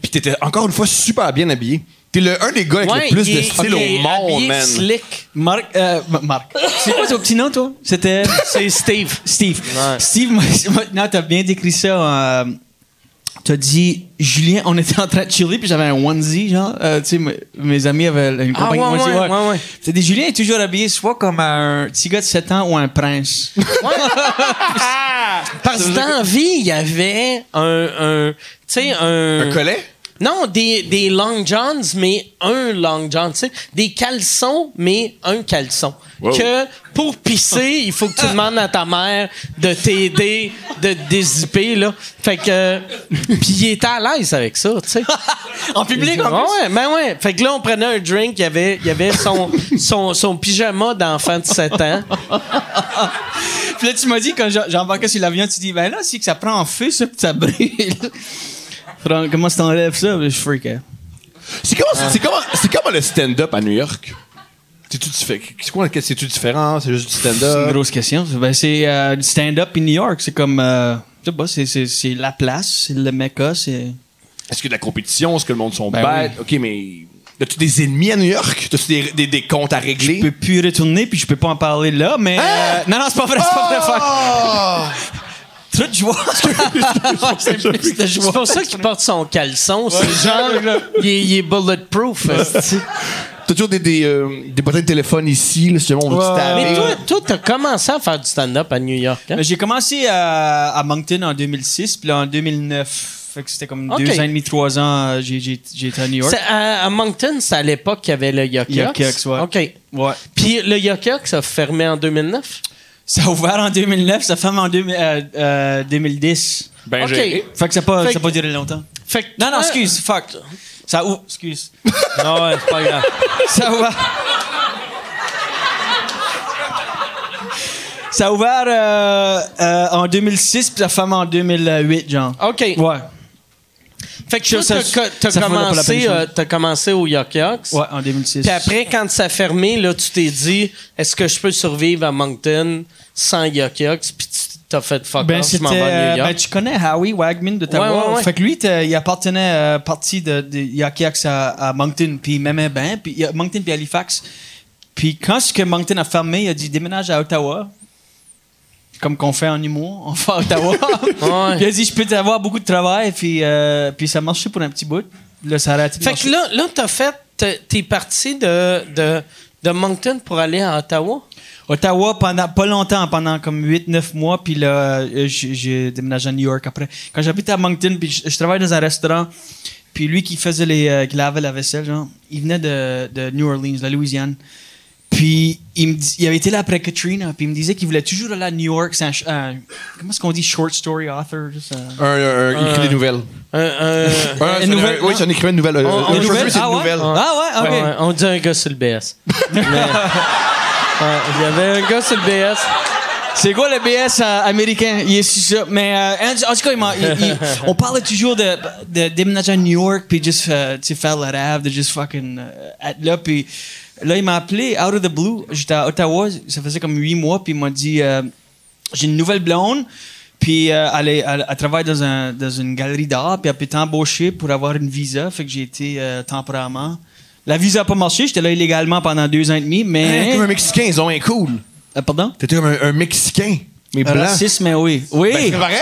Speaker 4: Puis t'étais encore une fois super bien habillé. T'es le un des gars avec
Speaker 5: Ouais,
Speaker 4: le plus
Speaker 5: il
Speaker 4: de
Speaker 5: est-
Speaker 4: style
Speaker 5: il est
Speaker 4: au monde,
Speaker 5: habillé
Speaker 4: man.
Speaker 5: slick.
Speaker 1: Marc. euh, M- Marc. C'est quoi ton petit nom, toi? C'était.
Speaker 5: C'est Steve.
Speaker 1: Steve.
Speaker 5: Ouais.
Speaker 1: Steve, moi, (laughs) maintenant, t'as bien décrit ça. euh, t'as dit, Julien, on était en train de chiller, puis j'avais un onesie, genre. euh, tu sais, mes- mes amis avaient une
Speaker 5: Ah,
Speaker 1: compagnie
Speaker 5: ouais,
Speaker 1: de onesie.
Speaker 5: ouais, ouais, ouais.
Speaker 1: T'as dit, Julien est toujours habillé soit comme un petit gars de 7 ans ou un
Speaker 5: (laughs)
Speaker 1: prince.
Speaker 5: Parce que dans la vie, il y avait un. un tu sais, un.
Speaker 4: Un collet?
Speaker 5: Non, des, des long johns, mais un long john. tu sais. Des caleçons, mais un caleçon. Que pour pisser, il faut que tu demandes à ta mère de t'aider, de te dézipper, là. Fait que. Puis il était à l'aise avec ça, tu sais. (laughs) en public, en Ouais, ben ouais. Fait que là, on prenait un drink, il y avait, il y avait son, son, son pyjama d'enfant de 7 (laughs) ans.
Speaker 1: (laughs) Puis là, tu m'as dit, quand j'ai j'ai embarqué sur l'avion, tu dis, ben là, c'est que ça prend en feu, ça, puis ça (laughs) brûle. Franck, Comment tu t'enlèves ça? Je freak. hein.
Speaker 4: C'est comment, c'est comment, c'est comment le stand-up à New York? C'est-tu diffé- c'est quoi, qu'est-ce- c'est-tu différent? C'est juste du
Speaker 1: C'est une
Speaker 4: stand-up?
Speaker 1: grosse question. Ben, c'est euh, du stand-up in New York. C'est comme. euh, je sais pas, c'est, c'est, c'est la place, c'est le Mecca, c'est.
Speaker 4: Est-ce qu'il y a de la compétition? Est-ce que le monde sont
Speaker 1: Ben
Speaker 4: bêtes? OK, mais... As-tu des ennemis à New York? As-tu des, des- des comptes à régler?
Speaker 1: Je peux plus y retourner, puis je peux pas en parler là, mais. euh, non, non, c'est pas vrai, c'est pas vrai. fuck. (laughs)
Speaker 4: Ah!
Speaker 1: Trop de joie.
Speaker 5: C'est pour ça qu'il porte son caleçon. C'est genre, il est, il est bulletproof. esti.
Speaker 4: T'as toujours des, des, euh, des bottines de téléphone ici, là, si jamais on veut te taper.
Speaker 5: Mais toi, toi, t'as commencé à faire du stand-up à New York. hein?
Speaker 1: Ah Mais Ben, J'ai commencé à, à Moncton en 2006, puis là, en 2009. Fait que c'était comme
Speaker 5: Ok.
Speaker 1: deux ans et demi, trois ans, euh, j'ai, j'ai, j'ai été à New York.
Speaker 5: C'est à, à Moncton, c'est à l'époque qu'il y avait le Yuck
Speaker 1: Yuck Yucks, ouais.
Speaker 5: OK.
Speaker 1: Ouais.
Speaker 5: Puis le Yuck Yucks a fermé en 2009.
Speaker 1: Ça a ouvert en 2009, ça ferme en 2000, euh, euh, 2010.
Speaker 4: Ben,
Speaker 5: OK.
Speaker 4: j'ai-
Speaker 1: Fait que ça a pas,
Speaker 5: Fait
Speaker 1: ça a pas duré longtemps.
Speaker 5: Fait que
Speaker 1: Non, non,
Speaker 5: toi-
Speaker 1: excuse, fuck. Ça a ou- excuse.
Speaker 5: Euh. (laughs) Non, ouais, c'est pas grave.
Speaker 1: Ça a ouvert. Ça a ouvert euh, euh, en 2006 puis ça ferme en 2008, genre.
Speaker 5: OK.
Speaker 1: Ouais.
Speaker 5: Fait que toi,
Speaker 1: Ça,
Speaker 5: t'as
Speaker 1: ça-
Speaker 5: co- t'as
Speaker 1: ça valait pas la peine,
Speaker 5: commencé,
Speaker 1: je-
Speaker 5: euh, t'as commencé au Yuck Yucks.
Speaker 1: Ouais, en 2006.
Speaker 5: Puis après, quand ça a fermé, là, tu t'es dit, est-ce que je peux survivre à Moncton sans Yuck Yucks? Puis tu t'as fait fuck
Speaker 1: ben,
Speaker 5: off, je
Speaker 1: c'était,
Speaker 5: m'en vais à
Speaker 1: euh,
Speaker 5: New York.
Speaker 1: ben, tu connais Howie Wagman de Tawa.
Speaker 5: Ouais, ouais, ouais.
Speaker 1: Fait que lui, t'as- il appartenait euh, partie de, de Yuck Yucks à, à Moncton, puis il m'aimait bien, puis il y a Moncton puis Halifax. Puis quand ce que Moncton a fermé, il a dit déménage à Ottawa, comme qu'on fait en humour, on fait à Ottawa.
Speaker 5: (laughs) Ouais.
Speaker 1: Puis il a dit je peux t'avoir beaucoup de travail, puis euh, puis ça marchait pour un petit bout. Là, ça a arrêté. de
Speaker 5: Fait
Speaker 1: marcher.
Speaker 5: que là, là t'as fait. t'es- T'es parti de, de, de Moncton pour aller à Ottawa.
Speaker 1: Ottawa pendant pas longtemps, pendant comme 8-9 mois, puis là, euh, j'ai j'ai déménagé à New York après. Quand j'habitais à Moncton, puis je, je travaillais dans un restaurant, puis lui qui faisait les. euh, qui lavait la vaisselle, genre, il venait de, de New Orleans, la Louisiane. Puis il, me dit- il avait été là après Katrina, puis il me disait qu'il voulait toujours aller à New York. C'est un, ch- un- comment est-ce qu'on dit short story author? juste, euh,
Speaker 4: Un, un- il écrit des nouvelles.
Speaker 5: Un- (laughs) un-
Speaker 4: Un-
Speaker 1: une nouvelle-
Speaker 4: oui, j'en écrivais une nouvelle. euh,
Speaker 5: on-
Speaker 4: le
Speaker 5: une
Speaker 4: premier,
Speaker 5: nouvelle?
Speaker 4: c'est
Speaker 1: Ah
Speaker 4: une
Speaker 1: ouais?
Speaker 4: nouvelle.
Speaker 1: Ah ouais, ok.
Speaker 5: Ouais, on dit un gars sur le BS. (laughs) Mais- Ouais, Il y avait un gars sur le BS.
Speaker 1: C'est quoi le BS euh, américain? Il est sur ça. Mais euh, en, en tout cas, il m'a- il- il- on parlait toujours de, de déménager à New York puis juste euh, tu sais, faire le rêve de juste fucking euh, être là. Puis là, il m'a appelé out of the blue. J'étais à Ottawa, ça faisait comme huit mois, puis il m'a dit euh, J'ai une nouvelle blonde, puis euh, elle, est- elle- elle travaille dans, un- dans une galerie d'art, puis elle peut t'embaucher pour avoir une visa. Fait que j'ai été euh, temporairement. La visa n'a pas marché, j'étais là illégalement pendant deux ans et demi,
Speaker 4: Hein,
Speaker 1: mais.
Speaker 4: Comme un Mexicain, ils ont un cool.
Speaker 1: Euh, pardon?
Speaker 4: T'étais comme un, un Mexicain, mais blanc.
Speaker 1: Ben, Raciste, mais oui. Oui!
Speaker 4: Ben, c'est pareil.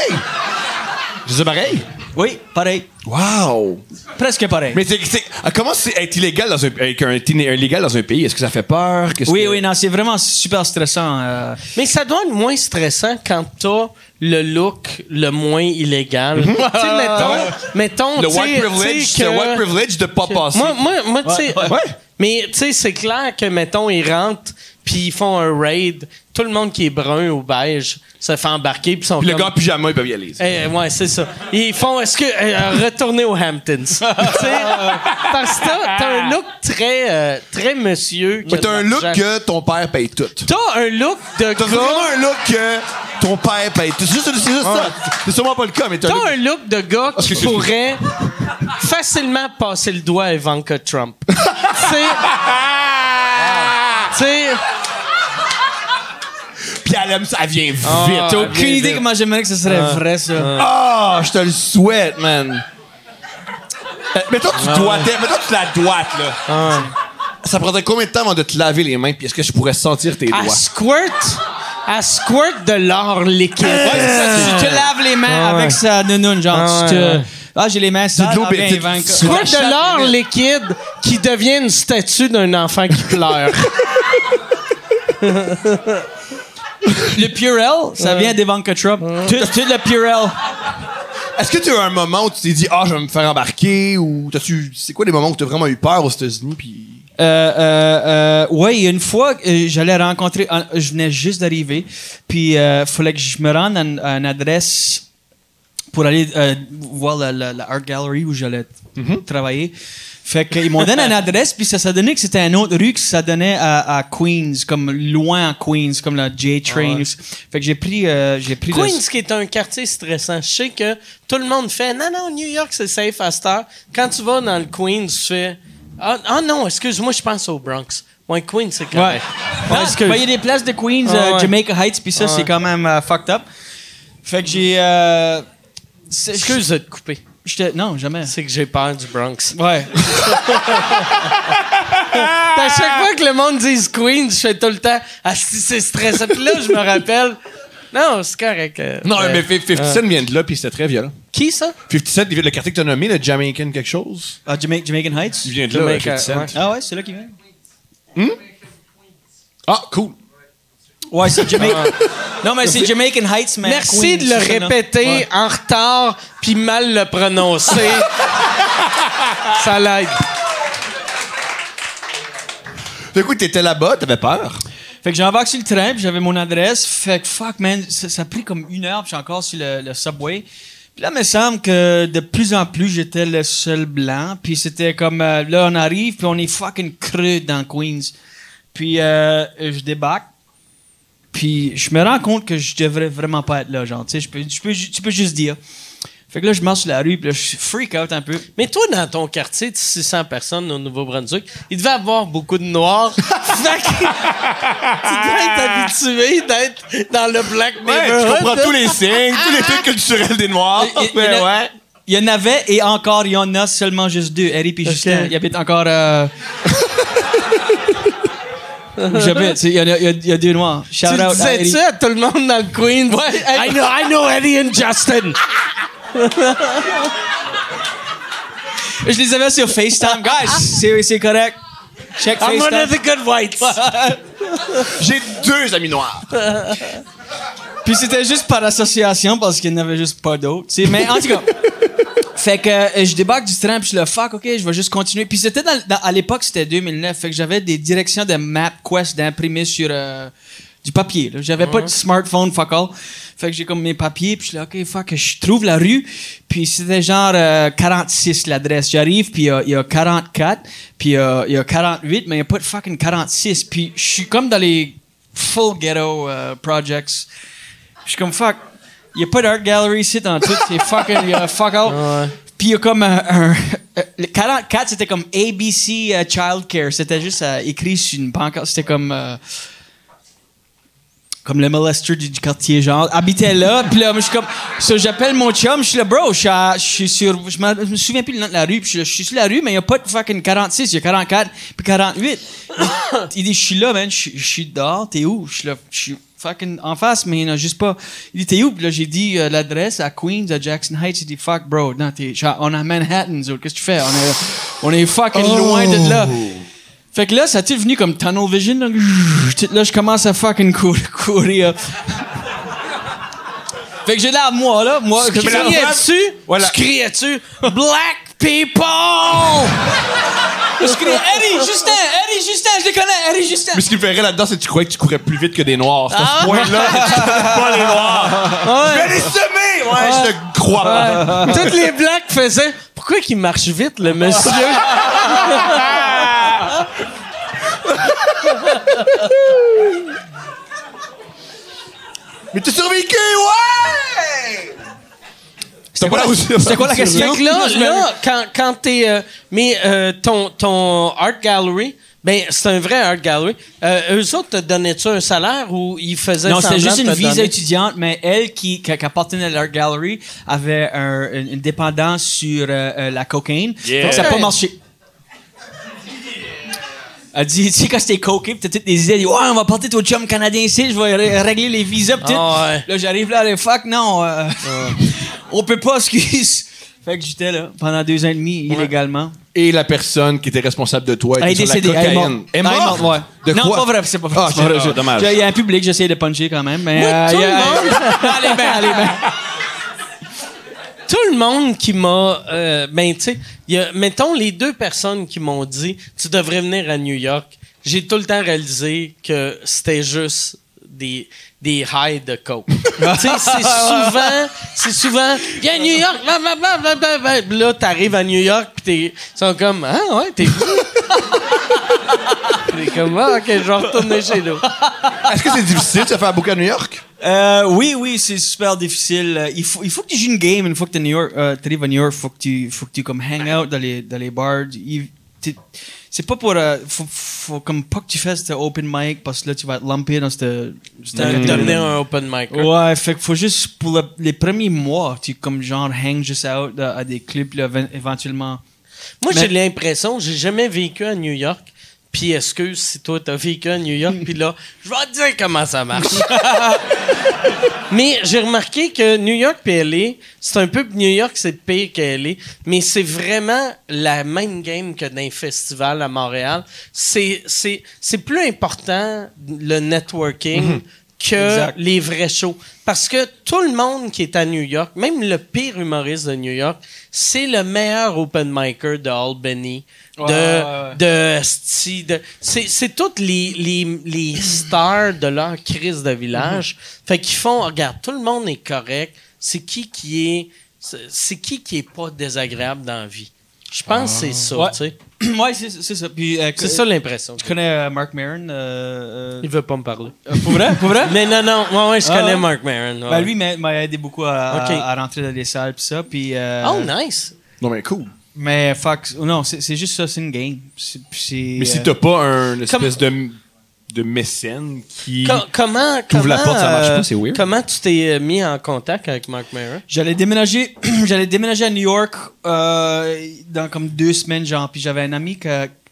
Speaker 4: Je dis pareil.
Speaker 1: Oui, pareil.
Speaker 4: Wow!
Speaker 1: Presque pareil.
Speaker 4: Mais c'est, c'est- ah, comment c'est être illégal dans un, avec un, tine- un légal dans un pays? Est-ce que ça fait peur? Qu'est-ce
Speaker 1: oui,
Speaker 4: que-
Speaker 1: oui, non, c'est vraiment super stressant. euh.
Speaker 5: Mais ça doit être moins stressant quand t'as le look le moins illégal. tu sais, mettons, mettons
Speaker 4: Le
Speaker 5: tu sais-
Speaker 4: white
Speaker 5: tu
Speaker 4: privilege,
Speaker 5: sais que-
Speaker 4: le white privilege de pas passer.
Speaker 5: Moi, moi, moi tu sais. Mais, tu sais, c'est clair que, mettons, ils rentrent, puis ils font un raid. Tout le monde qui est brun ou beige se fait embarquer, puis ils sont
Speaker 4: Puis le
Speaker 5: comme-
Speaker 4: gars en pyjama, il peut y aller. ça.
Speaker 5: Eh, ouais, c'est ça. Ils font, est-ce que. euh, retourner aux
Speaker 1: (laughs)
Speaker 5: Hamptons. Tu sais, parce que t'as, t'as un look très, euh, très monsieur. qui
Speaker 4: Mais
Speaker 5: a
Speaker 4: t'as un
Speaker 5: de
Speaker 4: look
Speaker 5: l'argent.
Speaker 4: que ton père paye tout.
Speaker 5: T'as un look de
Speaker 4: T'as
Speaker 5: gars.
Speaker 4: vraiment un look que ton père paye tout. C'est juste, c'est juste ça. C'est sûrement pas le cas, mais t'as un
Speaker 5: T'as
Speaker 4: look- Ah,
Speaker 5: un look de gars qui
Speaker 4: excuse-moi.
Speaker 5: pourrait facilement passer le doigt à
Speaker 4: (laughs)
Speaker 5: Ivanka Trump. C'est.
Speaker 4: Ah!
Speaker 5: C'est.
Speaker 4: Puis elle aime ça, elle vient vite.
Speaker 5: Ah.
Speaker 1: T'as aucune idée comment j'aimerais que ce serait vrai, ça.
Speaker 4: Ah, je te le souhaite, man. Euh, Mais toi, tu dois mais toi, tu la doites, là. Ça prendrait combien de temps avant de te laver les mains? Puis est-ce que je pourrais sentir tes
Speaker 5: À
Speaker 4: doigts?
Speaker 5: squirt. À squirt de l'or liquide.
Speaker 1: Ah Ouais, c'est ça, tu te laves les mains avec sa nounoune, genre,
Speaker 5: Ah
Speaker 1: tu
Speaker 5: ouais.
Speaker 1: te... Ah, j'ai les mains sales.
Speaker 4: de l'eau
Speaker 1: ah, ben,
Speaker 4: bétique.
Speaker 1: Ivanka.
Speaker 5: Squirt de l'or liquide qui devient une statue d'un enfant qui (laughs) pleure.
Speaker 1: Le Purell, ça vient d'Ivanka Trump. Tu, tu le Purell.
Speaker 4: Est-ce que tu as eu un moment où tu t'es dit, ah, je vais me faire embarquer? Ou t'as-tu. C'est quoi les moments où t'as vraiment eu peur aux États-Unis? Puis.
Speaker 1: Euh, euh, euh, ouais, une fois, euh, j'allais rencontrer, un- je venais juste d'arriver, puis euh, fallait que je me rende à une, à une adresse pour aller euh, voir la, la- la art gallery où j'allais
Speaker 5: Mhm.
Speaker 1: travailler. Fait qu'ils m'ont donné une adresse, puis ça, ça donnait que c'était une autre rue que ça donnait à, à Queens, comme loin à Queens, comme la
Speaker 5: Ah
Speaker 1: J-Train. Fait que j'ai pris, euh, j'ai pris le-
Speaker 5: Queens, qui est un quartier stressant. Je sais que tout le monde fait Non, non, New York, c'est safe à cette heure. Quand tu vas dans le Queens, tu fais Ah, ah non, excuse-moi, je pense au Bronx. Ouais, Queens, c'est correct.
Speaker 1: Non,
Speaker 5: Ouais, excuse.
Speaker 1: ben, il y a des places de Queens,
Speaker 5: Ah,
Speaker 1: euh,
Speaker 5: ouais.
Speaker 1: Jamaica Heights, puis ça, c'est quand même euh, fucked up. Fait que j'ai. euh, c'est-
Speaker 5: Excuse de te couper.
Speaker 1: j'étais- Non, jamais.
Speaker 5: C'est que j'ai peur du Bronx.
Speaker 1: Ouais.
Speaker 5: À chaque fois que le monde dit Queens, je fais tout le temps Ah, si, c'est stressant. Puis là, je me rappelle Non, c'est correct. euh,
Speaker 4: Non,
Speaker 5: euh,
Speaker 4: mais 50 Cent vient de là, puis c'était très violent.
Speaker 5: Qui ça
Speaker 4: 50 Cent, il vient- le quartier que t'as nommé, le Jamaican quelque chose,
Speaker 1: Ah, Jama- Jamaican
Speaker 4: il
Speaker 1: Heights?
Speaker 4: vient de là,
Speaker 5: Jamaica,
Speaker 4: 50 Cent.
Speaker 5: ouais.
Speaker 1: Ah ouais, c'est là qu'il vient.
Speaker 4: Ah, cool.
Speaker 1: Ouais, (laughs) c'est Jamaican. Ah. non, mais c'est Jamaican Heights, man.
Speaker 5: Merci
Speaker 1: Queens,
Speaker 5: de le
Speaker 1: c'est ça, non?
Speaker 5: répéter en retard puis mal le (laughs) prononcer. ça l'aide.
Speaker 4: Du coup, t'étais là-bas, t'avais peur.
Speaker 1: Fait que j'ai embarqué sur le train, puis j'avais mon adresse. Fait que fuck, man, ça, ça a pris comme une heure, puis je suis encore sur le, le subway. Puis là, il me semble que de plus en plus, j'étais le seul blanc. Puis c'était comme, euh, là, on arrive, puis on est fucking creux dans Queens. Puis euh, je débarque. Puis je me rends compte que je devrais vraiment pas être là, genre, tu sais, je peux, je peux, ju- tu peux juste dire. Fait que là, je marche sur la rue, puis là, je freak out un peu.
Speaker 5: Mais toi, dans ton quartier de 600 personnes au Nouveau-Brunswick, il devait avoir beaucoup de noirs. (laughs) fait que tu dois être habitué d'être dans le black
Speaker 4: Ouais, tu
Speaker 5: neighborhood.
Speaker 4: comprends tous les signes, tous les trucs culturels des Noirs.
Speaker 5: (laughs)
Speaker 1: Il- il-
Speaker 4: Ben
Speaker 1: il y en a-
Speaker 4: ouais.
Speaker 1: Il y en avait et encore, il y en a seulement juste deux, Harry puis Justin. Ils habitent encore.
Speaker 5: (laughs)
Speaker 1: euh, où J'habite, tu sais, il y, en a- il y a- il y a deux noirs. Shout
Speaker 5: Tu
Speaker 1: out
Speaker 5: le
Speaker 1: à
Speaker 5: disais
Speaker 1: Harry.
Speaker 5: ça à tout le monde dans le Queen. I know, I know Eddie and Justin.
Speaker 1: Je les avais sur FaceTime,
Speaker 5: (laughs)
Speaker 1: guys. C'est c'est correct. Check
Speaker 5: I'm one of
Speaker 1: FaceTime.
Speaker 5: the good whites.
Speaker 4: J'ai deux amis noirs.
Speaker 1: Puis c'était juste par association parce qu'il n'y en avait juste pas d'autres. tu sais. Mais en tout cas. Fait que euh, je débarque du train, puis je le fuck, ok, je vais juste continuer. Puis c'était dans- dans- à l'époque, c'était 2009, fait que j'avais des directions de MapQuest d'imprimer sur euh, du papier. là. J'avais pas de smartphone, fuck all. Fait que j'ai comme mes papiers, puis je suis là, ok, fuck, je trouve la rue. Puis c'était genre euh, 46 l'adresse. J'arrive, puis il y a- il y, a 44, puis euh, il y a 48, mais il n'y a pas de fucking 46. Puis je suis comme dans les full ghetto euh, projects. Je suis comme fuck. Il n'y a pas d'art gallery ici dans tout. C'est fucking. Il y a fuck out. Puis il y a comme un. un- le 44, c'était comme ABC euh, Childcare. C'était juste euh, écrit sur une pancarte. C'était comme. euh, comme le molester du, du quartier, genre, habitait là, puis là, moi, je suis comme, so, j'appelle mon chum, je suis là, bro, je suis à- je suis sur, je m'en- je me souviens plus le nom de la rue, puis je suis là, je suis sur la rue, mais il n'y a pas de fucking 46, il y a 44, puis 48. Il dit, je suis là, man, je suis- je suis dehors, t'es où? Je suis là, je suis fucking en face, mais il n'y en a juste pas. Il dit, t'es où? Puis là, j'ai dit euh, l'adresse à Queens, à Jackson Heights. Il dit, fuck, bro, non, t'es, genre, on est à Manhattan, nous autres. qu'est-ce que tu fais? On est, on est fucking loin de là. Fait que là, ça t'est venu comme tunnel vision. Là, Tout- là, je commence à fucking cour- (laughs) courir. fait que j'ai l'air moi, là, moi, je
Speaker 5: Criais-tu?
Speaker 4: Voilà.
Speaker 5: Tu criais-tu? Black people!
Speaker 1: Je criais, Eddie, Justin, Eddie, Justin, je les connais, Eddie, Justin.
Speaker 4: Mais ce qui me ferait là-dedans, c'est que tu croyais que tu courais plus vite que des noirs. C'est
Speaker 1: Ah.
Speaker 4: à ce point-là que tu connais pas les noirs. Je vais les semer! Ouais, je te crois pas.
Speaker 5: Toutes les blacks faisaient. Pourquoi qu'il marche vite, le monsieur?
Speaker 4: Mais t'as survécu, ouais! C'était pas la-
Speaker 1: C'était quoi la question?
Speaker 5: Fait que là, là quand, quand t'es. euh, mais euh, ton, ton art gallery, ben, c'est un vrai art gallery. Euh, eux autres te donnaient-tu un salaire ou ils faisaient
Speaker 1: Non, c'était
Speaker 5: semblant
Speaker 1: juste
Speaker 5: de
Speaker 1: une
Speaker 5: te
Speaker 1: visa
Speaker 5: donner?
Speaker 1: étudiante, mais elle qui, qui, qui appartenait à l'art gallery avait un- une, une dépendance sur euh, euh, la cocaïne. Donc ça n'a pas marché. Elle dit, tu sais, quand c'était coqué, pis t'as toutes des idées, elle dit, ouais, on va porter ton chum canadien ici, je vais ré- régler les visas, pis tout.
Speaker 5: Ah ouais.
Speaker 1: Là, j'arrive là, les fuck, non, euh, on peut pas, excuse. Fait que j'étais là pendant deux ans et demi, illégalement.
Speaker 4: Et la personne qui était responsable de toi
Speaker 1: Elle est
Speaker 4: était sur la
Speaker 1: décédée, elle est morte.
Speaker 4: cocaïne. Est
Speaker 1: Elle est morte, ouais.
Speaker 4: De
Speaker 1: non,
Speaker 4: quoi?
Speaker 1: pas vrai, c'est pas vrai.
Speaker 4: Ah,
Speaker 1: C'est pas vrai.
Speaker 4: ah, dommage.
Speaker 1: Il y a un public, j'essaie de puncher quand même, mais...
Speaker 5: Oui,
Speaker 1: euh,
Speaker 5: tout
Speaker 1: il y a-
Speaker 5: le monde.
Speaker 1: allez, ben, allez, ben.
Speaker 5: Tout le monde qui m'a. euh, ben, tu sais, il y a- mettons les deux personnes qui m'ont dit tu devrais venir à New York. J'ai tout le temps réalisé que c'était juste des des highs de
Speaker 1: (laughs)
Speaker 5: coke. tu sais, c'est souvent, c'est souvent, viens à New York, bla, bla, bla, bla, bla, bla. Puis Là, t'arrives à New York, puis t'es, ils sont comme, ah ouais, t'es
Speaker 1: (laughs)
Speaker 5: T'es comme, ah, ok, je vais retourner chez nous.
Speaker 4: Est-ce que c'est difficile de se faire bouquer à New York?
Speaker 1: Euh, oui, oui, c'est super difficile. Euh, Il faut, il faut que tu joues une game une fois que tu New York, euh, t'arrives à New York, faut que tu, faut que tu comme hang out dans les, dans les bars. Il- t'es- C'est pas pour, euh, faut, faut comme pas que tu fasses de open mic parce que là tu vas être lumpé dans cette, cette catégorie.
Speaker 5: Devenir un open mic.
Speaker 1: Ouais, fait que faut juste pour le- les premiers mois, tu comme genre hang just out euh, à, à des clubs là, éven- éventuellement.
Speaker 5: Moi,
Speaker 1: Mais-
Speaker 5: j'ai l'impression, j'ai jamais vécu à New York. Puis excuse si toi t'as vécu à New York, puis là, je vais te dire comment ça marche. mais j'ai remarqué que New York puis LA, c'est un peu New York c'est pire que LA, mais c'est vraiment la même game que d'un festival à Montréal. C'est c'est c'est plus important le networking que
Speaker 1: Exact.
Speaker 5: les vrais shows. Parce que tout le monde qui est à New York, même le pire humoriste de New York, c'est le meilleur open micer de Albany, de, de Sti- de- c'est, c'est toutes les, les, les stars de leur crise de village. Fait qu'ils font, regarde, tout le monde est correct. C'est qui qui est, c'est, c'est qui qui est pas désagréable dans la vie? Je pense que c'est ça,
Speaker 1: Ah. Ouais.
Speaker 5: tu
Speaker 1: (clears throat)
Speaker 5: sais.
Speaker 1: ouais, c'est c'est ça. Puis, euh,
Speaker 5: C'est ça l'impression.
Speaker 1: Tu connais euh, Mark Maron? euh, euh,
Speaker 5: Il veut pas me parler.
Speaker 1: euh, pour vrai? Pour vrai?
Speaker 5: Mais non, non, ouais, ouais, je
Speaker 1: Ah,
Speaker 5: connais
Speaker 1: ouais.
Speaker 5: Mark Maron. ouais.
Speaker 1: Ben, lui m'a m'a aidé beaucoup à,
Speaker 5: Ok.
Speaker 1: à- à rentrer dans des salles pis ça. Puis, euh,
Speaker 5: Oh, nice!
Speaker 4: Non, mais cool.
Speaker 1: Mais fuck, non, c'est c'est juste ça, c'est une game. C'est- puis c'est,
Speaker 4: Mais
Speaker 1: euh,
Speaker 4: si t'as pas un espèce de, de mécène qui.
Speaker 5: Co- comment,
Speaker 4: T'ouvres la
Speaker 5: comment,
Speaker 4: porte, ça marche
Speaker 5: euh,
Speaker 4: pas, c'est weird.
Speaker 5: Comment tu t'es euh, mis en contact avec Mark Maron?
Speaker 1: J'allais déménager, (clears throat) j'allais déménager à New York euh, dans comme deux semaines, genre. Puis j'avais un ami qui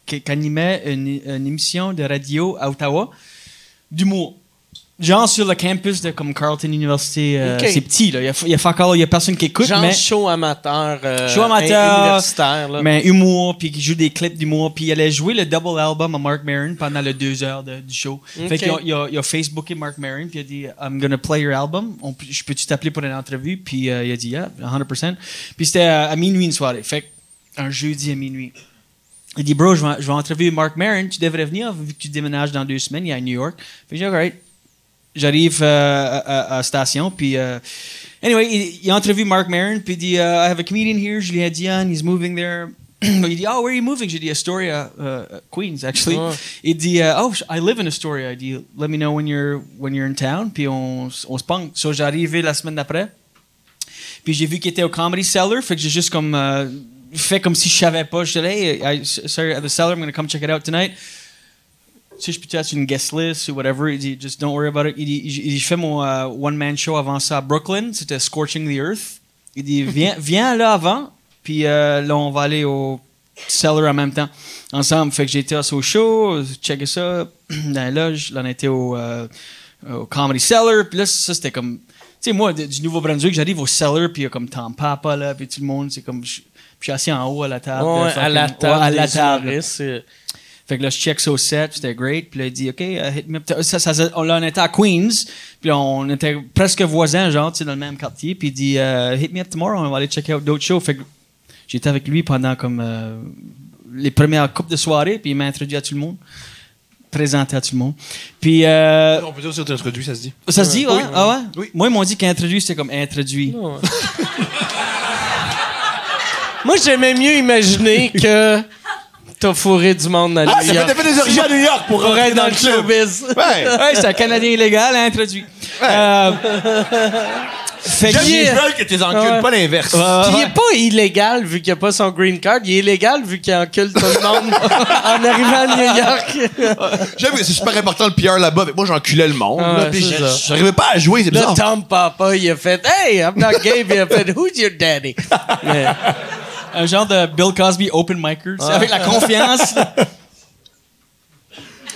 Speaker 1: qui- qui animait une, une émission de radio à Ottawa d'humour. Genre sur le campus de comme Carleton University. euh,
Speaker 5: Ok.
Speaker 1: C'est petit, là. Il y a, il y a fuck all, il y a personne qui écoute,
Speaker 5: Genre
Speaker 1: mais...
Speaker 5: show amateur, euh,
Speaker 1: Show amateur,
Speaker 5: universitaire. Là.
Speaker 1: Mais humour, puis qui joue des clips d'humour, puis il allait jouer le double album à Mark Maron pendant les deux heures de- du show. Fait
Speaker 5: Ok.
Speaker 1: qu'il a, il a, il a Facebooké Mark Maron, puis il a dit I'm gonna play your album, On peut- je peux-tu t'appeler pour une entrevue? Puis euh, il a dit Yeah, 100%. Puis c'était euh, à minuit une soirée, fait que un jeudi à minuit. Il dit Bro, je vais, je vais entrevue Mark Maron, tu devrais venir vu que tu déménages dans deux semaines, il est à New York. Fait que j'ai dit Alright. J'arrive euh, à, à- à station, puis. euh, anyway, il, il a entrevu Mark Maron, puis il dit euh, I have a comedian here, Julien Dion, he's moving there. (clears throat) il dit Oh, where are you moving? J'ai dit Astoria, euh, Queens, actually.
Speaker 5: Ouais.
Speaker 1: Il dit euh, Oh, I live in Astoria. Il dit Let me know when you're, when you're in town, puis on, s- on se punk. So, j'arrivais la semaine d'après. Puis j'ai vu qu'il était au Comedy Cellar, fait que j'ai juste comme euh, fait comme si je savais pas. Je disais, hey, I- sorry, at the cellar, I'm gonna come check it out tonight. si je peux être sur une guest list ou whatever, il dit, just don't worry about it. Il dit, il dit, je fais mon one-man show avant ça à Brooklyn, c'était Scorching the Earth. Il
Speaker 5: (laughs)
Speaker 1: dit, viens, viens là avant, puis euh, là, on va aller au Cellar en même temps, ensemble. Fait que j'étais au show, checké ça, (clears throat) dans la loge, là, on était au, euh, au Comedy Cellar, puis là, ça, c'était comme. Tu sais, moi, de- du Nouveau-Brunswick, j'arrive au Cellar, puis il y a comme Tampapa, là, puis tout le monde, c'est comme. Je puis je suis assis en haut à la table.
Speaker 5: Ouais,
Speaker 1: là,
Speaker 5: à la
Speaker 1: fucking-
Speaker 5: table
Speaker 1: ouais, à la
Speaker 5: des
Speaker 1: table.
Speaker 5: humoristes, c'est-
Speaker 1: Fait que là, je check ça au set, puis c'était great. Puis là, il dit, OK, euh, hit me up. Ça, ça, ça- on, là, on était à Queens, puis là, on était presque voisins, genre, tu sais, dans le même quartier. Puis il dit, euh, hit me up tomorrow, on va aller check out d'autres shows. Fait que j'étais avec lui pendant comme euh, les premières coupes de soirée, puis il m'a introduit à tout le monde, présenté à tout le monde. Puis. euh,
Speaker 4: On peut dire si tu introduit, ça se dit.
Speaker 1: ça se dit, ouais? Ah ouais? Moi, ils m'ont dit qu'introduit, c'était comme introduit.
Speaker 5: Moi, j'aimais mieux imaginer que t'as fourré du monde à New
Speaker 4: Ah, ça fait,
Speaker 5: York.
Speaker 4: t'as fait des orgies à New York pour
Speaker 5: Pour
Speaker 4: rentrer
Speaker 5: être dans le showbiz.
Speaker 4: Ouais.
Speaker 1: Ouais, c'est un Canadien illégal, introduit. Euh, fait
Speaker 4: J'aime
Speaker 1: que-
Speaker 4: les veulent que tes encules,
Speaker 5: Ouais.
Speaker 4: pas l'inverse.
Speaker 5: Puis il est pas illégal vu qu'il a pas son green card. Il est illégal vu qu'il encule tout le (laughs) monde en arrivant à New York.
Speaker 4: J'aime que c'est super important le PR là-bas. mais Moi, j'enculais le monde.
Speaker 5: Ah
Speaker 4: là,
Speaker 5: ouais,
Speaker 4: puis
Speaker 5: c'est
Speaker 4: je-
Speaker 5: ça.
Speaker 4: j'arrivais pas à jouer, c'est
Speaker 5: Là,
Speaker 4: bizarre.
Speaker 5: Tom Papa, il a fait Hey, I'm not gay, puis il a fait Who's your (laughs) daddy? Mais-
Speaker 1: Un genre de Bill Cosby open micer, tu sais, avec la (laughs) confiance.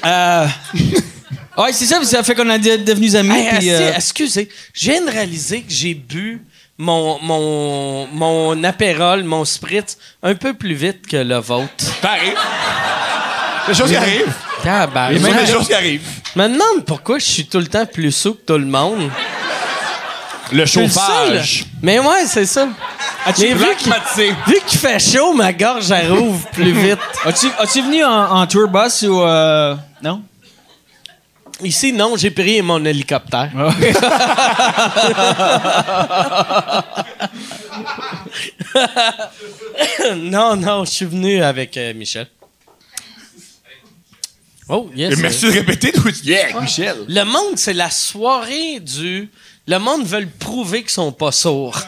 Speaker 1: Euh, ouais, c'est ça, ça fait qu'on est de- devenus amis.
Speaker 5: Hey,
Speaker 1: puis,
Speaker 5: asti,
Speaker 1: euh,
Speaker 5: Excusez, je viens de réaliser que j'ai bu mon, mon, mon apérole, mon spritz, un peu plus vite que le vôtre.
Speaker 4: Ça arrive. Les choses qui arrivent.
Speaker 5: Tabarnak.
Speaker 4: Ce sont des choses qui arrivent.
Speaker 5: Je me demande pourquoi je suis tout le temps plus sous que tout le monde.
Speaker 4: Le
Speaker 5: Je suis le seul.
Speaker 4: chauffage.
Speaker 5: Mais ouais, c'est ça.
Speaker 4: Ah,
Speaker 5: Mais vu qu'il vu qu'il fait chaud, ma gorge, elle rouvre
Speaker 4: (laughs)
Speaker 5: plus vite.
Speaker 1: as-tu, as-tu venu en, en tour bus ou. euh, non?
Speaker 5: Ici, non, j'ai pris mon hélicoptère.
Speaker 4: Ah
Speaker 5: (laughs) non, non, je suis venu avec euh, Michel. Oh, yes.
Speaker 4: Et merci de répéter, tout. Yeah, avec Michel.
Speaker 5: Le monde, c'est la soirée du. Le monde veut le prouver qu'ils sont
Speaker 4: (laughs)
Speaker 5: pas sourds.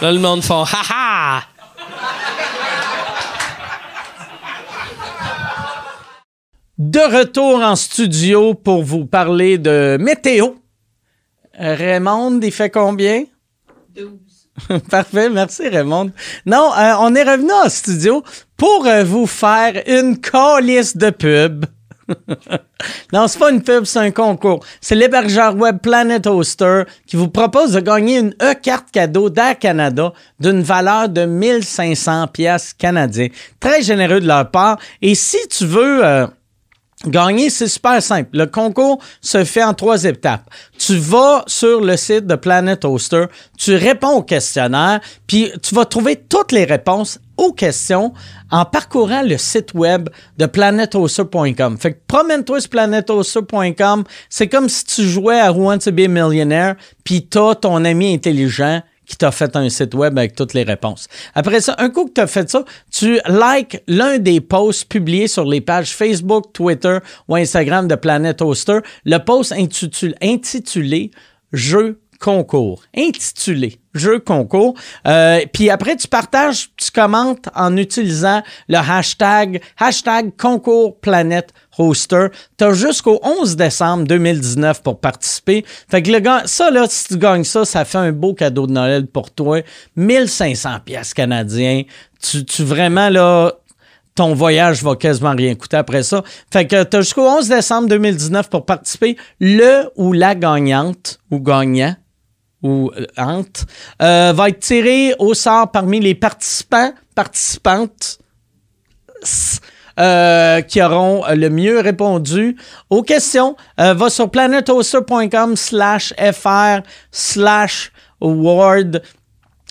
Speaker 5: Là, le monde font ha ha.
Speaker 8: De retour en studio pour vous parler de météo. Raymond, il fait combien? 12. (laughs) Parfait, merci Raymond. Non, euh, on est revenu en studio pour euh, vous faire une calice de pub. (laughs) non, c'est pas une pub, c'est un concours. C'est l'hébergeur web Planet Hoster qui vous propose de gagner une e-carte cadeau d'Air Canada d'une valeur de 1500 pièces canadiens. Très généreux de leur part. Et si tu veux... euh, Gagner, c'est super simple. Le concours se fait en trois étapes. Tu vas sur le site de Planet Hoster, tu réponds au questionnaire, puis tu vas trouver toutes les réponses aux questions en parcourant le site web de planethoster.com. Fait que promène-toi sur planethoster.com. C'est comme si tu jouais à Who Wants to be a Millionaire, puis t'as ton ami intelligent qui t'a fait un site web avec toutes les réponses. Après ça, un coup que tu as fait ça, tu likes l'un des posts publiés sur les pages Facebook, Twitter ou Instagram de Planet Hoster, le post intitulé, intitulé Jeu concours. Intitulé Jeu concours. Euh, puis après, tu partages, tu commentes en utilisant le hashtag, hashtag concours planète Hoster. Tu as jusqu'au 11 décembre 2019 pour participer. Fait que le gars, ça, là, si tu gagnes ça, ça fait un beau cadeau de Noël pour toi. 1500 pièces canadiens. Tu, tu vraiment, là, ton voyage va quasiment rien coûter après ça. Fait que tu as jusqu'au 11 décembre 2019 pour participer. Le ou la gagnante ou gagnant ou euh, hante, euh, va être tiré au sort parmi les participants, participantes euh, qui auront euh, le mieux répondu aux questions. Euh, va sur planethoster.com slash fr slash award.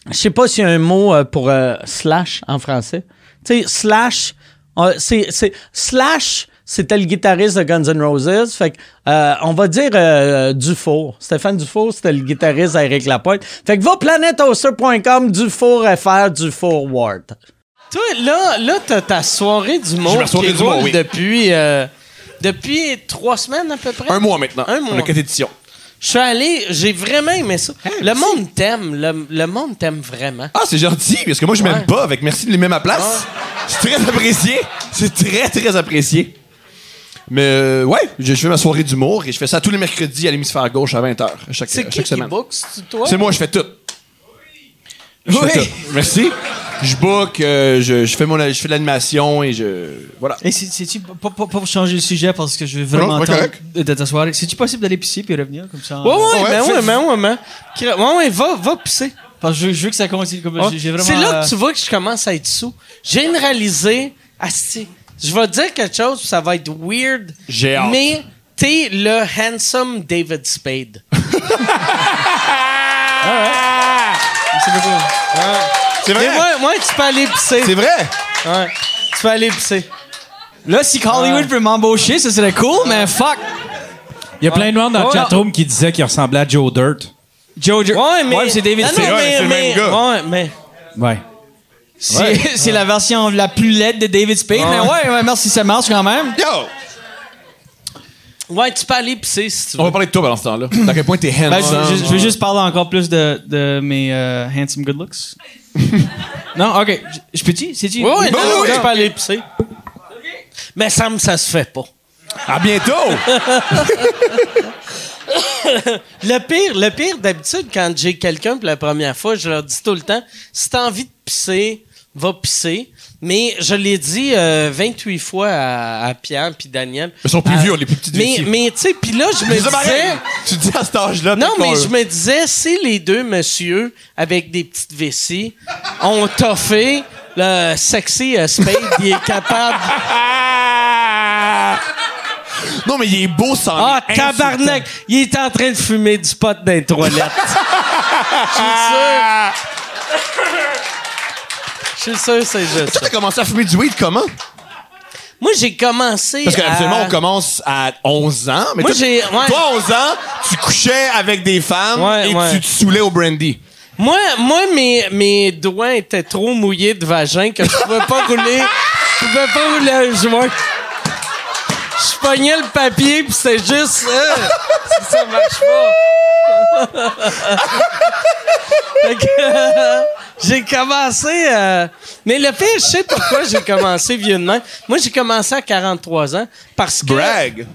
Speaker 8: Je sais pas s'il y a un mot euh, pour euh, slash en français. Tu sais, slash, euh, c'est, c'est- slash, c'était le guitariste de Guns N' Roses. Fait que, euh, on va dire euh, Dufour. Stéphane Dufour, c'était le guitariste d'Éric Lapointe. Fait que va planethoster.com, Dufour FR, Dufour Ward.
Speaker 5: Toi, là, là t'as ta soirée du monde
Speaker 4: ma soirée
Speaker 5: qui
Speaker 4: du monde,
Speaker 5: roule
Speaker 4: oui.
Speaker 5: depuis, euh, depuis trois semaines à peu près.
Speaker 4: Un mois maintenant.
Speaker 5: Un mois.
Speaker 4: On a quatre éditions.
Speaker 5: Je suis allé, j'ai vraiment aimé ça. le monde t'aime, le, le monde t'aime vraiment.
Speaker 4: Ah, c'est gentil, parce que moi, je m'aime
Speaker 5: Ouais.
Speaker 4: pas. Avec merci de les mettre à ma place. C'est très apprécié. C'est très, très apprécié. Mais euh, ouais, je je fais ma soirée d'humour et je fais ça tous les mercredis à l'hémisphère gauche à 20h chaque,
Speaker 5: C'est
Speaker 4: à
Speaker 5: qui
Speaker 4: chaque
Speaker 5: qui
Speaker 4: semaine.
Speaker 5: book? C'est toi?
Speaker 4: C'est moi, je fais tout. Je fais
Speaker 1: Oui.
Speaker 4: tout. Merci. Je book, euh, je, je fais mon, je fais de l'animation et je voilà.
Speaker 1: Et c'est- c'est-tu, pas, pas- pas pour changer le sujet, parce que je veux vraiment
Speaker 4: Non, c'est pas
Speaker 1: entendre
Speaker 4: correct.
Speaker 1: de ta soirée, c'est-tu possible d'aller pisser puis revenir comme ça?
Speaker 5: Ouais, ouais,
Speaker 4: Ouais,
Speaker 5: ben
Speaker 4: fais-
Speaker 5: ouais, ben ouais, man. Cra- Ouais, ouais, va, va pisser.
Speaker 1: Parce que je, veux- je veux que ça continue comme
Speaker 5: Ouais.
Speaker 1: j'ai- j'ai vraiment...
Speaker 5: Ah. C'est là que
Speaker 1: euh,
Speaker 5: tu vois que je commence à être sous. Généralisé, asti. Je vais dire quelque chose, puis ça va être weird.
Speaker 4: J'ai hâte.
Speaker 5: Mais t'es le handsome David Spade.
Speaker 4: Hein?
Speaker 1: euh,
Speaker 4: C'est
Speaker 5: Mais
Speaker 4: vrai.
Speaker 5: ouais, ouais, tu peux aller pisser.
Speaker 4: C'est vrai.
Speaker 5: Ouais. Tu peux aller pisser.
Speaker 1: Là, si Hollywood peut m'embaucher, ce serait cool, mais fuck!
Speaker 3: Il y a plein de monde dans le
Speaker 5: Ouais.
Speaker 3: chatroom qui disaient qu'il ressemblait à Joe Dirt.
Speaker 1: Joe, Joe-
Speaker 5: Ouais, mais.
Speaker 1: Ouais, c'est David
Speaker 5: Ah non,
Speaker 1: Spade.
Speaker 4: Ouais,
Speaker 5: mais-
Speaker 4: c'est le
Speaker 5: mais-
Speaker 4: même gars.
Speaker 5: Ouais, mais.
Speaker 3: Ouais.
Speaker 1: C'est, c'est (laughs) la version la plus laide de David Spade, mais ouais, ouais, merci, ça marche quand même.
Speaker 4: Yo.
Speaker 5: Ouais, tu peux aller pisser si tu
Speaker 4: On
Speaker 5: veux.
Speaker 4: va parler de toi pendant ce temps-là. À quel point t'es handsome.
Speaker 1: Ben, je, je- je veux juste parler encore plus de, de mes euh, handsome good looks. (laughs) non, ok. Je, je peux-tu? C'est-tu?
Speaker 5: Ouais, ouais,
Speaker 4: Ben
Speaker 5: non, non,
Speaker 4: oui.
Speaker 5: tu peux aller pisser. Mais ça me, ça se fait pas.
Speaker 4: À bientôt.
Speaker 5: Le pire, le pire d'habitude, quand j'ai quelqu'un pour la première fois, je leur dis tout le temps si t'as envie de pisser, va pisser. Mais je l'ai dit euh, 28 fois à, à Pierre puis Daniel.
Speaker 4: Ils sont plus
Speaker 5: Ah.
Speaker 4: vieux, les plus petits
Speaker 5: Mais,
Speaker 4: ici.
Speaker 5: mais tu sais, puis là, je me
Speaker 4: C'est pareil.
Speaker 5: disais.
Speaker 4: Tu dis à cet âge-là.
Speaker 5: Non,
Speaker 4: t'es
Speaker 5: mais
Speaker 4: con.
Speaker 5: je me disais, si les deux messieurs, avec des petites vessies, ont toffé, le sexy euh, Spade, il est capable.
Speaker 4: Non, mais il est beau sans.
Speaker 5: Ah, tabarnak! Il est en train de fumer du pot dans les toilettes. (laughs) Je suis sûr. Je suis sûr que c'est juste ça.
Speaker 4: Toi, t'as commencé à fumer du weed comment?
Speaker 5: Moi, j'ai commencé.
Speaker 4: Parce que
Speaker 5: à-
Speaker 4: absolument, on commence à 11 ans. Mais
Speaker 5: Euh, Moi,
Speaker 4: toi,
Speaker 5: j'ai- ouais.
Speaker 4: toi, 11 ans, tu couchais avec des femmes
Speaker 5: Ouais,
Speaker 4: et
Speaker 5: ouais. Euh,
Speaker 4: tu te saoulais au brandy.
Speaker 5: Moi, moi mes, mes doigts étaient trop mouillés de vagin que je pouvais pas rouler. Je pouvais pas rouler un joint. Je pognais le papier, puis c'est juste. euh, si ça marche pas. (laughs) Fait que, euh, j'ai commencé. euh, mais le pire, je sais pourquoi j'ai commencé vieux de même. Moi, j'ai commencé à 43 ans parce que.
Speaker 4: Brag.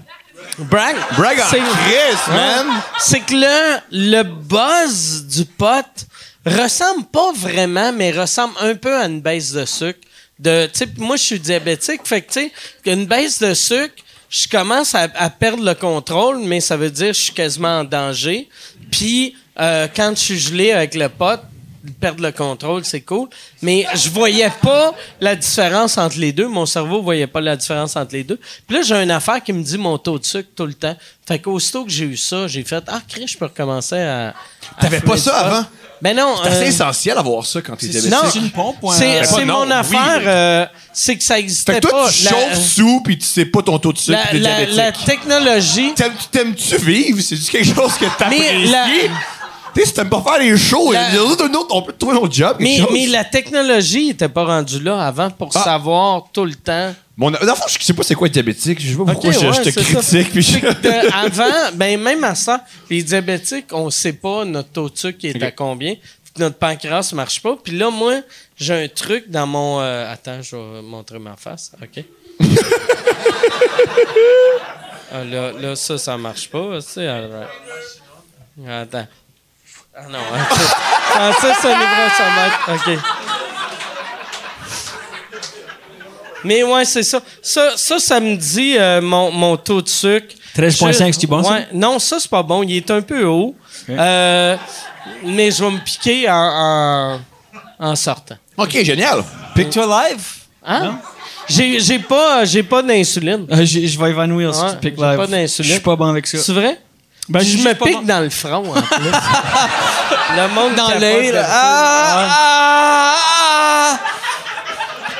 Speaker 5: Brag.
Speaker 4: Brag en
Speaker 5: C'est-
Speaker 4: Chris, man.
Speaker 5: Hein? C'est que là, le buzz du pote ressemble pas vraiment, mais ressemble un peu à une baisse de sucre. De, tu sais, puis moi, je suis diabétique, fait que, tu sais, une baisse de sucre, je commence à, à perdre le contrôle, mais ça veut dire que je suis quasiment en danger. Puis, euh, quand je suis gelé avec le pote, perdre le contrôle, c'est cool. Mais je voyais pas la différence entre les deux. Mon cerveau voyait pas la différence entre les deux. Puis là, j'ai une affaire qui me dit mon taux de sucre tout le temps. Fait qu'aussitôt que j'ai eu ça, j'ai fait Ah, Chris, je peux recommencer à. à
Speaker 4: T'avais
Speaker 5: fumer
Speaker 4: pas
Speaker 5: du
Speaker 4: ça
Speaker 5: pot.
Speaker 4: avant?
Speaker 5: Ben non.
Speaker 4: C'est assez
Speaker 5: euh,
Speaker 4: essentiel d'avoir ça quand t'es diabétique.
Speaker 5: non,
Speaker 1: C'est une pompe ou un-
Speaker 5: C'est,
Speaker 1: Ben
Speaker 5: c'est
Speaker 4: pas non,
Speaker 5: mon
Speaker 4: oui.
Speaker 5: affaire. euh, c'est que ça existait
Speaker 4: Fait que toi,
Speaker 5: pas.
Speaker 4: tu
Speaker 5: La-
Speaker 4: chauffes sous puis tu sais pas ton taux de sucre
Speaker 5: la-
Speaker 4: pis t'es
Speaker 5: la-
Speaker 4: diabétique.
Speaker 5: la technologie.
Speaker 4: T'aimes- T'aimes-tu vivre? C'est juste quelque chose que
Speaker 5: Mais
Speaker 4: t'apprécies?
Speaker 5: la-
Speaker 4: Tu sais, si t'aimes pas faire les shows,
Speaker 5: La-
Speaker 4: il y en a d'autres, on peut trouver un autre job. quelque
Speaker 5: Mais,
Speaker 4: chose.
Speaker 5: mais la technologie était pas rendue là avant pour
Speaker 4: Ah.
Speaker 5: savoir tout le temps.
Speaker 4: Mon, dans le fond, je sais pas c'est quoi être diabétique. Je sais pas pourquoi
Speaker 5: Ok,
Speaker 4: je,
Speaker 5: ouais,
Speaker 4: je te
Speaker 5: c'est ça.
Speaker 4: critique. Puis je...
Speaker 5: C'est que de- avant, ben même à ça, les diabétiques, on sait pas notre taux de sucre est à combien, puis notre pancréas marche pas. Puis là, moi, j'ai un truc dans mon. euh, attends, je vais montrer ma face. Ok. Ah, là, là, ça, ça marche pas. C'est alright. Attends. Ah non. ok. Ah, ça, ça les bras, ça marche. Ok. Mais ouais, c'est ça. Ça, ça, ça me dit euh, mon, mon taux de sucre.
Speaker 1: 13,5,
Speaker 5: Je-
Speaker 1: c'est-tu bon, ça?
Speaker 5: Ouais. Non, ça, c'est pas bon. Il est un peu haut. Euh, mais je vais me piquer en, en, en sortant.
Speaker 4: ok, génial.
Speaker 1: Pick-toi live?
Speaker 5: Hein? J'ai j'ai pas, j'ai pas d'insuline.
Speaker 1: Euh, j'ai- je vais évanouir
Speaker 5: Ouais,
Speaker 1: si tu piques
Speaker 5: j'ai
Speaker 1: live.
Speaker 5: pas d'insuline.
Speaker 1: Je suis pas bon avec ça.
Speaker 5: C'est vrai?
Speaker 1: Euh, Ben,
Speaker 5: je
Speaker 1: suis
Speaker 5: me
Speaker 1: pas
Speaker 5: pique
Speaker 1: bon.
Speaker 5: dans le front,
Speaker 1: (laughs)
Speaker 5: en plus. le monde
Speaker 1: dans
Speaker 5: capote
Speaker 1: l'œil. là.
Speaker 5: là-dessus.
Speaker 1: Ah,
Speaker 5: Ouais.
Speaker 1: ah,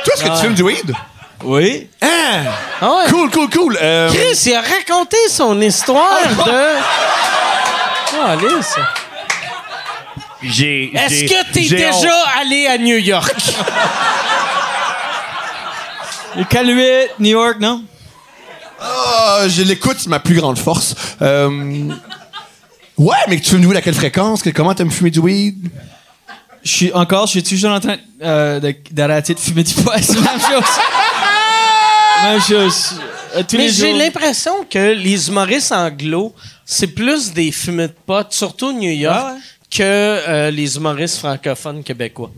Speaker 4: Toi, est-ce que tu fumes du weed?
Speaker 1: ah. Oui.
Speaker 4: Hein?
Speaker 5: Ah ouais.
Speaker 4: Cool, cool, cool. Euh,
Speaker 5: Chris, il a raconté son histoire de. Oh, allez, ça.
Speaker 4: j'ai.
Speaker 5: Est-ce
Speaker 4: j'ai-
Speaker 5: que t'es
Speaker 4: j'ai
Speaker 5: déjà
Speaker 4: honte.
Speaker 5: allé à New York?
Speaker 1: Le Calumet, New York, non?
Speaker 4: Ah, je l'écoute, c'est ma plus grande force. Euh, Ouais, mais que tu fumes du weed à quelle fréquence? Que- comment t'aimes fumer du weed?
Speaker 1: Je suis encore, je suis toujours en train euh, de- d'arrêter de fumer du poids. C'est la même (laughs) chose. même chose. Euh, (laughs) Tous
Speaker 5: Mais
Speaker 1: les
Speaker 5: j'ai
Speaker 1: jours.
Speaker 5: l'impression que les humoristes anglo, c'est plus des fumées de potes, surtout New York, que euh, les humoristes francophones québécois.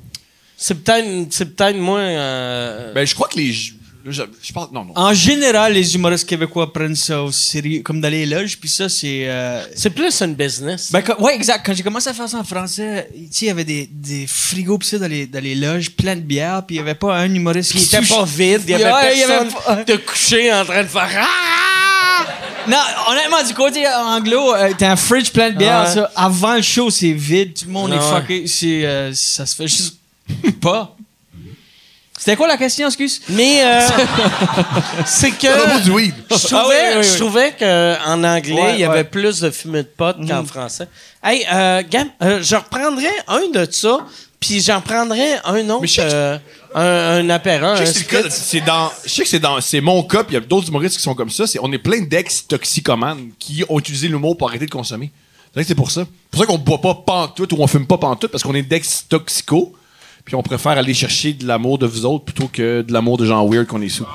Speaker 5: C'est peut-être c'est peut-être moins. euh,
Speaker 4: Ben, je crois que les. Je, je, je pense. Non, non.
Speaker 1: En général, les humoristes québécois prennent ça au sérieux, comme dans les loges, puis ça, c'est. euh,
Speaker 5: c'est plus une business.
Speaker 1: Ben, quand- ouais, exact. Quand j'ai commencé à faire ça en français, tu sais, il y avait des, des frigos pis ça dans les, dans les loges, plein de bières, puis il y avait pas un humoriste
Speaker 5: Puis il était pas vide, il y avait
Speaker 1: Ouais, il y
Speaker 5: personne
Speaker 1: avait pas-
Speaker 5: de couché en train de faire. Ah!
Speaker 1: Non, honnêtement, du côté anglo, euh, t'as un fridge plein de bières,
Speaker 5: Ah ouais.
Speaker 1: ça. Avant le show, c'est vide, tout le monde
Speaker 5: Ah
Speaker 1: est
Speaker 5: ouais.
Speaker 1: fucké. C'est, euh, ça se fait juste (laughs) pas. C'était quoi la question, excuse?
Speaker 5: Mais
Speaker 1: (laughs)
Speaker 5: euh, c'est que
Speaker 4: Propos du weed.
Speaker 5: je trouvais,
Speaker 1: Ah oui, oui, oui.
Speaker 5: je trouvais qu'en anglais,
Speaker 1: Ouais,
Speaker 5: il y avait
Speaker 1: ouais. Mm.
Speaker 5: plus de fumée de potes qu'en français. Hey, euh, Gam, euh, je reprendrais un de ça, puis j'en prendrais un autre,
Speaker 4: je sais que-
Speaker 5: euh, un, un apéro,
Speaker 4: Je
Speaker 5: un
Speaker 4: sais que c'est le cas,
Speaker 5: spritz.
Speaker 4: là, c'est dans, je sais que c'est dans, c'est mon cas, puis il y a d'autres humoristes qui sont comme ça. C'est, on est plein d'ex-toxicomanes qui ont utilisé l'humour pour arrêter de consommer. C'est vrai que c'est pour ça. C'est pour ça qu'on boit pas pantoute ou on fume pas pantoute parce qu'on est d'ex-toxicos, puis on préfère aller chercher de l'amour de vous autres plutôt que de l'amour de gens weird qu'on est sous.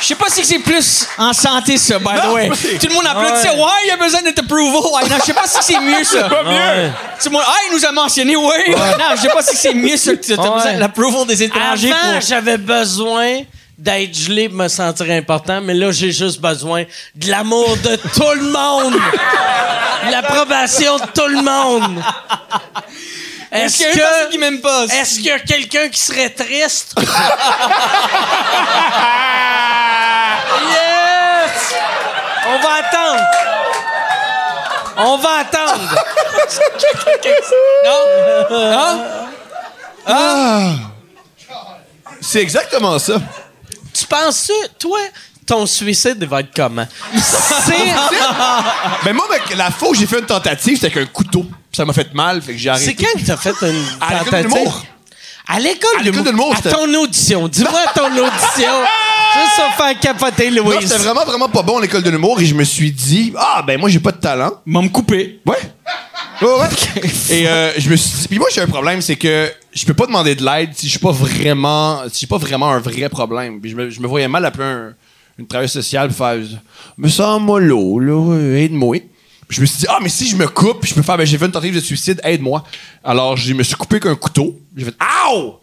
Speaker 1: Je sais pas si c'est plus en santé, ça, by the way. Tout le monde applaudit, ouais, il y a besoin de approval. Ouais, non, je sais pas si c'est mieux,
Speaker 4: (laughs)
Speaker 1: ça.
Speaker 4: Pas mieux!
Speaker 1: Tout le monde, ah, il nous a mentionné, oui. (laughs) Non, je sais pas si c'est mieux, ça, que t'as besoin de l'approval des étrangers
Speaker 5: Avant,
Speaker 1: pour-
Speaker 5: j'avais besoin d'être gelé pour me sentir important, mais là, j'ai juste besoin de l'amour
Speaker 4: (laughs)
Speaker 5: de tout le monde. L'approbation de tout le monde. Est-ce
Speaker 1: qu'il y a une personne
Speaker 5: que...
Speaker 1: qui m'aime pas?
Speaker 5: Est-ce qu'il y a quelqu'un qui
Speaker 4: (laughs)
Speaker 5: serait triste? yes! On va attendre. On va attendre.
Speaker 4: C'est exactement ça.
Speaker 5: Tu penses, toi, ton suicide va être comment? C'est
Speaker 4: Mais moi, avec la fois où j'ai fait une tentative, c'était avec un couteau. Puis ça m'a fait mal, fait que j'ai
Speaker 5: c'est
Speaker 4: arrêté.
Speaker 5: quand que t'as fait une
Speaker 4: À l'école de
Speaker 5: tentative?
Speaker 4: l'humour.
Speaker 5: À
Speaker 4: À
Speaker 5: l'école de
Speaker 4: l'école de l'humour,
Speaker 5: l'humour. À
Speaker 4: c'était-
Speaker 5: ton audition. Dis-moi à
Speaker 4: (laughs)
Speaker 5: ton audition. Juste ça faire capoter
Speaker 4: Non,
Speaker 5: Louise.
Speaker 4: c'était vraiment, vraiment pas bon à l'école de l'humour et je me suis dit, ah, ben moi, j'ai pas de talent.
Speaker 1: M'en me couper.
Speaker 4: Ouais. Ouais, ouais. Et euh, je me suis dit, puis moi j'ai un problème, c'est que je peux pas demander de l'aide si je suis pas vraiment, si j'ai pas vraiment un vrai problème. Puis je me, je me voyais mal appeler un, une travailleuse sociale pour faire, me sens mollo, là, euh, aide-moi. Puis je me suis dit, ah, mais si je me coupe, je peux faire, ben j'ai fait une tentative de suicide, aide-moi. Alors je me suis coupé avec un couteau. J'ai fait, ow!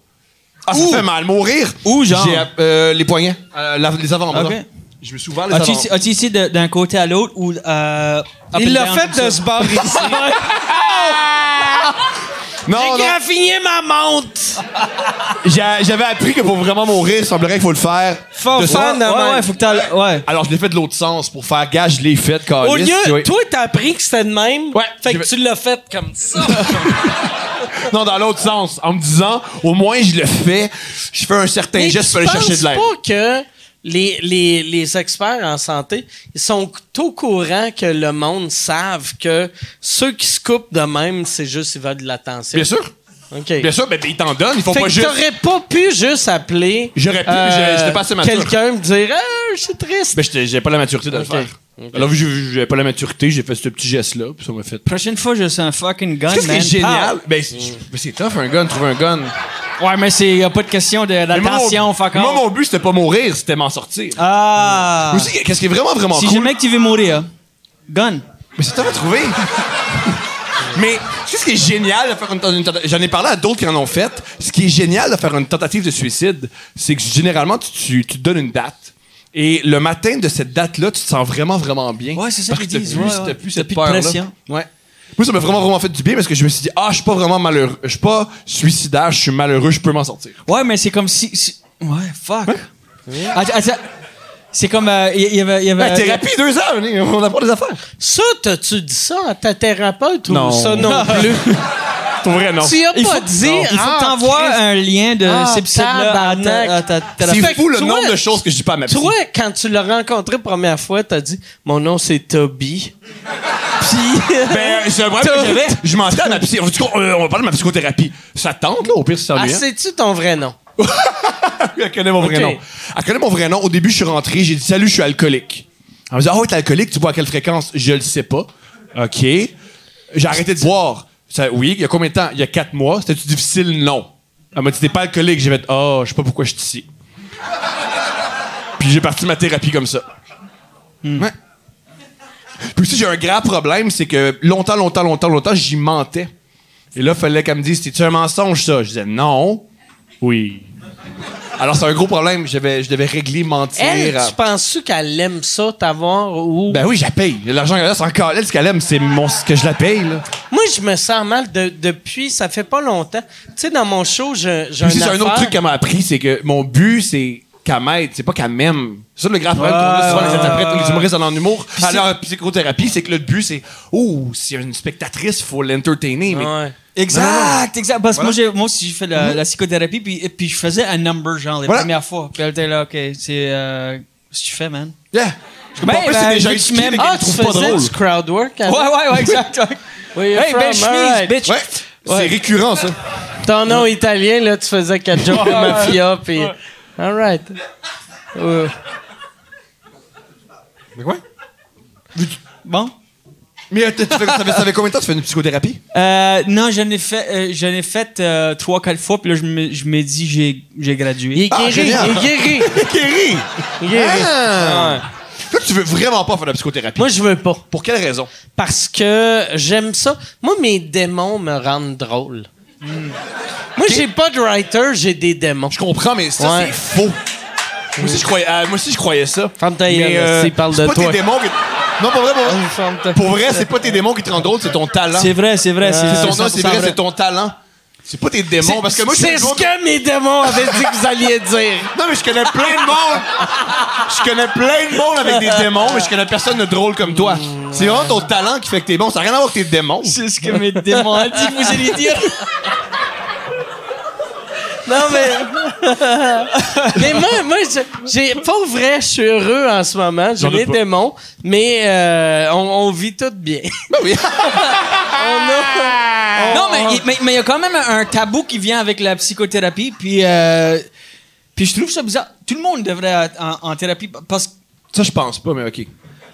Speaker 4: Ah, ça
Speaker 1: Où?
Speaker 4: fait mal, mourir.
Speaker 1: Où, genre?
Speaker 4: J'ai, euh, les poignets, euh, la- les avant-bras.
Speaker 1: Ok.
Speaker 4: Je me suis ouvert les
Speaker 1: As-tu
Speaker 4: avant
Speaker 1: essayé- as-tu essayé de- d'un côté à l'autre ou. euh, up and
Speaker 5: Il l'a
Speaker 1: down comme
Speaker 5: fait de
Speaker 1: ça?
Speaker 5: se barrer ici.
Speaker 4: Non, non.
Speaker 5: Graffiné ma montre.
Speaker 4: J'a- J'avais appris que pour vraiment mourir, il semblerait qu'il faut le faire. de
Speaker 1: Ouais,
Speaker 4: soi.
Speaker 1: ouais, ouais, faut que t'as. Ouais.
Speaker 4: Alors, je l'ai fait de l'autre sens pour faire gage, je l'ai fait,
Speaker 5: Au
Speaker 4: câlisse,
Speaker 5: lieu,
Speaker 4: oui.
Speaker 5: toi, t'as appris que c'était de même.
Speaker 4: Ouais,
Speaker 5: Fait
Speaker 4: j'ai
Speaker 5: que
Speaker 4: fait-
Speaker 5: tu l'as fait comme ça.
Speaker 4: (laughs) Non, dans l'autre sens, en me disant, au moins, je le fais, je fais un certain
Speaker 5: Mais
Speaker 4: geste
Speaker 5: tu
Speaker 4: pour aller chercher
Speaker 5: penses
Speaker 4: de l'aide.
Speaker 5: pas que les, les, les experts en santé ils sont au courant que le monde savent
Speaker 4: Euh,
Speaker 5: que ceux qui se coupent de même, c'est juste ils veulent de l'attention.
Speaker 4: Bien sûr,
Speaker 5: OK.
Speaker 4: bien sûr, mais ils t'en donnent, ils font
Speaker 5: Fait
Speaker 4: pas
Speaker 5: que
Speaker 4: juste.
Speaker 5: t'aurais pas pu juste appeler.
Speaker 4: J'aurais pu, mais j'étais pas assez mature.
Speaker 5: Quelqu'un me dire, ah, je
Speaker 4: (laughs)
Speaker 5: suis triste.
Speaker 4: Mais Ben, j'étais- j'avais pas la maturité de le faire. Alors, vu que j'avais pas la maturité, j'ai fait ce petit geste-là, puis ça m'a fait.
Speaker 1: Prochaine fois, je suis un fucking gun,
Speaker 4: Qu'est-ce qui
Speaker 1: man.
Speaker 4: est génial? Ben, c'est- mais c'est tough, un gun, trouver un gun.
Speaker 1: Ah. Ouais, mais c'est y a pas de question de
Speaker 4: Mais moi, mon-
Speaker 1: d'attention, fuck
Speaker 4: Moi,
Speaker 1: off.
Speaker 4: mon but, c'était pas mourir, c'était m'en sortir.
Speaker 1: Ah.
Speaker 4: Aussi, qu'est-ce qui est vraiment, vraiment
Speaker 1: Si
Speaker 4: cool.
Speaker 1: jamais que tu veux mourir, hein, gun.
Speaker 4: Mais c'est t'avais trouvé. Mais ce qui est génial de faire une, tenta- une tenta- J'en ai parlé à d'autres qui en ont fait. Ce qui est génial de faire une tentative de suicide, c'est que généralement, tu, tu- tu te donnes une date. Et le matin de cette date-là, tu te sens vraiment, vraiment bien.
Speaker 1: Ouais, c'est ça
Speaker 4: Parce
Speaker 1: qu'ils
Speaker 4: t'as
Speaker 1: disent,
Speaker 4: plus-
Speaker 1: ouais,
Speaker 4: t'as
Speaker 1: ouais.
Speaker 4: plus
Speaker 1: T'as
Speaker 4: cette
Speaker 1: plus de
Speaker 4: peur-là.
Speaker 1: pression.
Speaker 4: Ouais. Moi, ça m'a vraiment, vraiment fait du bien parce que je me suis dit, ah, je suis pas vraiment malheureux. Je suis pas suicidaire, je suis malheureux, je peux m'en sortir.
Speaker 1: Ouais, mais c'est comme si. si- Ouais, fuck. Attends, attends. C'est comme. euh, Il y, il y avait. il Y avait
Speaker 4: La thérapie, (laughs) deux ans, on apprend des affaires.
Speaker 5: Ça, t'as-tu dit ça à ta thérapeute ou
Speaker 4: Non.
Speaker 5: ça non plus?
Speaker 4: Pour vrai, non.
Speaker 5: tu y as
Speaker 1: Il
Speaker 5: pas
Speaker 1: faut,
Speaker 5: dit.
Speaker 1: il faut
Speaker 5: Ah,
Speaker 1: que
Speaker 4: euh,
Speaker 1: t'envoies un lien de
Speaker 5: Ah,
Speaker 1: ces là à
Speaker 5: tabarnak.
Speaker 1: ta, à ta thérapie.
Speaker 4: C'est
Speaker 5: Fait
Speaker 4: fou
Speaker 5: que
Speaker 4: le
Speaker 5: toi-
Speaker 4: nombre de choses que je dis pas à ma psy.
Speaker 5: Toi, quand tu l'as rencontré première fois, t'as dit Mon nom c'est Toby. Puis.
Speaker 4: Ben, c'est un problème que j'avais. Je mentais à ma psy. Du coup, euh, on va parler de ma psychothérapie. Ça tente, là, au pire, si ça
Speaker 5: Ah,
Speaker 4: vient.
Speaker 5: sais-tu ton vrai nom?
Speaker 4: Elle connaît mon vrai
Speaker 5: Ok.
Speaker 4: nom. Elle connaît mon vrai nom. Au début, je suis rentré, j'ai dit salut, je suis alcoolique. Elle me dit Ah ouais, t'es alcoolique, tu bois à quelle fréquence Je le sais pas. OK. J'ai arrêté de boire. Ça, oui, il y a combien de temps? Il y a quatre mois. C'était-tu difficile? Non. Elle m'a dit, t'es pas alcoolique. J'ai fait, oh, je sais pas pourquoi je suis ici. Puis j'ai parti ma thérapie comme ça. Ouais. Puis aussi, j'ai un grand problème, c'est que longtemps, longtemps, longtemps, longtemps, j'y mentais. Et là, fallait qu'elle me dise, c'était un mensonge, ça? Je disais, non. Oui. Alors, c'est un gros problème. Je devais, je devais régler, mentir.
Speaker 5: Elle,
Speaker 4: à-
Speaker 5: tu penses-tu qu'elle aime ça, t'avoir ou.
Speaker 4: Ben oui, je la paye. L'argent qu'elle a, c'est encore elle, ce qu'elle aime, c'est mon, ce que je la paye, là.
Speaker 5: Moi, je me sens mal de- depuis, ça fait pas longtemps. Tu sais, dans mon show, j'ai
Speaker 4: Puis
Speaker 5: j'ai
Speaker 4: aussi, c'est un
Speaker 5: affaire-
Speaker 4: autre truc qu'elle m'a appris, c'est que mon but, c'est qu'elle m'aide, c'est pas qu'elle m'aime. C'est ça le grand problème qu'on a souvent les interprètes, les humoristes en humour, à leur psychothérapie, c'est que le but, c'est, oh, c'est une spectatrice, faut l'entertainer, mais
Speaker 5: Ouais.
Speaker 1: Exact, exact. Parce que moi, j'ai- moi aussi, j'ai fait la,
Speaker 5: Mhm.
Speaker 1: la psychothérapie, puis, et puis je faisais un number, genre, les
Speaker 4: Voilà.
Speaker 1: premières fois. Puis elle était là, OK, c'est... euh, Qu'est-ce que tu fais, man?
Speaker 4: Yeah. Je comprends
Speaker 1: Ben,
Speaker 4: pas,
Speaker 1: ben,
Speaker 4: c'est déjà
Speaker 1: vu que tu
Speaker 4: expliqué,
Speaker 1: m'aimes.
Speaker 4: les gars,
Speaker 5: Ah,
Speaker 4: ils
Speaker 5: tu
Speaker 4: trouvent pas
Speaker 5: faisais
Speaker 4: drôle.
Speaker 5: du crowd work?
Speaker 1: Ouais, ouais, ouais,
Speaker 5: (laughs)
Speaker 1: exact. ouais. hey, belle chemise, bitch!
Speaker 4: Ouais. C'est récurrent, ça.
Speaker 5: Ton nom italien, là, tu faisais quatre jokes de mafia, puis... All right. Ouais.
Speaker 1: Bon.
Speaker 4: (laughs) Mais euh, tu fais- ça fait, ça fait combien de temps que tu fais une psychothérapie?
Speaker 1: Euh, non, j'en ai fait, euh, j'en ai fait euh, trois, quatre fois, puis là, je me, je me dis, j'ai, j'ai
Speaker 5: Il
Speaker 1: gradué.
Speaker 5: est guéri,
Speaker 4: génial.
Speaker 5: Ah, (laughs) il est guéri.
Speaker 4: Kerry!
Speaker 5: Il est guéri.
Speaker 4: Ah. Là, tu veux vraiment pas faire de la psychothérapie.
Speaker 5: Moi, je veux pas.
Speaker 4: Pour quelle raison?
Speaker 5: Parce que j'aime ça. Moi, mes démons me rendent drôle. Hmm. Moi, j'ai pas de writer, j'ai des démons.
Speaker 4: Je comprends, mais ça,
Speaker 5: Ouais.
Speaker 4: c'est faux. Moi aussi, je croyais, ah, moi aussi, je croyais ça.
Speaker 5: Ferme ta gueule,
Speaker 4: Mais, euh,
Speaker 5: là, s'il parle
Speaker 4: c'est
Speaker 5: de
Speaker 4: pas
Speaker 5: toi. Ah,
Speaker 4: tes démons qui- Non, pour vrai, pour vrai.
Speaker 5: Ferme ta-
Speaker 4: Pour vrai, c'est pas tes démons qui te rendent drôle, c'est ton talent.
Speaker 1: C'est vrai, c'est vrai. c'est
Speaker 4: Euh, C'est ton-
Speaker 1: c'est
Speaker 4: non, c'est
Speaker 1: 100%
Speaker 4: vrai, c'est ton talent. C'est pas tes démons, parce que moi, je
Speaker 5: C'est
Speaker 4: connais
Speaker 5: ce que mes démons avaient dit que vous alliez dire. (laughs)
Speaker 4: Non, mais je connais plein de monde. Je connais plein de monde avec des démons, mais je connais personne de drôle comme toi. C'est vraiment ton talent qui fait que t'es bon. Ça n'a rien à voir avec tes démons.
Speaker 1: C'est ce que mes démons ont dit que vous allez dire.
Speaker 5: Non, mais. (laughs) mais moi, moi je- j'ai. Pour vrai, je suis heureux en ce moment. J'ai les démons, mais euh, on, on vit tout bien.
Speaker 4: Ben
Speaker 5: (laughs)
Speaker 1: Non, mais il mais- mais il y a quand même un tabou qui vient avec la psychothérapie, puis, euh, puis je trouve ça bizarre. Tout le monde devrait être en, en thérapie parce que.
Speaker 4: Ça, je pense pas, mais OK.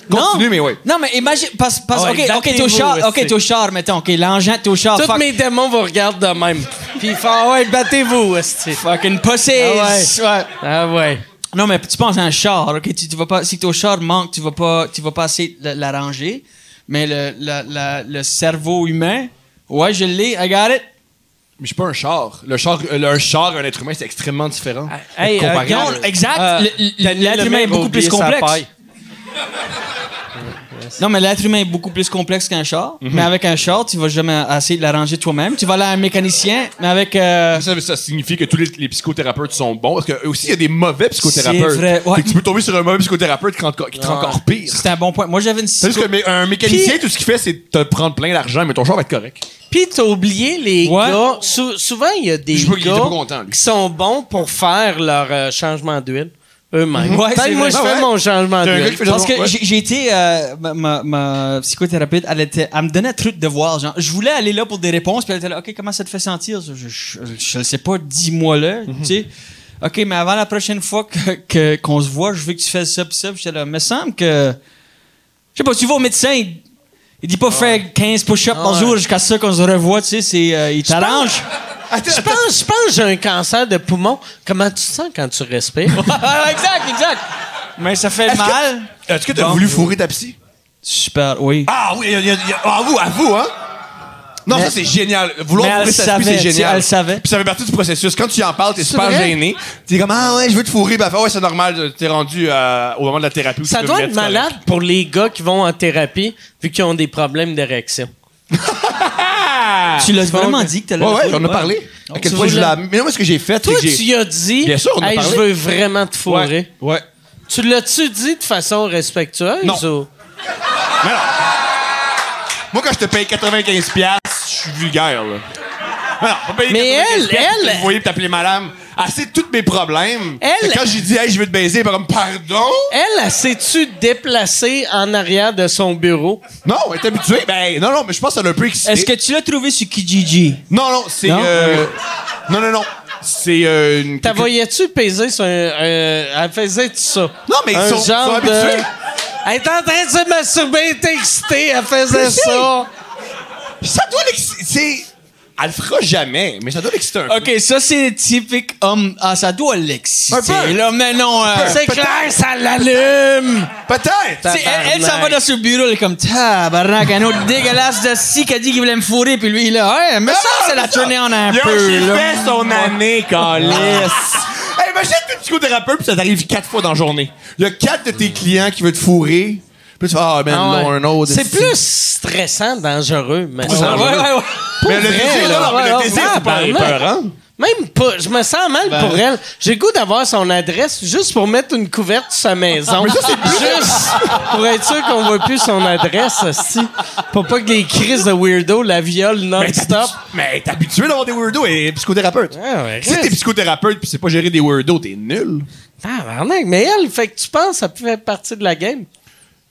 Speaker 1: non.
Speaker 4: Continue, mais ouais.
Speaker 1: Non, mais imagine. Parce, parce,
Speaker 5: Ouais,
Speaker 1: ok, ok, t'es au
Speaker 5: battez-vous,
Speaker 1: char, ok,
Speaker 5: esti.
Speaker 1: t'es au char, mettons, ok, l'engin, t'es au char.
Speaker 5: Tous
Speaker 1: Fuck,
Speaker 5: mes démons vous regardent de même. Puis ils font Ah ouais, battez-vous, esti.
Speaker 1: Fucking pussies!
Speaker 5: Ah ouais. Ah ouais.
Speaker 1: Non, mais tu penses à un char, ok? Tu, tu vas pas, si ton char manque, tu vas pas, tu vas pas essayer de l'arranger. Mais le, la- la- le cerveau humain, ouais, je l'ai, I got it.
Speaker 4: Mais je suis pas un char. Le char, euh, le- un char, un être humain, c'est extrêmement différent.
Speaker 1: Ah.
Speaker 5: hey,
Speaker 4: Comparé à-
Speaker 1: Non, exact.
Speaker 5: Euh,
Speaker 1: le- le- l'être humain est
Speaker 5: Lemire a
Speaker 1: beaucoup plus
Speaker 5: oublié sa
Speaker 1: complexe.
Speaker 5: paille.
Speaker 1: (laughs) Non, mais l'être humain est beaucoup plus complexe qu'un char.
Speaker 5: Mhm.
Speaker 1: Mais avec un char, tu vas jamais essayer de l'arranger toi-même. Tu vas aller à un mécanicien, mais avec. euh,
Speaker 4: Ça, ça signifie que tous les, les psychothérapeutes sont bons. Parce que aussi, il y a des mauvais psychothérapeutes.
Speaker 1: C'est vrai, ouais.
Speaker 4: Fait que tu peux tomber sur un mauvais psychothérapeute qui te rend encore- qui te rend encore pire.
Speaker 1: c'est un bon point. Moi, j'avais une
Speaker 4: C'est juste
Speaker 1: psycho.
Speaker 4: qu'un mé- un mécanicien, tout ce qu'il fait, c'est te prendre plein d'argent, mais ton char va être correct.
Speaker 5: Puis t'as oublié les
Speaker 1: Ouais.
Speaker 5: gars. sou- souvent, il y a des
Speaker 4: Je sais pas, il était
Speaker 5: gars
Speaker 4: pas content, lui.
Speaker 5: qui sont bons pour faire leur euh, changement d'huile eux-mêmes.
Speaker 1: Ouais,
Speaker 5: Peut-être
Speaker 1: c'est
Speaker 5: moi, je
Speaker 4: vrai.
Speaker 5: fais
Speaker 4: Ah ouais.
Speaker 5: mon changement
Speaker 4: T'as un gars
Speaker 5: d'huile.
Speaker 4: qui fait
Speaker 1: Parce que
Speaker 4: Ouais.
Speaker 1: j'ai j'ai été. euh, ma, ma- ma psychothérapeute, elle, était, elle me donnait trop de devoirs. Genre, je voulais aller là pour des réponses, puis elle était là, OK, comment ça te fait sentir? ça? Je, je, je le sais pas, dis-moi là.
Speaker 4: Mhm.
Speaker 1: Tu sais, OK, mais avant la prochaine fois qu'on que, qu'on se voit, je veux que tu fasses ça, puis ça. Puis j'étais là, me semble que. Je sais pas, tu vas au médecin, il, il dit pas
Speaker 4: Ah.
Speaker 1: faire 15 push-ups par jour jusqu'à ça qu'on se revoit, tu sais, c'est, euh, il t'arrange.
Speaker 5: Je pense, je pense que j'ai un cancer de poumon. Comment tu te sens quand tu respires?
Speaker 1: (laughs) exact, exact. Mais ça fait
Speaker 4: Est-ce que-
Speaker 1: mal.
Speaker 4: Est-ce que t'as
Speaker 1: Bon.
Speaker 4: voulu fourrer ta psy?
Speaker 1: Super, oui.
Speaker 4: Ah oui, il y a- il y a- ah, vous, à vous, hein? Non, ça c'est génial. Vouloir
Speaker 1: Mais elle
Speaker 4: fourrer sa psy,
Speaker 1: savait,
Speaker 4: c'est
Speaker 1: tu-
Speaker 4: génial.
Speaker 1: elle savait.
Speaker 4: Puis ça fait partie du processus. Quand tu en parles, t'es super
Speaker 5: vrai?
Speaker 4: gêné. T'es comme, ah ouais, je veux te fourrer. Ben, fait, ouais, c'est normal, t'es rendu euh, au moment de la thérapie. où
Speaker 5: Ça
Speaker 4: tu peux
Speaker 5: doit
Speaker 4: le
Speaker 5: être
Speaker 4: mettre, c'est
Speaker 5: malade pour les gars qui vont en thérapie vu qu'ils ont des problèmes d'érection.
Speaker 4: Ah.
Speaker 1: Tu l'as vraiment dit que t'allais
Speaker 4: correct. Ouais,
Speaker 1: le faire.
Speaker 4: ouais, on a parlé. À quel
Speaker 5: Tu
Speaker 4: point je
Speaker 5: voulais-
Speaker 4: l'ai. Mais non, moi, ce que j'ai fait, c'est
Speaker 5: Toi,
Speaker 4: que
Speaker 5: tu
Speaker 4: j'ai.
Speaker 5: y as dit,
Speaker 4: Bien sûr, on a
Speaker 5: Hey,
Speaker 4: parlé.
Speaker 5: je veux vraiment te fourrer.
Speaker 4: Ouais. ouais.
Speaker 5: Tu l'as-tu dit de façon respectueuse?
Speaker 4: Non.
Speaker 5: ou-
Speaker 4: Moi, quand je te paye 95$, piastres, je suis vulgaire, là. Mais, non, pas payer
Speaker 5: Mais
Speaker 4: 95
Speaker 5: elle,
Speaker 4: piastres,
Speaker 5: elle-
Speaker 4: Vous voyez, t'appeler madame. Elle sait tous mes problèmes.
Speaker 5: Elle-
Speaker 4: Fait que Quand j'ai dit, hey, je veux te baiser, elle va comme, pardon?
Speaker 5: Elle, elle s'est-tu déplacée en arrière de son bureau?
Speaker 4: Non, elle est habituée. Ben, non, non, mais je pense qu'elle a un peu excité.
Speaker 1: Est-ce que tu l'as trouvé sur Kijiji?
Speaker 4: Non, non, c'est.
Speaker 1: Non?
Speaker 4: euh, Non, non, non. C'est euh, une.
Speaker 5: T'as voyais-tu peser sur un. un- elle faisait-tu ça?
Speaker 4: Non, mais ils
Speaker 5: un
Speaker 4: sont-
Speaker 5: genre
Speaker 4: sont
Speaker 5: de-
Speaker 4: habitués.
Speaker 5: Elle était en train de se masturber, elle était excitée, elle faisait ça.
Speaker 4: Ça doit l'exciter. c'est- Elle le fera jamais, mais ça doit l'exciter un peu.
Speaker 1: OK, ça, c'est typique homme. Ah, ça doit l'exciter.
Speaker 4: Un peu.
Speaker 1: Là, mais non. euh,
Speaker 5: C'est clair, ça l'allume!
Speaker 4: Peut-être!
Speaker 1: tu sais, elle, elle s'en va dans son bureau, elle est comme tabarnak, un autre dégueulasse de si qui a dit qu'il voulait me fourrer, puis lui, il est là, ouais, mais ça,
Speaker 4: Ah,
Speaker 1: c'est la tournée en un peu, là.
Speaker 4: son année, Calis! hey, imagine que t'es psychothérapeute puis ça t'arrive quatre fois dans la journée. Il y a quatre de tes clients qui veulent te fourrer. Puis tu fais, ah, ben,
Speaker 5: Ah ouais.
Speaker 4: non, un autre.
Speaker 5: C'est
Speaker 4: esti.
Speaker 5: plus stressant, dangereux, mais
Speaker 4: Ouais, ouais, ouais. Mais le désir, non, non, mais le désir, c'est
Speaker 5: Ah, ben,
Speaker 4: pas épeurant.
Speaker 5: Même pas, je me sens mal
Speaker 4: Ben.
Speaker 5: pour elle. J'ai le goût d'avoir son adresse juste pour mettre une couverte sur sa maison. juste pour être sûr qu'on voit plus son adresse, si. Pour pas que les crises de weirdo la violent
Speaker 4: Ben,
Speaker 5: non-stop.
Speaker 4: Mais t'es habitué d'avoir des weirdos et psychothérapeute.
Speaker 5: Ah ouais,
Speaker 4: Si t'es
Speaker 5: Christ.
Speaker 4: psychothérapeute puis c'est pas gérer des weirdos, t'es nul.
Speaker 5: Tabarnak, Ah, mais elle, fait que tu penses, ça peut faire partie de la game.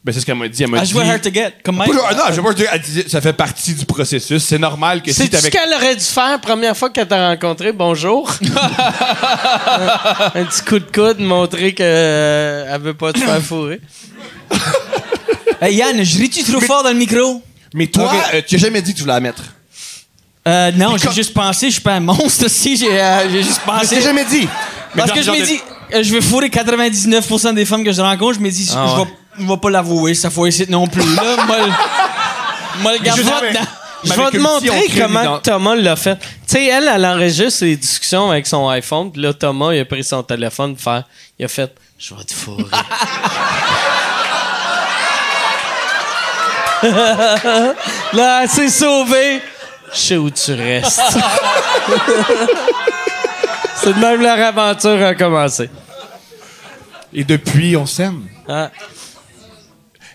Speaker 4: Ben, c'est ce qu'elle m'a dit. Elle m'a
Speaker 1: Ah,
Speaker 4: dit.
Speaker 1: je vois Hard to Get, comme Mike.
Speaker 4: Pas genre, non, je vois, elle disait, ça fait partie du processus. C'est normal que si
Speaker 5: C'est
Speaker 4: t'es
Speaker 5: ce
Speaker 4: avec.
Speaker 5: qu'elle aurait dû faire première fois qu'elle t'a
Speaker 4: (laughs)
Speaker 5: rencontré. Bonjour. un petit coup de coude, montrer qu'elle veut pas te faire fourrer.
Speaker 1: Hey, Yann, je ris-tu trop fort dans le micro?
Speaker 4: Mais toi,
Speaker 1: Ok.
Speaker 4: euh, tu as jamais dit que tu voulais la mettre.
Speaker 1: Euh, non, j'ai
Speaker 4: comme-
Speaker 1: juste pensé, je suis pas un monstre (laughs) aussi, j'ai euh, j'ai juste
Speaker 4: Mais
Speaker 1: pensé.
Speaker 4: t'as jamais dit. Mais
Speaker 1: Parce
Speaker 4: genre,
Speaker 1: que je
Speaker 4: genre
Speaker 1: me
Speaker 4: de-
Speaker 1: dis, euh, je vais fourrer 99% des femmes que je rencontre, je me dis, je- je vais- je vais pas l'avouer, ça faut essayer non plus. Là, moi, le- moi, le garde
Speaker 4: je savais.
Speaker 1: dedans.
Speaker 5: Je
Speaker 4: Mais
Speaker 5: vais
Speaker 4: avec
Speaker 5: te
Speaker 4: une fille, on
Speaker 5: montrer
Speaker 4: crée
Speaker 5: comment
Speaker 4: l'ident-
Speaker 5: Thomas l'a fait. Tu sais, elle, elle enregistre les discussions avec son iPhone. Puis là, Thomas, il a pris son téléphone pour faire... Il a fait... Je vais te fourrer. (laughs) là, elle s'est sauvée. Je sais où tu restes. (laughs) C'est de même leur aventure a commencé.
Speaker 4: Et depuis, on s'aime.
Speaker 5: Ah.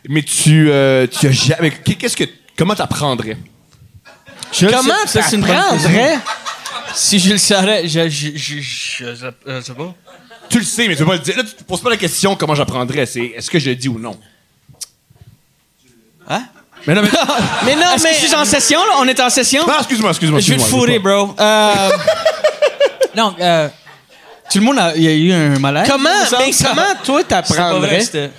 Speaker 4: Mais tu, euh, tu as jamais. mais Qu'est-ce que. Comment t'apprendrais?
Speaker 5: Comment
Speaker 1: ça, c'est une bonne
Speaker 5: t'apprendrais?
Speaker 1: Si je le saurais, je, je, je, je- je- je sais pas.
Speaker 4: Tu le sais, mais tu veux pas le dire. Là, tu te poses pas la question comment j'apprendrais. C'est est-ce que je le dis ou non?
Speaker 1: Hein?
Speaker 4: Mais non, mais.
Speaker 5: Mais non,
Speaker 1: Est-ce
Speaker 5: mais...
Speaker 1: que je suis en session, là? On est en session?
Speaker 4: Ah, excuse-moi, excuse-moi.
Speaker 1: Je vais te
Speaker 4: excuse-moi,
Speaker 1: fourrer, bro. Euh, (laughs) non, euh, tout le monde a, il y a eu un malaise.
Speaker 5: Comment,
Speaker 1: il me semble.
Speaker 5: mais comment toi
Speaker 1: C'est (laughs) pas vrai,
Speaker 5: t'apprendrais?
Speaker 1: c'était-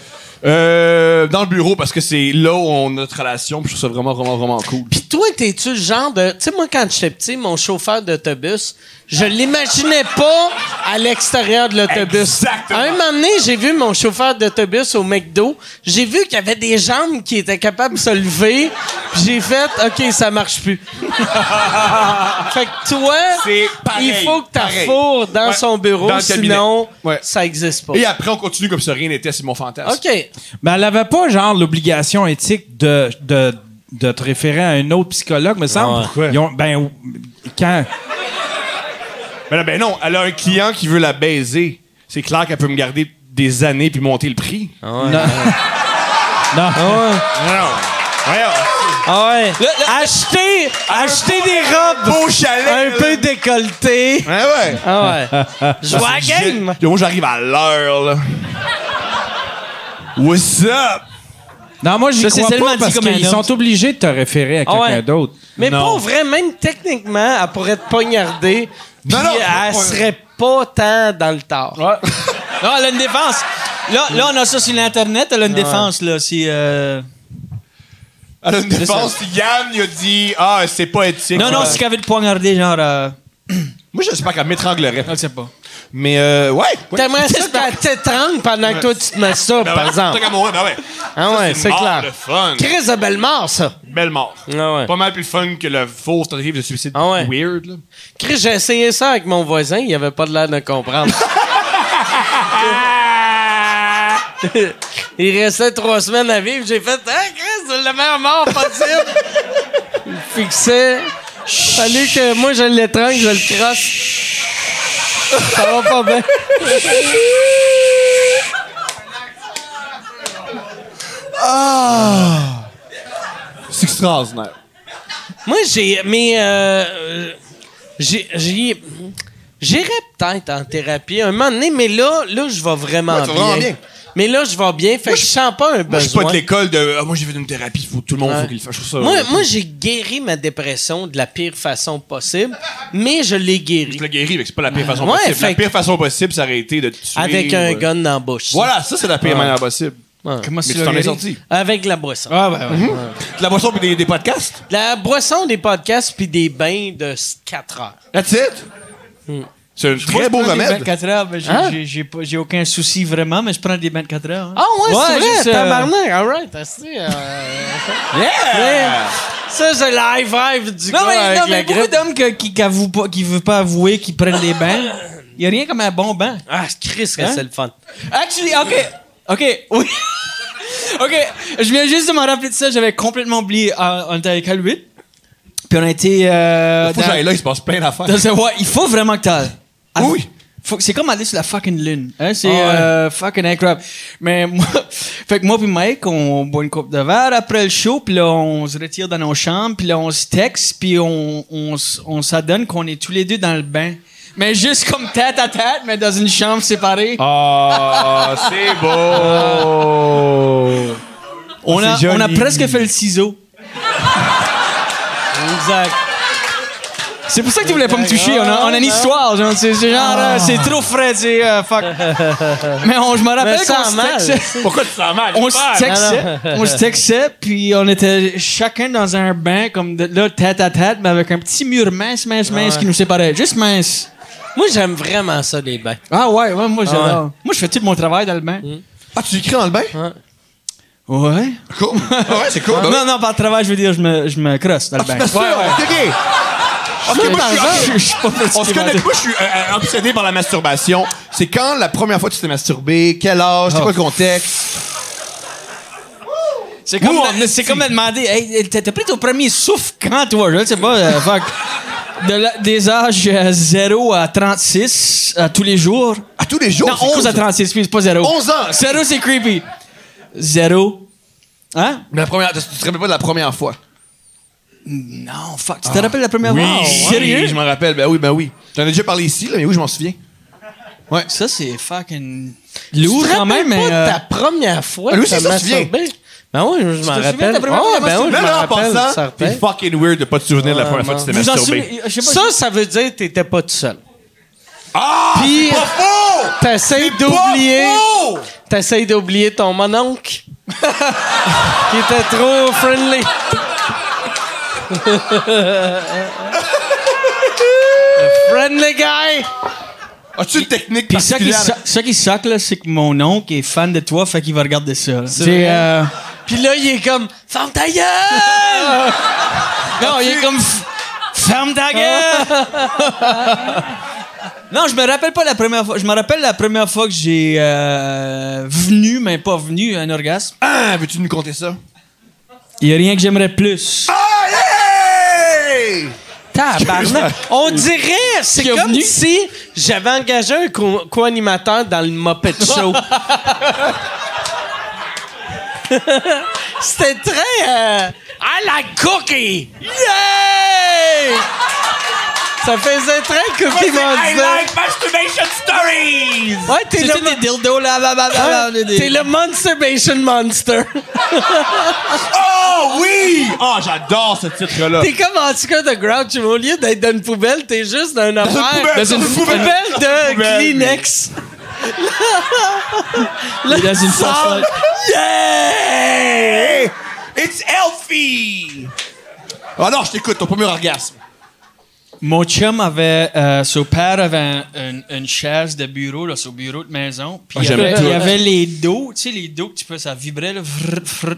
Speaker 4: Euh, dans le bureau, parce que c'est là où on a notre relation, puis je trouve ça vraiment, vraiment, vraiment cool.
Speaker 5: Pis toi, t'es-tu le genre de... Tu sais, moi, quand j'étais petit, mon chauffeur d'autobus, je l'imaginais pas à l'extérieur de l'autobus.
Speaker 4: Exactement.
Speaker 5: À un moment donné, j'ai vu mon chauffeur d'autobus au McDo. J'ai vu qu'il y avait des jambes qui étaient capables de se lever. Pis j'ai fait, OK, ça marche plus.
Speaker 4: (laughs)
Speaker 5: fait que toi,
Speaker 4: C'est pareil,
Speaker 5: il faut que
Speaker 4: pareil.
Speaker 5: t'affoures dans
Speaker 4: Ouais,
Speaker 5: son bureau,
Speaker 4: dans le cabinet.
Speaker 5: sinon,
Speaker 4: Ouais.
Speaker 5: ça existe pas.
Speaker 4: Et après, on continue comme ça, rien n'était, c'est mon fantasme.
Speaker 5: OK.
Speaker 3: Mais elle avait pas, genre, l'obligation éthique de, de, de te référer à un autre psychologue, me semble.
Speaker 4: Pourquoi?
Speaker 3: Ils ont- ben, ou- quand.
Speaker 4: Mais là, ben non, elle a un client qui veut la baiser. C'est clair qu'elle peut me garder des années puis monter le prix.
Speaker 5: Ah.
Speaker 3: Non.
Speaker 1: Ah
Speaker 4: Non, non. Voyons.
Speaker 5: Acheter, acheter des robes
Speaker 4: Beau chalet!
Speaker 5: un peu décolletées.
Speaker 4: Ouais, ouais.
Speaker 5: Ah ouais. Jouer à la game.
Speaker 4: Yo, moi, j'arrive à l'heure, là. What's up?
Speaker 3: Non, moi, j'y
Speaker 1: Ça, c'est
Speaker 3: crois
Speaker 1: tellement
Speaker 3: pas
Speaker 1: dit
Speaker 3: parce
Speaker 1: comme un
Speaker 3: qu'ils
Speaker 1: homme.
Speaker 3: sont obligés de te référer à
Speaker 5: Ah ouais.
Speaker 3: quelqu'un d'autre.
Speaker 5: Mais
Speaker 4: Non.
Speaker 5: pour vrai, même techniquement, elle pourrait te poignarder.
Speaker 4: Non,
Speaker 5: puis
Speaker 4: non,
Speaker 5: elle
Speaker 4: pas-
Speaker 5: serait pas tant dans le tort.
Speaker 1: Non, elle a une défense. Là, là, on a ça sur l'Internet. Elle a une défense, là. C'est, euh,
Speaker 4: Elle a une défense. Yann, il a dit, ah, c'est pas éthique.
Speaker 1: Non, non,
Speaker 4: Ouais.
Speaker 1: si qu'elle avait le poignarder, genre... Euh...
Speaker 4: Moi, j'espère qu'elle m'étranglerait.
Speaker 1: Je sais pas.
Speaker 4: Mais, euh, ouais. ouais.
Speaker 5: T'aimerais ça qu'elle t'étrangle pendant que toi tu te masturbes,
Speaker 4: Ben ouais,
Speaker 5: par exemple.
Speaker 4: tant qu'à mourir, ben ouais.
Speaker 5: Ah ouais, c'est
Speaker 4: mort,
Speaker 5: clair.
Speaker 4: le fun.
Speaker 5: Crise de belle mort, ça.
Speaker 4: Belle mort.
Speaker 5: Ah ouais.
Speaker 4: Pas mal plus fun que le faux tentative de suicide
Speaker 5: Ah ouais.
Speaker 4: weird, là.
Speaker 5: Chris, j'ai essayé ça avec mon voisin, il avait pas de l'air de
Speaker 4: (laughs)
Speaker 5: comprendre. il restait trois semaines à vivre, j'ai fait Hein, Chris, c'est le meilleur mort possible! il me fixait. Fallait que moi je l'étrangle, je le crosse. ça va pas bien.
Speaker 4: C'est
Speaker 5: Ah,
Speaker 4: extraordinaire.
Speaker 5: Moi, j'ai. Mais. euh, euh, j'ai- j'ai- J'irais peut-être en thérapie un moment donné, mais là, là je vais vraiment,
Speaker 4: Ouais, tu vas vraiment bien.
Speaker 5: Mais là, je vais bien. Fait que je sens pas un besoin.
Speaker 4: Moi, je suis pas de l'école de, ah, moi, j'ai fait une thérapie, faut, tout le monde, faut qu'il le fasse. Je trouve ça-
Speaker 5: Moi, moi, j'ai guéri ma dépression de la pire façon possible, mais je l'ai guéri.
Speaker 4: Je l'ai guéri, mais c'est pas la pire façon
Speaker 5: Ouais,
Speaker 4: possible. La
Speaker 5: fait-
Speaker 4: pire façon possible, ça aurait été de te tuer. euh,
Speaker 5: Avec un
Speaker 4: ouais.
Speaker 5: gun dans la bouche.
Speaker 4: Voilà, ça, c'est la pire manière possible.
Speaker 6: Comment
Speaker 4: Mais
Speaker 6: c'est
Speaker 4: tu t'en
Speaker 6: le
Speaker 4: es sorti.
Speaker 5: Avec la boisson.
Speaker 1: Ah, ben, ouais.
Speaker 4: De la boisson pis des, des podcasts.
Speaker 5: La boisson, des podcasts, puis des bains de 4 heures.
Speaker 4: That's it.
Speaker 5: Hmm.
Speaker 4: C'est un
Speaker 1: Moi,
Speaker 4: très
Speaker 1: je
Speaker 4: beau
Speaker 1: prends des
Speaker 4: remède.
Speaker 1: 24 heures, mais j'ai-
Speaker 5: Hein?
Speaker 1: j'ai- j'ai pas- j'ai aucun souci vraiment, mais je prends des 24 heures. hein.
Speaker 5: Ah ouais, c'est vrai,
Speaker 1: juste, euh,
Speaker 5: tabarnak. All right, assez,
Speaker 1: (laughs)
Speaker 5: euh, Yeah! Ça, c'est live rêve du
Speaker 1: Non,
Speaker 5: gars
Speaker 1: mais,
Speaker 5: avec
Speaker 1: non, mais
Speaker 5: la
Speaker 1: beaucoup
Speaker 5: grippe.
Speaker 1: d'hommes que- qui ne pas, qui veulent pas avouer qu'ils prennent des bains. Il y a rien comme un bon bain.
Speaker 5: Ah, Chris, que
Speaker 1: Hein?
Speaker 5: c'est le fun.
Speaker 1: Actually, OK. OK, oui. (laughs) OK, je viens juste de me rappeler de ça. J'avais complètement oublié. Euh, on était avec Al 8. Puis on a été... euh,
Speaker 4: Faut que
Speaker 1: dans-
Speaker 4: j'aille là, il se passe plein d'affaires.
Speaker 1: dans un- ouais, il faut vraiment que t'ailles. Ah,
Speaker 4: Oui.
Speaker 1: faut- C'est comme aller sur la fucking lune. Hein, c'est
Speaker 5: Ah ouais.
Speaker 1: euh, fucking incroyable. Mais moi, (laughs) fait que moi puis Mike, on boit une coupe de verre après le show, puis là, on se retire dans nos chambres, puis là, on se texte, puis on, on, s- on s'adonne qu'on est tous les deux dans le bain. Mais juste comme tête à tête, mais dans une chambre séparée.
Speaker 5: (laughs)
Speaker 4: Ah, c'est
Speaker 5: Ah.
Speaker 4: beau.
Speaker 1: on, a,
Speaker 3: c'est
Speaker 1: on a
Speaker 3: joli.
Speaker 1: presque fait le ciseau.
Speaker 5: Exact.
Speaker 1: C'est pour ça que tu voulais pas me toucher. On a, on a une histoire. Genre, c'est c'est genre,
Speaker 5: Ah.
Speaker 1: euh, c'est trop frais, c'est euh,
Speaker 5: (laughs)
Speaker 1: fuck. Mais on, je me rappelle
Speaker 5: Mais
Speaker 1: qu'on
Speaker 5: sans
Speaker 1: se
Speaker 5: mal.
Speaker 1: texte. (laughs)
Speaker 4: Pourquoi tu te sens mal?
Speaker 1: on se textait,
Speaker 5: non,
Speaker 1: on se textait, puis on était chacun dans un bain, comme de, là, tête à tête, mais avec un petit mur mince, mince, mince qui nous séparait. Juste mince.
Speaker 5: Moi, j'aime vraiment ça, les bains.
Speaker 1: Ah ouais, ouais, moi j'adore.
Speaker 5: Ah ouais. Mm.
Speaker 1: Moi, je fais tout mon travail dans le bain.
Speaker 4: Ah, tu écris dans le bain?
Speaker 1: Ouais.
Speaker 5: Ah,
Speaker 4: Cool. ouais, c'est
Speaker 5: ben-
Speaker 4: cool. bah oui.
Speaker 1: Non, non, par travail, je veux dire, je me, je me crosse dans le
Speaker 5: Ah,
Speaker 1: bain.
Speaker 4: Sûr, ok, ok. Ok, moi, je suis-
Speaker 1: Je- je suis pas fatigué,
Speaker 4: On se connecte. Moi, je suis euh, euh, obsédé par la masturbation. C'est quand la première fois que tu t'es masturbé? Quel âge? C'est quoi le
Speaker 1: Oh.
Speaker 4: contexte?
Speaker 1: C'est comme,
Speaker 4: Moi,
Speaker 1: de- c'est comme de demander, hey, t'as t'as pris ton premier souffle quand, toi? Je sais pas, euh, fuck. De la- des âges euh, 0 à 36 à tous les jours.
Speaker 4: À tous les jours?
Speaker 1: Non,
Speaker 4: Oh, c'est
Speaker 1: 11
Speaker 4: cool,
Speaker 1: à
Speaker 4: ça.
Speaker 1: 36, puis c'est pas 0.
Speaker 4: 11 ans.
Speaker 1: Zéro, c'est creepy. Zéro. Hein?
Speaker 4: Mais La première, tu te rappelles pas de la première fois?
Speaker 1: Non, fuck. Tu te rappelles la première fois?
Speaker 4: Ah. Oui,
Speaker 1: Sérieux?
Speaker 4: Je m'en rappelle. Ben oui, ben oui. J'en ai déjà parlé ici, là, mais oui, je m'en souviens.
Speaker 1: Ça, c'est fucking.
Speaker 5: Lourd
Speaker 1: quand même, mais,
Speaker 5: pas de
Speaker 1: euh,
Speaker 5: ta première fois
Speaker 4: Ah, lui
Speaker 5: que
Speaker 4: aussi,
Speaker 5: t'as
Speaker 4: ça se
Speaker 5: masturbé. Ben oui, je m'en
Speaker 1: te souviens de ta
Speaker 5: rappelle.
Speaker 1: première
Speaker 5: Ah,
Speaker 1: fois que t'as
Speaker 5: ben oui, je
Speaker 4: Là,
Speaker 5: m'en
Speaker 4: là, en
Speaker 5: rappelle.
Speaker 4: passant,
Speaker 5: certain.
Speaker 4: c'est fucking weird de pas te souvenir de la première
Speaker 5: Ah,
Speaker 4: fois que tu t'es
Speaker 1: Vous en
Speaker 4: masturbé.
Speaker 1: souvenez? Je sais pas.
Speaker 5: Ça, ça veut dire que t'étais pas tout seul.
Speaker 4: Ah!
Speaker 5: Puis-
Speaker 4: C'est pas faux!
Speaker 5: T'essayes
Speaker 4: C'est pas
Speaker 5: d'oublier...
Speaker 4: faux!
Speaker 5: T'essayes d'oublier
Speaker 4: (laughs)
Speaker 5: ton mononcle. qui était trop friendly. The friendly guy.
Speaker 4: As-tu une technique
Speaker 1: Puis ça qui,
Speaker 4: particulière?
Speaker 1: sa- ça qui sac, là, c'est que mon oncle est fan de toi, fait qu'il va regarder ça. là.
Speaker 5: vrai?
Speaker 1: C'est. euh,
Speaker 5: Puis là, il est comme, ferme
Speaker 4: (laughs)
Speaker 5: ta gueule!
Speaker 1: Non, il est comme. f- Ferme ta gueule! (laughs) Non, je me rappelle pas la première fois. Je me rappelle la première fois que j'ai euh, venu, mais pas venu, un orgasme.
Speaker 4: Ah, veux-tu nous compter ça?
Speaker 1: Il y a rien que j'aimerais plus.
Speaker 4: Ah, yeah! (laughs)
Speaker 5: Tabarnak. On dirait, c'est
Speaker 1: Qui est
Speaker 5: comme
Speaker 1: venu?
Speaker 5: si j'avais engagé un co- co-animateur dans le Muppet Show. C'était très... euh, I like cookie! Yay! Ça faisait très cookie monster.
Speaker 4: masturbation stories!
Speaker 5: Ouais, t'es le,
Speaker 1: C'était des dildos, là, bah, bah, bah, bah, des-
Speaker 5: t'es le Monsterbation Monster.
Speaker 4: Oh, oui! Oh, j'adore ce titre-là.
Speaker 5: t'es comme en tout cas de Grouch, mais au lieu d'être dans une poubelle, t'es juste dans une affaire.
Speaker 4: poubelle, dans une
Speaker 5: poubelle de
Speaker 4: poubelle, mais-
Speaker 5: Kleenex.
Speaker 1: Il est dans une façade.
Speaker 4: Yeah! It's healthy! Ah non, je t'écoute, ton premier orgasme.
Speaker 1: Mon chum avait. euh, son père avait un- une- une chaise de bureau, là, son bureau de maison. Puis il y
Speaker 4: j'aime
Speaker 1: avait,
Speaker 4: Ah, tout.
Speaker 1: il y avait les dos, tu sais, les dos que tu peux, ça vibrait, là. vrr, vrr.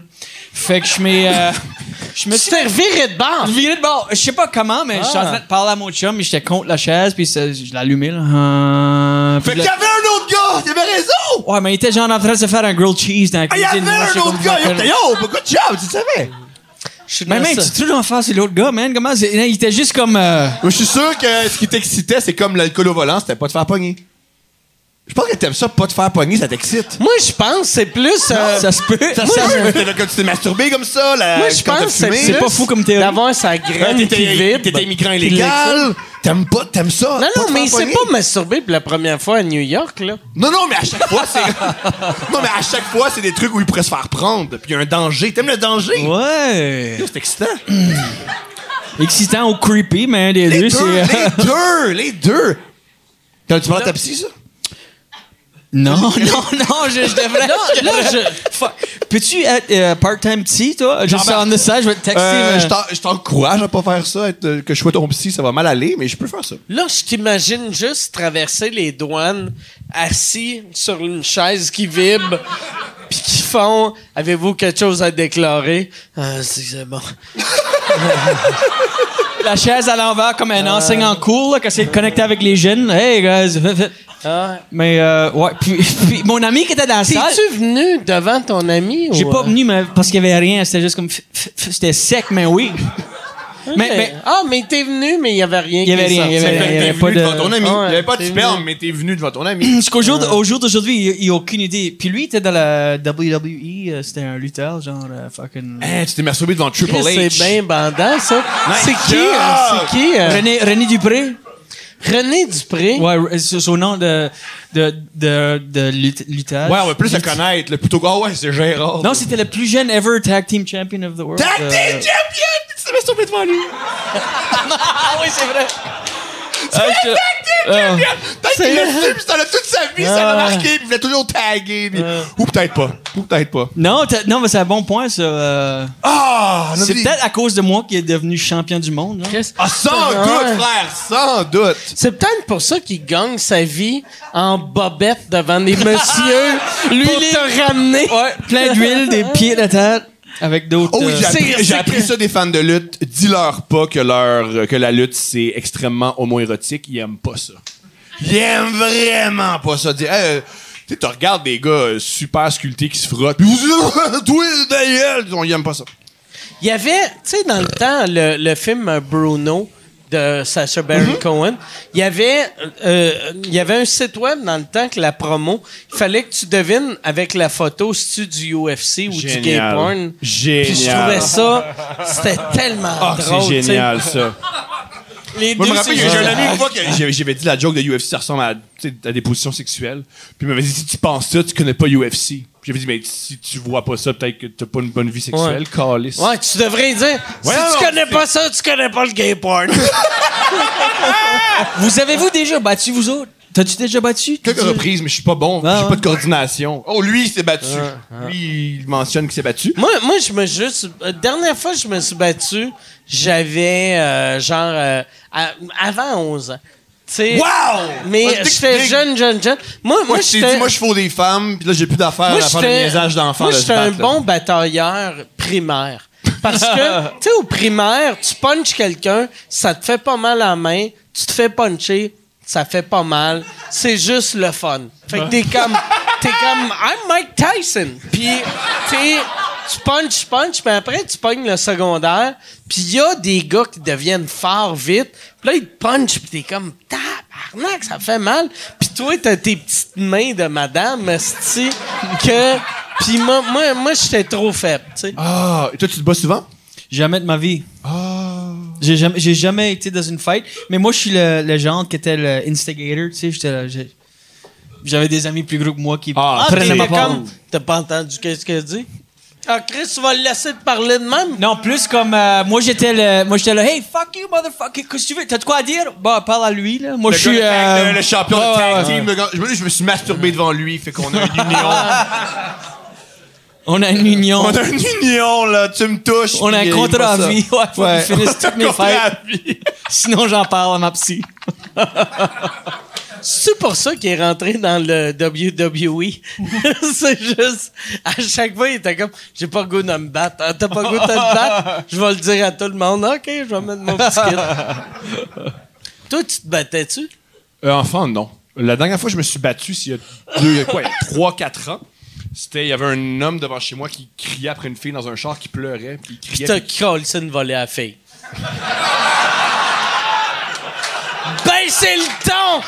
Speaker 1: Fait que je m'ai. euh, (laughs) je me
Speaker 5: Tu
Speaker 1: suis
Speaker 5: t'es reviré de
Speaker 4: Ah.
Speaker 5: bord.
Speaker 1: Je virais de bord. Je sais pas comment, mais je suis en train de parler à mon chum, mais j'étais contre la chaise, puis c'est- je l'allumais, là. Euh, puis
Speaker 4: Fait qu'il y
Speaker 1: là-
Speaker 4: avait un autre gars, il avait raison!
Speaker 1: Ouais, mais il était genre en train de se faire un grilled cheese dans la
Speaker 4: Ah, il y
Speaker 1: cuisine.
Speaker 4: avait
Speaker 1: là, je sais
Speaker 4: un
Speaker 1: pas
Speaker 4: autre
Speaker 1: comment
Speaker 4: gars!
Speaker 1: ça s'appelle.
Speaker 4: Il yo, pourquoi tu chambres, tu le savais?
Speaker 1: Mais mec, tu te trouves en face de l'autre gars, man. Comment c'est- Il était juste comme. euh,
Speaker 4: Moi, je suis sûr que ce qui t'excitait, c'est comme l'alcool au volant, c'était pas te faire pogner. Je pense que t'aimes ça, pas te faire pogner, ça t'excite.
Speaker 5: Moi, je pense que c'est plus. euh,
Speaker 1: ça se peut.
Speaker 4: Ça,
Speaker 1: Moi,
Speaker 4: ça,
Speaker 1: je-
Speaker 4: c'est là que tu t'es masturbé comme ça, la,
Speaker 5: moi, je
Speaker 4: quand
Speaker 5: pense
Speaker 4: t'as
Speaker 5: que c'est
Speaker 4: fumé.
Speaker 5: plus
Speaker 1: C'est pas fou comme théorie.
Speaker 5: D'avoir sa graine
Speaker 4: Ouais,
Speaker 5: qui
Speaker 4: T'étais
Speaker 5: vibre.
Speaker 4: t'étais immigrant illégal, t'aimes pas, t'aimes ça.
Speaker 5: Non,
Speaker 4: pas
Speaker 5: non,
Speaker 4: te
Speaker 5: mais il
Speaker 4: faire
Speaker 5: s'est
Speaker 4: pogner.
Speaker 5: pas masturbé pour la première fois à New York, là.
Speaker 4: Non, non, mais à chaque fois, c'est. (laughs) non, mais à chaque fois, c'est des trucs où il pourrait se faire prendre. Puis il y a un danger. T'aimes le danger?
Speaker 1: Ouais.
Speaker 4: C'est excitant.
Speaker 1: Excitant ou creepy, mais un des
Speaker 4: Les
Speaker 5: euh,
Speaker 1: deux, euh,
Speaker 4: deux,
Speaker 1: c'est.
Speaker 4: les deux, les deux. T'as- Tu parles à ta psy, ça?
Speaker 1: (laughs) Non, non, non, je, je devrais.
Speaker 5: Là, là,
Speaker 1: (laughs)
Speaker 5: je...
Speaker 1: Fuck. Peux-tu être euh, part-time psy, toi? Juste en ça, je vais te texter.
Speaker 4: Ah, ben, Euh,
Speaker 1: mais-
Speaker 4: je t'en- je t'encourage à pas faire ça, être, euh, que je sois ton psy, ça va mal aller, mais je peux faire ça.
Speaker 5: là, je t'imagine juste traverser les douanes assis sur une chaise qui vibre, puis qui font Avez-vous quelque chose à déclarer Ah, c'est c'est bon.
Speaker 1: La chaise à l'envers comme un enseigne
Speaker 4: Euh.
Speaker 1: en cours, là, quand c'est connecté avec les jeunes. Hey, guys.
Speaker 5: Ah.
Speaker 1: Mais, euh, ouais. Puis, puis mon ami qui était dans la salle.
Speaker 5: T'es-tu venu devant ton ami
Speaker 1: J'ai
Speaker 5: ou,
Speaker 1: pas
Speaker 5: euh,
Speaker 1: venu mais, parce qu'il y avait rien. C'était juste comme. f- f- f- C'était sec, mais oui. Mais,
Speaker 5: mais-
Speaker 1: mais
Speaker 5: ah, mais t'es venu, mais il y avait rien.
Speaker 1: Il y avait
Speaker 5: qui
Speaker 1: rien,
Speaker 5: est sorti.
Speaker 1: il y avait rien. avait
Speaker 4: Fait que Ben, t'es venu
Speaker 1: pas de-
Speaker 4: devant ton ami.
Speaker 5: Ouais,
Speaker 4: il n'y avait pas de
Speaker 5: c'est
Speaker 4: sperme, mais t'es venu Mm. devant ton ami.
Speaker 1: Jusqu'au jour, au jour d'aujourd'hui, il- il a aucune idée. Puis lui, il était dans la WWE, euh, c'était un lutteur, genre euh, fucking.
Speaker 4: Hey, Eh, tu t'es masturbé devant Triple
Speaker 5: Chris,
Speaker 4: H.
Speaker 5: C'est bien bandant, ça. C'est qui?
Speaker 4: God!
Speaker 5: euh, c'est qui? euh,
Speaker 1: René, René Dupré?
Speaker 5: René Dupré.
Speaker 1: Ouais, euh, son son nom de, de, de, de lut- lutteur.
Speaker 4: Ouais, on va plus le connaître, là, plutôt que. Ah ouais, c'est Gérard.
Speaker 1: Non, c'était le plus jeune ever tag team champion of the world.
Speaker 4: Tag
Speaker 1: Euh,
Speaker 4: team champion! Tu t'es masturbé devant lui.
Speaker 1: (laughs) Ah oui, c'est vrai! Euh,
Speaker 4: Peut-être qu'il l'a su, puis ça l'a toute sa vie, ça l'a marqué, puis il l'a toujours tagué. puis- Ou peut-être pas. Ou peut-être pas.
Speaker 1: Non, t'as- non mais c'est un bon point, ça. euh,
Speaker 4: Ah! on a
Speaker 1: c'est
Speaker 4: dit-
Speaker 1: peut-être à cause de moi qu'il est devenu champion du monde. genre.
Speaker 5: Chris.
Speaker 4: Ah, sans
Speaker 5: Ouais.
Speaker 4: doute, frère, sans doute.
Speaker 5: C'est peut-être pour ça qu'il gagne sa vie en bobette
Speaker 4: (laughs)
Speaker 5: devant des messieurs. Lui, pour te ramener.
Speaker 1: Ouais, plein d'huile,
Speaker 4: (laughs)
Speaker 1: des pieds, de la tête, avec d'autres.
Speaker 4: Oh oui,
Speaker 1: euh,
Speaker 4: j'ai
Speaker 5: c'est-
Speaker 4: appris,
Speaker 5: c'est
Speaker 4: j'ai appris
Speaker 5: que-
Speaker 4: ça des fans de lutte. Dis-leur pas que, leur, que la lutte, c'est extrêmement homoérotique. Ils aiment pas ça. Ils aiment vraiment pas ça. Dire, hey, tu sais, tu regardes des gars euh, super sculptés qui se frottent. Puis, (laughs) toi, d'ailleurs, ils aiment pas ça.
Speaker 5: Il y avait, tu sais, dans le temps, le, le film euh, Bruno de Sacha Baron
Speaker 4: Mm-hmm.
Speaker 5: Cohen, il y avait, euh, il y avait un site web dans le temps que la promo, il fallait que tu devines avec la photo si tu du UFC ou du gay
Speaker 4: Génial.
Speaker 5: porn.
Speaker 4: Génial.
Speaker 5: Puis je trouvais ça, c'était tellement
Speaker 4: Ah,
Speaker 5: drôle.
Speaker 4: c'est
Speaker 5: tu sais.
Speaker 4: génial,
Speaker 5: (laughs)
Speaker 4: ça.
Speaker 5: Les
Speaker 4: Moi, je
Speaker 5: deux,
Speaker 4: me rappelle,
Speaker 5: c'est
Speaker 4: j'ai un
Speaker 5: génial.
Speaker 4: ami une fois que j'avais- j'avais dit la joke de UFC, ça ressemble à, tu sais, à des positions sexuelles. Puis il m'avait dit, si tu penses ça, tu connais pas UFC. Puis j'avais dit, mais si tu vois pas ça, peut-être que t'as pas une bonne vie sexuelle, calisse.
Speaker 5: Ouais, tu devrais dire, si
Speaker 4: Ouais,
Speaker 5: tu
Speaker 4: non,
Speaker 5: connais pas ça, tu connais pas le
Speaker 4: (laughs)
Speaker 5: gay porn.
Speaker 1: Vous avez-vous déjà battu, vous autres? T'as-tu déjà battu?
Speaker 4: Quelques reprises, mais je suis pas bon.
Speaker 1: Ah,
Speaker 4: J'ai
Speaker 1: ouais. Ah,
Speaker 4: pas de coordination. Oh, lui, il s'est battu. Lui, il mentionne qu'il s'est battu.
Speaker 5: Moi, moi je me juste. euh, dernière fois que je me suis battu, j'avais euh, genre. euh, à- avant 11 ans. Tu sais.
Speaker 4: Wow! Moi,
Speaker 5: Mais
Speaker 4: dès que-
Speaker 5: j'étais
Speaker 4: dès que-
Speaker 5: jeune, jeune, jeune. Moi, moi,
Speaker 4: Moi, je t'ai
Speaker 5: j'étais.
Speaker 4: dit, moi, je fous des femmes, puis là, j'ai plus d'affaires
Speaker 5: moi,
Speaker 4: à faire le
Speaker 5: j'étais-
Speaker 4: niaisage d'enfants.
Speaker 5: Moi,
Speaker 4: de se
Speaker 5: j'étais un
Speaker 4: battre, là.
Speaker 5: bon batailleur primaire.
Speaker 4: (laughs)
Speaker 5: Parce que, tu sais, au primaire, tu punches quelqu'un, ça te fait pas mal en main, tu te fais puncher, ça fait pas mal. C'est juste le fun. Fait que t'es comme, t'es comme, I'm Mike Tyson. Puis, tu sais, tu punches, tu punches, mais après, tu pognes le secondaire, puis il y a des gars qui deviennent forts vite, puis là, ils te punchent, puis t'es comme, tabarnak, ça fait mal. Puis toi, t'as tes petites mains de madame, esti, que... Puis moi, moi, moi j'étais trop faible, tu sais.
Speaker 4: Ah, et toi, tu te bats souvent?
Speaker 1: Jamais de ma vie. J'ai jamais, j'ai jamais été dans une fight. Mais moi, je suis le, le genre qui était le instigator, tu sais. j'étais le- j'ai- J'avais des amis plus gros que moi qui
Speaker 4: Ah,
Speaker 5: puis
Speaker 1: prenaient
Speaker 5: t'es
Speaker 1: ma part.
Speaker 5: comme... T'as pas entendu qu'est-ce qu'elle dit? Ah, Chris, tu vas le laisser te parler de même?
Speaker 1: Non, plus comme... euh, moi, j'étais le... Moi, j'étais le... Hey, fuck you, motherfucker. Qu'est-ce que tu veux? T'as de quoi à dire? Bah, parle à lui, là. Moi,
Speaker 4: Le
Speaker 1: je suis...
Speaker 4: gars de tag,
Speaker 1: euh,
Speaker 4: le, le champion
Speaker 1: ouais,
Speaker 4: de tag
Speaker 1: ouais, ouais.
Speaker 4: team. le gars- je, me- je me suis masturbé devant lui, fait qu'on
Speaker 1: (laughs)
Speaker 4: a une union.
Speaker 1: On a une union.
Speaker 4: on a une union, là. Tu me touches.
Speaker 1: On a
Speaker 4: puis
Speaker 1: un
Speaker 4: il
Speaker 1: contrat
Speaker 4: aime
Speaker 1: à
Speaker 4: pas ça.
Speaker 1: vie. Ouais, faut
Speaker 4: Ouais.
Speaker 1: qu'ils finissent toutes mes
Speaker 4: (laughs) Contrat à
Speaker 1: fights. Sinon, j'en parle à ma psy.
Speaker 5: C'est pour ça qu'il est rentré dans le WWE. (laughs) c'est juste, à chaque fois, il était comme, j'ai pas le goût de me battre. Ah, T'as pas le goût de te battre? Je vais le dire à tout le monde. OK, je vais mettre mon petit kit. Toi, tu te battais-tu?
Speaker 4: Euh, enfant, non. La dernière fois, je me suis battu, s'il y a deux, il y a quoi, (laughs) il y a trois, quatre ans. C'était, il y avait un homme devant chez moi qui criait après une fille dans un char qui pleurait, puis il
Speaker 5: Puis
Speaker 4: criait.
Speaker 5: t'as
Speaker 4: puis-
Speaker 5: collé une volée à la fille. ben, c'est le temps!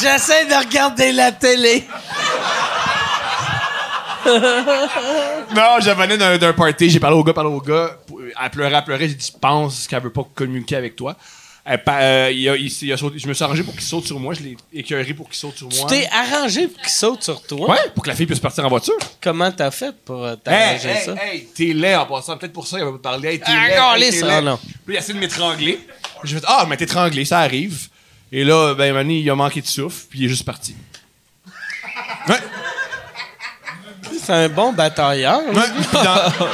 Speaker 5: J'essaie de regarder la télé.
Speaker 4: Non, je venais d'un, d'un party, j'ai parlé au gars, parlé au gars, p- elle pleurait, elle pleurait, j'ai dit, je pense qu'elle veut pas communiquer avec toi. Elle pa- euh, il a- il s'est- il a sauté- je me suis arrangé pour qu'il saute sur moi, je l'ai écœuré pour qu'il saute sur
Speaker 5: Tu
Speaker 4: moi.
Speaker 5: t'es arrangé pour qu'il saute sur toi.
Speaker 4: Ouais, pour que la fille puisse partir en voiture.
Speaker 5: Comment t'as fait pour euh,
Speaker 4: Hey,
Speaker 5: t'arranger
Speaker 4: hey,
Speaker 5: ça?
Speaker 4: hey, t'es laid en passant. Peut-être pour ça, il va me parler. Hey, t'es
Speaker 5: Ah,
Speaker 4: laid.
Speaker 5: calé,
Speaker 4: t'es
Speaker 5: ça,
Speaker 4: laid.
Speaker 5: non.
Speaker 4: Puis il essaie de m'étrangler. J'ai fait Ah, mais t'étrangler, ça arrive. Et là, ben, Manny, il a manqué de souffle, puis il est juste parti. (laughs) Ouais,
Speaker 5: C'est un bon batailleur.
Speaker 4: ouais. puis
Speaker 5: (laughs)
Speaker 4: dans-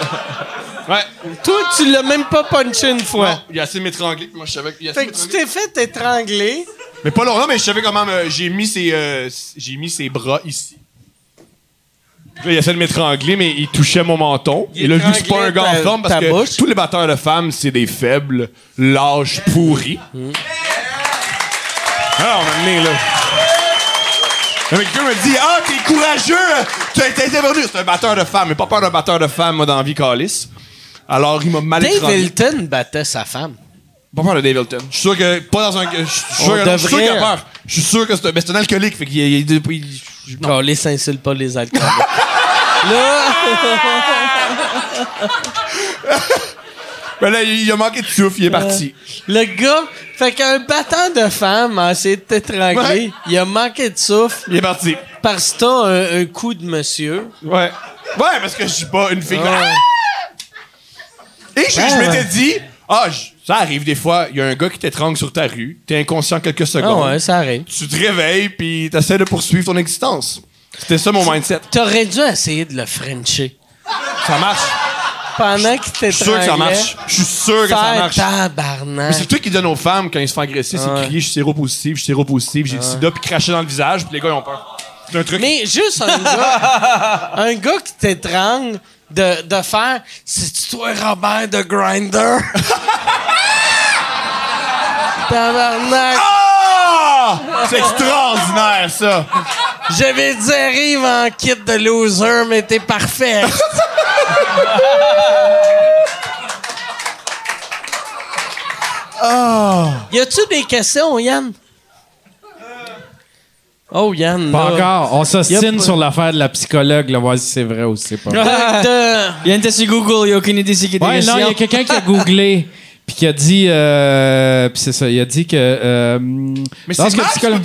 Speaker 4: Ouais.
Speaker 5: Toi, tu l'as même pas punché une fois.
Speaker 4: Non, il a essayé de m'étrangler, puis moi, je savais qu'il a essayé
Speaker 5: Fait
Speaker 4: de
Speaker 5: que tu
Speaker 4: m'étrangler.
Speaker 5: t'es fait étrangler.
Speaker 4: Mais pas longtemps, mais je savais comment me- j'ai mis ses, euh, j'ai mis ses bras ici. Puis Là, il essayait de m'étrangler, mais il touchait mon menton.
Speaker 5: Il
Speaker 4: et là, vu que c'est pas un gars en
Speaker 5: étranglait ta-
Speaker 4: forme, parce
Speaker 5: ta
Speaker 4: que
Speaker 5: bouche.
Speaker 4: tous les batteurs de femmes, c'est des faibles, lâches, pourris.
Speaker 5: Mm.
Speaker 4: Alors, on m'a là. Le mec, quelqu'un me dit Ah, t'es courageux! T'as été intervenu! C'est un batteur de femmes, mais pas peur d'un batteur de femmes, moi, dans la vie, Calis. Alors, il m'a mal
Speaker 5: Dave
Speaker 4: étranglé.
Speaker 5: Hilton battait sa femme.
Speaker 4: Pas peur de Dave Hilton. Je suis sûr que. Pas dans un. Je suis sûr, que- je suis sûr
Speaker 5: On devrait-
Speaker 4: qu'il a peur. Je suis sûr que c'est un, mais c'est un alcoolique. Fait qu'il. il- il- il- je- non.
Speaker 5: Non, les s'insulte pas les alcools. (laughs) là,
Speaker 4: Mais Euh, là, il, il a manqué de souffle, il est parti.
Speaker 5: le gars, fait qu'un battant de femme a essayé de t'étrangler.
Speaker 4: Ouais.
Speaker 5: Il a manqué de souffle
Speaker 4: Il est parti.
Speaker 5: parce que t'as un, un coup de monsieur.
Speaker 4: Ouais. Ouais, parce que je suis pas une fille. qui- Ah! Et je, je m'étais dit. Ah, je- ça arrive des fois. Il y a un gars qui t'étrangle sur ta rue. T'es inconscient quelques
Speaker 5: Ah
Speaker 4: secondes.
Speaker 5: ouais, ça arrive.
Speaker 4: Tu te réveilles, puis t'essaies de poursuivre ton existence. C'était ça mon mindset.
Speaker 5: T'aurais dû essayer de le Frencher.
Speaker 4: Ça marche.
Speaker 5: Pendant qu'il
Speaker 4: Je suis
Speaker 5: t'étranglait.
Speaker 4: sûr que ça marche. Je suis sûr que ça
Speaker 5: Faire
Speaker 4: marche. Mais
Speaker 5: tabarnak.
Speaker 4: c'est le truc qu'ils donnent aux femmes quand ils se font agresser, c'est crier je suis séropositif, je suis séropositif, j'ai le sida, puis cracher dans le visage, puis les gars ils ont peur. C'est un truc.
Speaker 5: Mais juste un gars,
Speaker 3: (laughs)
Speaker 5: un gars qui t'étrangle de, de faire C'est-tu toi Robert
Speaker 3: (laughs)
Speaker 5: de Grinder? Tabarnak!
Speaker 4: Ah! C'est extraordinaire ça!
Speaker 5: J'avais dit arrive en kit de loser, mais t'es parfait!
Speaker 3: (laughs) Ah!
Speaker 5: Y a-tu des questions, Yann? Oh, Yann.
Speaker 3: Euh. Pas
Speaker 5: là.
Speaker 3: encore. On
Speaker 5: Yep.
Speaker 3: s'ostine sur l'affaire de la psychologue, là, voir si c'est vrai ou si c'est pas vrai.
Speaker 5: De-
Speaker 1: Il y a une test sur Google, il n'y a aucune idée c'est qui est
Speaker 3: Ouais, non, il y a quelqu'un qui a
Speaker 5: (laughs)
Speaker 3: googlé. Puis qui a dit, euh, puis c'est ça, il a dit que euh,
Speaker 4: c'est mal, ce que t'as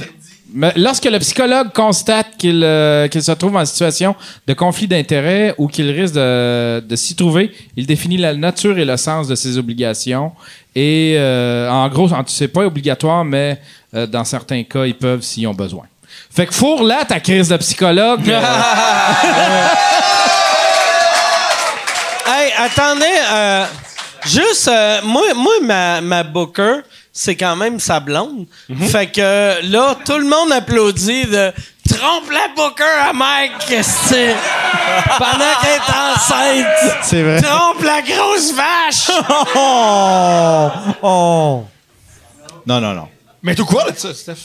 Speaker 3: Mais lorsque le psychologue constate qu'il euh, qu'il se trouve en situation de conflit d'intérêts ou qu'il risque de, de s'y trouver, il définit la nature et le sens de ses obligations. Et euh, en gros, en- c'est pas obligatoire, mais euh, dans certains cas, ils peuvent s'ils ont besoin. Fait que fourre là ta crise de
Speaker 4: (laughs)
Speaker 3: psychologue. euh,
Speaker 5: Hey, attendez, euh, juste, euh, moi, moi, ma, ma booker, c'est quand même sa blonde.
Speaker 4: Mhm.
Speaker 5: Fait que là, tout le monde applaudit de Trompe la booker à Mike, qu'est-ce que c'est? Pendant qu'elle est enceinte.
Speaker 3: c'est vrai.
Speaker 5: Trompe la
Speaker 4: (laughs)
Speaker 5: grosse vache!
Speaker 4: Oh!
Speaker 3: Non, non, non.
Speaker 4: Mais t'es au courant de ça, Steph?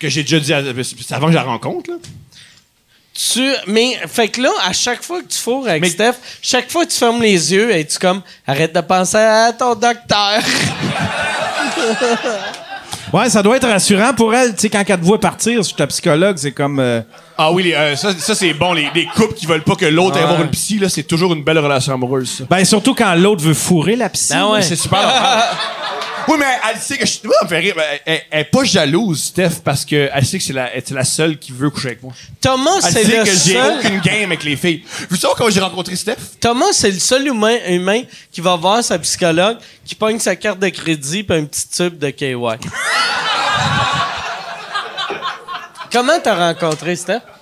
Speaker 4: Que j'ai déjà dit à- c'est avant que je la rencontre là.
Speaker 5: tu, mais, fait que là, à chaque fois que tu fourres avec Steph, chaque fois que tu fermes les yeux, es-tu comme Arrête de penser à ton docteur?
Speaker 3: Ouais, ça doit être rassurant pour elle, tu sais, quand elle te voit partir sur ta psychologue, c'est comme. euh,
Speaker 4: Ah oui, les, euh, ça, ça, c'est bon, les, les couples qui veulent pas que l'autre aille avoir une psy, là, c'est toujours une belle relation amoureuse ça.
Speaker 3: Ben, surtout quand l'autre veut fourrer la psy.
Speaker 5: Ben ouais.
Speaker 4: C'est super. normal. (laughs) oui, mais elle sait que je suis. Moi, ça me fait rire. mais Elle, elle- elle est pas jalouse, Steph, parce qu'elle sait que c'est la, elle- c'est la seule qui veut coucher avec moi.
Speaker 5: Thomas,
Speaker 4: Elle
Speaker 5: c'est
Speaker 4: sait
Speaker 5: le
Speaker 4: que j'ai
Speaker 5: seul.
Speaker 4: aucune game avec les filles. Vous savez comment j'ai rencontré Steph?
Speaker 5: Thomas, c'est le seul humain, humain qui va voir sa psychologue, qui pogne sa carte de crédit puis un petit tube de KY. (laughs) Comment t'as rencontré Steph?
Speaker 4: Euh.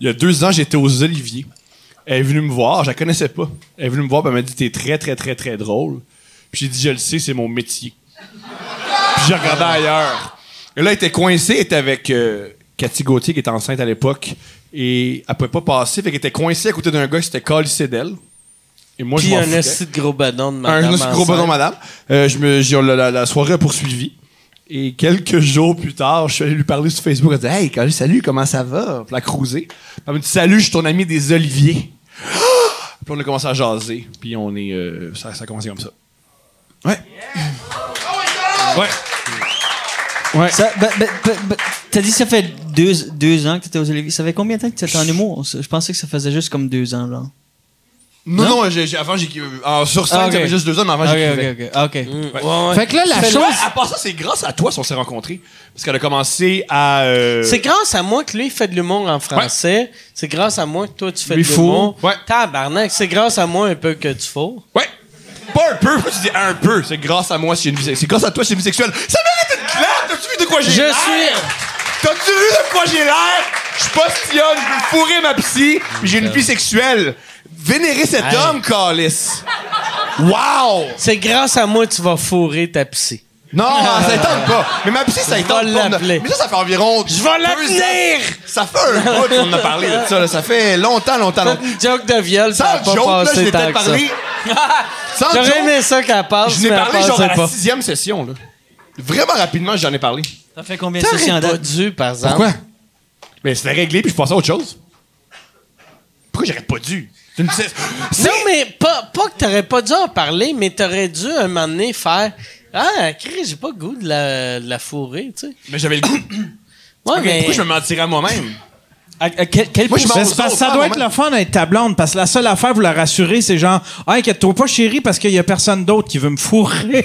Speaker 4: Il y a deux ans, j'étais aux Oliviers. Elle est venue me voir, je la connaissais pas. Elle est venue me voir, puis elle m'a dit T'es très, très, très, très drôle. Puis j'ai dit Je le sais, c'est mon métier. Puis j'ai regardé ailleurs. Et là, elle était coincée, elle était avec euh, Cathy Gauthier, qui était enceinte à l'époque. Et elle pouvait pas passer, fait qu'elle était coincée à côté d'un gars qui s'était calissé d'elle. Et moi, je
Speaker 5: Puis
Speaker 4: m'en
Speaker 5: un
Speaker 4: foutais.
Speaker 5: esti de gros badon de
Speaker 4: Un
Speaker 5: madame.
Speaker 4: je me suis gros
Speaker 5: enceinte.
Speaker 4: bonhomme, madame. Euh, je me, j'ai- la, la- la soirée a poursuivi. Et quelques jours plus tard, je suis allé lui parler sur Facebook. Elle dit Hey, quand salut, comment ça va Puis la cruiser. Puis elle me dit Salut, je suis ton ami des Oliviers. Ah! Puis on a commencé à jaser. Puis on est. euh, ça, ça a commencé comme ça. Ouais.
Speaker 1: Ça- ben, ben, ben, ben, T'as dit que ça fait deux, deux ans que t'étais aux Olivier. Ça fait combien de temps que t'étais en humour? Je pensais que ça faisait juste comme deux ans, là.
Speaker 4: Non, non, j'ai, j'ai- avant, j'ai. en- sur scène,
Speaker 1: Ah, ok.
Speaker 4: j'avais juste deux ans, mais avant, j'ai.
Speaker 1: ok, ok. ok.
Speaker 3: Fait que là, la chose.
Speaker 4: à part ça, c'est grâce à toi si on s'est rencontrés. Parce qu'elle a commencé à. euh,
Speaker 5: C'est grâce à moi que lui il fait de l'humour en français. C'est grâce à moi que toi tu fais
Speaker 4: Lui
Speaker 5: de l'humour.
Speaker 4: fourre. Ouais.
Speaker 5: Tabarnak, c'est grâce à moi un peu que tu fourres.
Speaker 4: Ouais. Pas un peu, pourquoi tu dis un peu? C'est grâce à moi si j'ai une vie sexuelle. C'est grâce à toi si j'ai une vie sexuelle. Ça mérite une clap! T'as-tu vu de quoi j'ai
Speaker 8: Je
Speaker 4: l'air?
Speaker 8: suis-
Speaker 4: T'as-tu vu de quoi j'ai l'air? Je suis postillonne, je veux fourrer ma psy, puis j'ai une vie sexuelle. Vénérer cet homme, Calis. Wow!
Speaker 5: C'est grâce à moi que tu vas fourrer ta psy.
Speaker 4: Non,
Speaker 5: (laughs)
Speaker 4: ça y tente pas. Mais ma psy, ça y
Speaker 5: Je
Speaker 4: tente
Speaker 5: vais
Speaker 4: pas.
Speaker 5: l'appeler.
Speaker 4: Mais ça, ça fait environ. Je vais
Speaker 5: l'appeler.
Speaker 4: Ça fait un bout qu'on a parlé de ça, là. Ça fait longtemps, longtemps,
Speaker 5: Faites
Speaker 4: longtemps.
Speaker 5: une joke de viol, ça
Speaker 4: Sans
Speaker 5: n'a pas
Speaker 4: joke, là, je
Speaker 5: passé
Speaker 4: l'ai
Speaker 5: tant
Speaker 4: peut-être
Speaker 5: que ça. (laughs)
Speaker 4: parlé. Sans
Speaker 5: J'aurais
Speaker 4: joke,
Speaker 5: aimé ça qu'elle passe,
Speaker 4: je n'ai
Speaker 5: mais elle
Speaker 4: parlé genre
Speaker 5: passait
Speaker 4: à la
Speaker 5: Ah, pas.
Speaker 4: sixième session, là. Vraiment rapidement, j'en ai parlé.
Speaker 1: Ça fait combien de sessions en
Speaker 5: T'aurais pas
Speaker 1: date?
Speaker 5: dû, par exemple.
Speaker 4: Mais c'était réglé, puis je passais à autre chose. Pourquoi j'aurais pas dû? C'est une session.
Speaker 5: (laughs) Non, mais pas, pas que t'aurais pas dû en parler, mais t'aurais dû, un moment donné, faire... Ah, Chris, j'ai pas le goût de la, de la fourrer, tu sais.
Speaker 4: Mais j'avais le goût.
Speaker 5: Ouais,
Speaker 4: Ok,
Speaker 5: mais...
Speaker 4: Pourquoi je me mentirais à moi-même?
Speaker 1: À- à quel, quel
Speaker 4: Moi, je
Speaker 1: pourcent-
Speaker 4: m'en-
Speaker 3: Mais c'est parce que ça doit être le fun d'être ta blonde, parce que la seule affaire pour la rassurer, c'est genre, ah, inquiète-toi pas, chérie, parce qu'il y a personne d'autre qui veut me fourrer.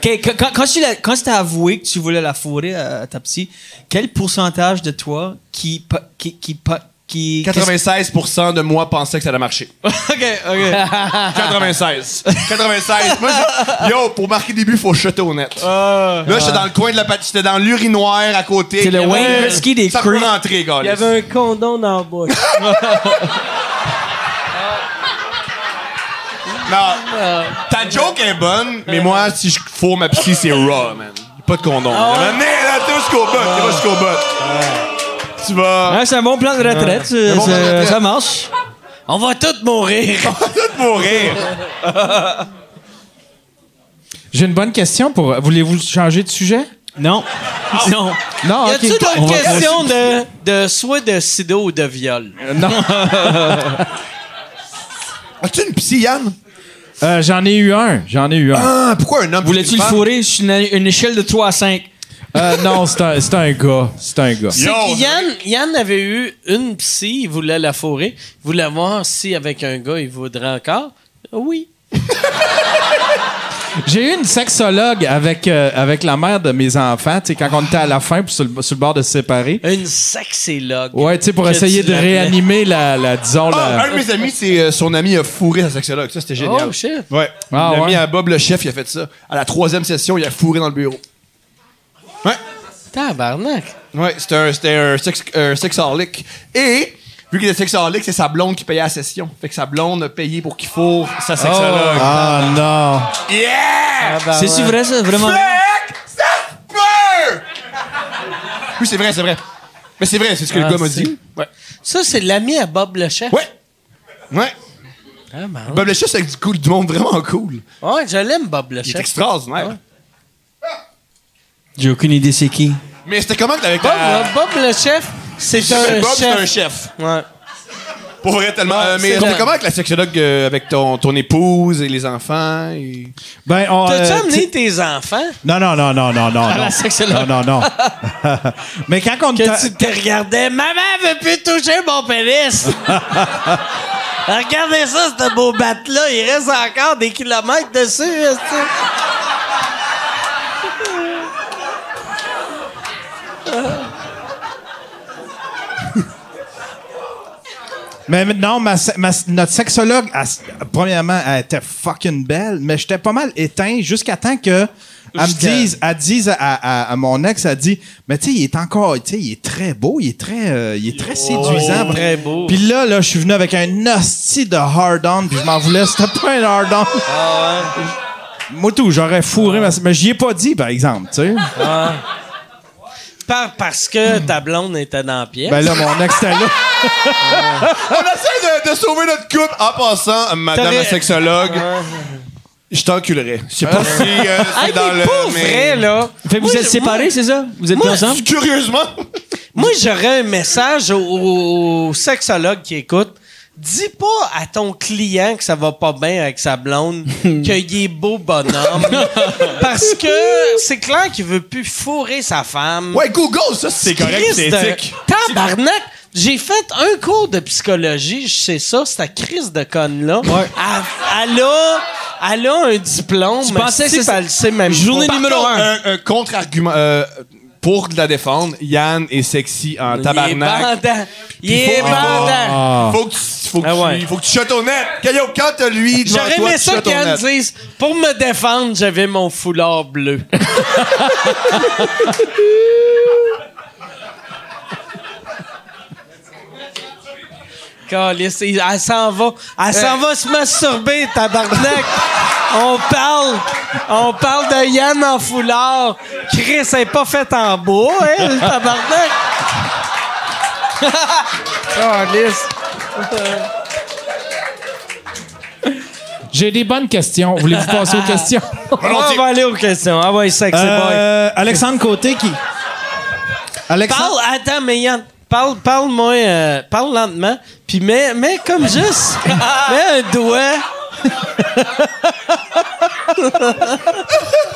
Speaker 1: quel- quand, quand- quand tu l'as- quand tu t'as avoué que tu voulais la fourrer à, à ta psy, quel pourcentage de toi qui... pa- qui, qui, pa- qui
Speaker 4: 96% de moi pensait que ça allait (laughs) marcher.
Speaker 1: OK, OK.
Speaker 4: 96. 96. Moi, je- Yo, pour marquer début, faut shotter au net. là, j'étais dans le coin de la pâtisserie. J'étais dans l'urinoir à côté.
Speaker 1: C'est le
Speaker 4: Il y avait
Speaker 1: Wayne
Speaker 4: un-
Speaker 1: Gretzky des
Speaker 4: Ça
Speaker 1: creeps.
Speaker 4: pouvait entrer, gars.
Speaker 8: Il y avait un condom dans la bouche.
Speaker 4: Non. Ta joke est bonne, mais moi, si je fourre ma psy, c'est raw, man. Pas de condom. Mais là, t'es jusqu'au bot. T'es pas jusqu'au bot. Tu vas
Speaker 1: Ouais, c'est un bon plan de retraite. c'est-
Speaker 4: bon plan de
Speaker 1: c'est-
Speaker 4: retraite.
Speaker 1: Ça marche.
Speaker 5: On va tous mourir.
Speaker 4: tout mourir.
Speaker 3: J'ai une bonne question pour. Voulez-vous changer de sujet?
Speaker 1: (laughs) Non. Non.
Speaker 3: Non,
Speaker 5: Y
Speaker 3: ok.
Speaker 5: a-tu
Speaker 3: On
Speaker 5: d'autres
Speaker 3: va-
Speaker 5: questions de, de soit de sida ou de viol?
Speaker 4: As-tu une psy, Yann?
Speaker 3: Euh, J'en ai eu un. J'en ai eu un.
Speaker 4: Ah, pourquoi un homme?
Speaker 1: Voulais-tu le
Speaker 4: Une femme?
Speaker 1: fourrer sur une, une échelle de 3 à 5?
Speaker 3: Euh, non, c'est un, c'est un gars. C'est un gars.
Speaker 5: (laughs) C'est
Speaker 4: Yo,
Speaker 5: que
Speaker 4: ça-
Speaker 5: Yann, Yann avait eu une psy, il voulait la fourrer. Il voulait voir si avec un gars, il vaudrait encore. Oui.
Speaker 3: J'ai eu une sexologue avec, euh, avec la mère de mes enfants, tu sais, quand on était à la fin, puis sur le, sur le bord de se séparer.
Speaker 5: Une sexologue.
Speaker 3: Ouais, tu sais, pour
Speaker 5: Que
Speaker 3: essayer
Speaker 5: tu
Speaker 3: de
Speaker 5: l'appelais.
Speaker 3: réanimer la, la disons,
Speaker 4: Ah,
Speaker 3: la.
Speaker 4: un de mes amis, c'est euh, son ami a fourré sa sexologue. Ça, c'était génial.
Speaker 5: Oh, shit.
Speaker 4: Ouais.
Speaker 3: Ah,
Speaker 4: L'ami
Speaker 3: ouais.
Speaker 4: à Bob le chef, il a fait ça. À la troisième session, il a fourré dans le bureau. Ouais.
Speaker 5: Tabarnak.
Speaker 4: Ouais, c'était un, c'était un, sex, un sexaholic. Et, vu qu'il est sexaholic, c'est sa blonde qui payait la session. Fait que sa blonde a payé pour qu'il fourre sa sexologue.
Speaker 3: Ah
Speaker 4: Yeah!
Speaker 1: C'est-tu vrai, ça? Vraiment?
Speaker 4: Fait que ça se peut! Oui, c'est vrai, c'est vrai. Mais c'est vrai, c'est
Speaker 5: Ah,
Speaker 4: ce que le gars m'a dit. Ouais.
Speaker 5: Ça, c'est l'ami à Bob le chef.
Speaker 4: Ouais. Ouais.
Speaker 5: Ah, marrant.
Speaker 4: Bob le chef, c'est du, cool, du monde vraiment cool.
Speaker 5: Ouais, je l'aime, Bob le
Speaker 4: Il est
Speaker 5: chef.
Speaker 4: extraordinaire.
Speaker 1: J'ai aucune idée c'est qui.
Speaker 4: Mais c'était comment que avec
Speaker 5: Bob,
Speaker 4: la...
Speaker 5: Bob le chef, c'est un
Speaker 4: Bob, c'est
Speaker 5: chef.
Speaker 4: un chef.
Speaker 5: Ouais.
Speaker 4: Pour vrai, tellement. euh, mais
Speaker 5: c'est
Speaker 4: c'était
Speaker 5: vrai.
Speaker 4: comment avec la sexologue, euh, avec ton, ton épouse et les enfants? et-
Speaker 3: non! Ben, on.
Speaker 5: T'as-tu
Speaker 3: euh,
Speaker 5: amené tes enfants?
Speaker 3: Non, non, non, non, non, non.
Speaker 5: Ah, la
Speaker 3: non.
Speaker 5: sexologue.
Speaker 3: Non, non, non.
Speaker 5: (laughs)
Speaker 3: Mais quand on t'a-
Speaker 5: Que tu te regardais. Maman veut plus toucher mon (laughs) pénis. Regardez ça, ce beau batte-là. Il reste encore des kilomètres dessus. est-ce que-
Speaker 3: Mais mais non, ma, se- ma- notre sexologue, elle s- premièrement, elle était fucking belle, mais j'étais pas mal éteint jusqu'à temps que elle me dise, elle dise à, à- à mon ex, elle dit, mais tu sais, il est encore, tu sais, il est très beau, il est très, euh, il est très séduisant.
Speaker 5: très beau.
Speaker 3: Puis là, là, je suis venu avec un hostie de hard-on, puis je m'en voulais, c'était pas un hard-on.
Speaker 5: Ah
Speaker 3: Moi tout, j'aurais fourré, ma- mais j'y ai pas dit, par exemple, tu sais.
Speaker 5: Par- parce que ta blonde était dans la pièce.
Speaker 3: Hmm. Ben là, mon ex était là.
Speaker 4: On essaie de, de sauver notre couple en passant, euh, madame la sexologue. Je t'enculerais. Je sais pas si euh, c'est
Speaker 5: Hey,
Speaker 4: dans
Speaker 5: mais
Speaker 4: le.
Speaker 5: pour vrai, là.
Speaker 1: Fait que vous
Speaker 5: Moi,
Speaker 1: êtes
Speaker 5: je-
Speaker 1: séparés,
Speaker 5: moi-
Speaker 1: c'est ça? Vous êtes plus
Speaker 5: Moi,
Speaker 1: ensemble?
Speaker 4: Curieusement,
Speaker 5: Moi, j'aurais un message au, au sexologue qui écoute. Dis pas à ton client que ça va pas bien avec sa (laughs) blonde, qu'il est beau bonhomme, parce que c'est clair qu'il veut plus fourrer sa femme.
Speaker 4: ouais, Google, ça, c'est correct,
Speaker 5: Christ euh,
Speaker 4: c'est
Speaker 5: de-
Speaker 4: éthique.
Speaker 5: Tabarnak! J'ai fait un cours de psychologie, je sais ça, cette crise de conne-là. Elle, elle a, elle a un diplôme.
Speaker 1: Tu pensais que
Speaker 5: si,
Speaker 1: c'est-
Speaker 5: elle le sait même
Speaker 1: Journée
Speaker 5: pas.
Speaker 1: numéro un.
Speaker 4: Un, un contre-argument. euh, pour la défendre, Yann est sexy en
Speaker 5: Il est
Speaker 4: tabarnak.
Speaker 5: bandant. Il est
Speaker 4: faut-
Speaker 1: Oh,
Speaker 5: bandant.
Speaker 4: Faut que tu, faut que
Speaker 5: Ah ouais.
Speaker 4: tu, faut que tu shot au net. Caillou, quand t'as lui devant
Speaker 5: J'aurais
Speaker 4: toi,
Speaker 5: aimé
Speaker 4: tu
Speaker 5: ça
Speaker 4: shot au
Speaker 5: qu'elle
Speaker 4: net.
Speaker 5: dise pour me défendre, j'avais mon foulard bleu. (laughs) Calisse, il- elle s'en va. Elle s'en va se masturber, tabarnak. On parle. On parle de Yann en foulard. Chris elle est pas faite en bois, hein, le tabarnak. (laughs) Calisse.
Speaker 3: J'ai des bonnes questions. Voulez-vous passer
Speaker 4: Ah.
Speaker 3: aux questions?
Speaker 5: On va aller aux questions. Ah ouais, sexy boy.
Speaker 2: Euh, Alexandre Côté qui. Alexandre.
Speaker 5: Parle, attends, mais Yann, parle, parle moi, parle lentement, puis mets, mets comme (laughs) juste, mets un doigt. (laughs)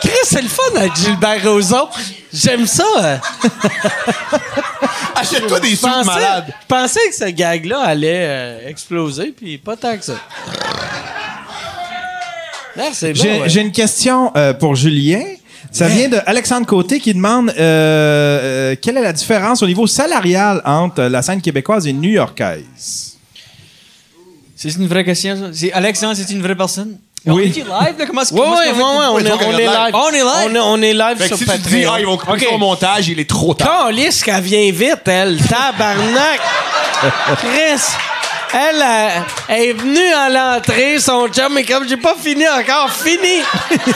Speaker 5: Chris, c'est le fun à Gilbert Rozon. J'aime ça. euh.
Speaker 4: (laughs) Achète-toi des
Speaker 5: Je
Speaker 4: sous
Speaker 5: pensais,
Speaker 4: malades.
Speaker 5: je pensais que ce gag-là allait euh, exploser, puis pas tant que ça. Là, c'est bon.
Speaker 2: J'ai
Speaker 5: ouais.
Speaker 2: j'ai une question euh, pour Julien. Ça vient de Alexandre Côté qui demande euh, euh, quelle est la différence au niveau salarial entre la scène québécoise et new-yorkaise.
Speaker 1: C'est une vraie question, ça. C'est- Alexandre, c'est une vraie personne?
Speaker 2: Oui.
Speaker 1: On est-tu live, là? Comment est-ce
Speaker 5: Ouais, ouais, ouais, ouais, on, est,
Speaker 4: Ouais,
Speaker 5: on est
Speaker 4: live.
Speaker 5: live.
Speaker 1: On est live?
Speaker 5: On est, on est live
Speaker 4: Fait que
Speaker 5: sur
Speaker 4: si tu
Speaker 5: Patreon.
Speaker 4: dis, ah, ils vont couper
Speaker 5: Ok.
Speaker 4: ton montage, il est trop tard.
Speaker 5: Calisse qu'elle vient vite, elle. Tabarnak! Chris! Elle, euh, elle est venue à l'entrée, son chum, mais comme j'ai pas fini encore, fini!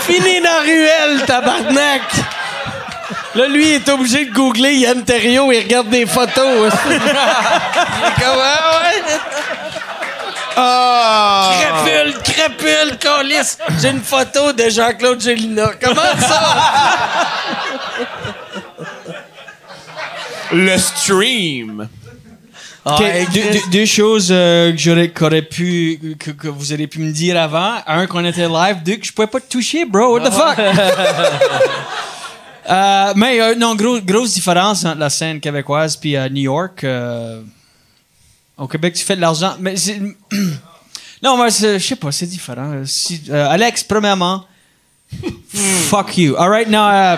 Speaker 5: fini dans la ruelle, tabarnak! Là, lui, il est obligé de googler Yann Terrio, il regarde des photos. (laughs) Il est comme, ah ouais? Ah. Crépule, crépule, calice! J'ai une photo de Jean-Claude Gélina. Comment ça?
Speaker 4: Le stream.
Speaker 5: Ah,
Speaker 1: Ok, Ben, deux, deux- deux choses euh, que j'aurais qu'aurait pu que, que vous auriez pu me dire avant un qu'on était live deux que je pouvais pas te toucher bro what the fuck (laughs) Euh, mais euh, non gros- grosse différence entre la scène québécoise puis euh, New York euh, au Québec tu fais de l'argent mais c'est- (clears throat) non mais c'est- je sais pas c'est différent Euh, si- euh, Alex premièrement fuck you all right now euh,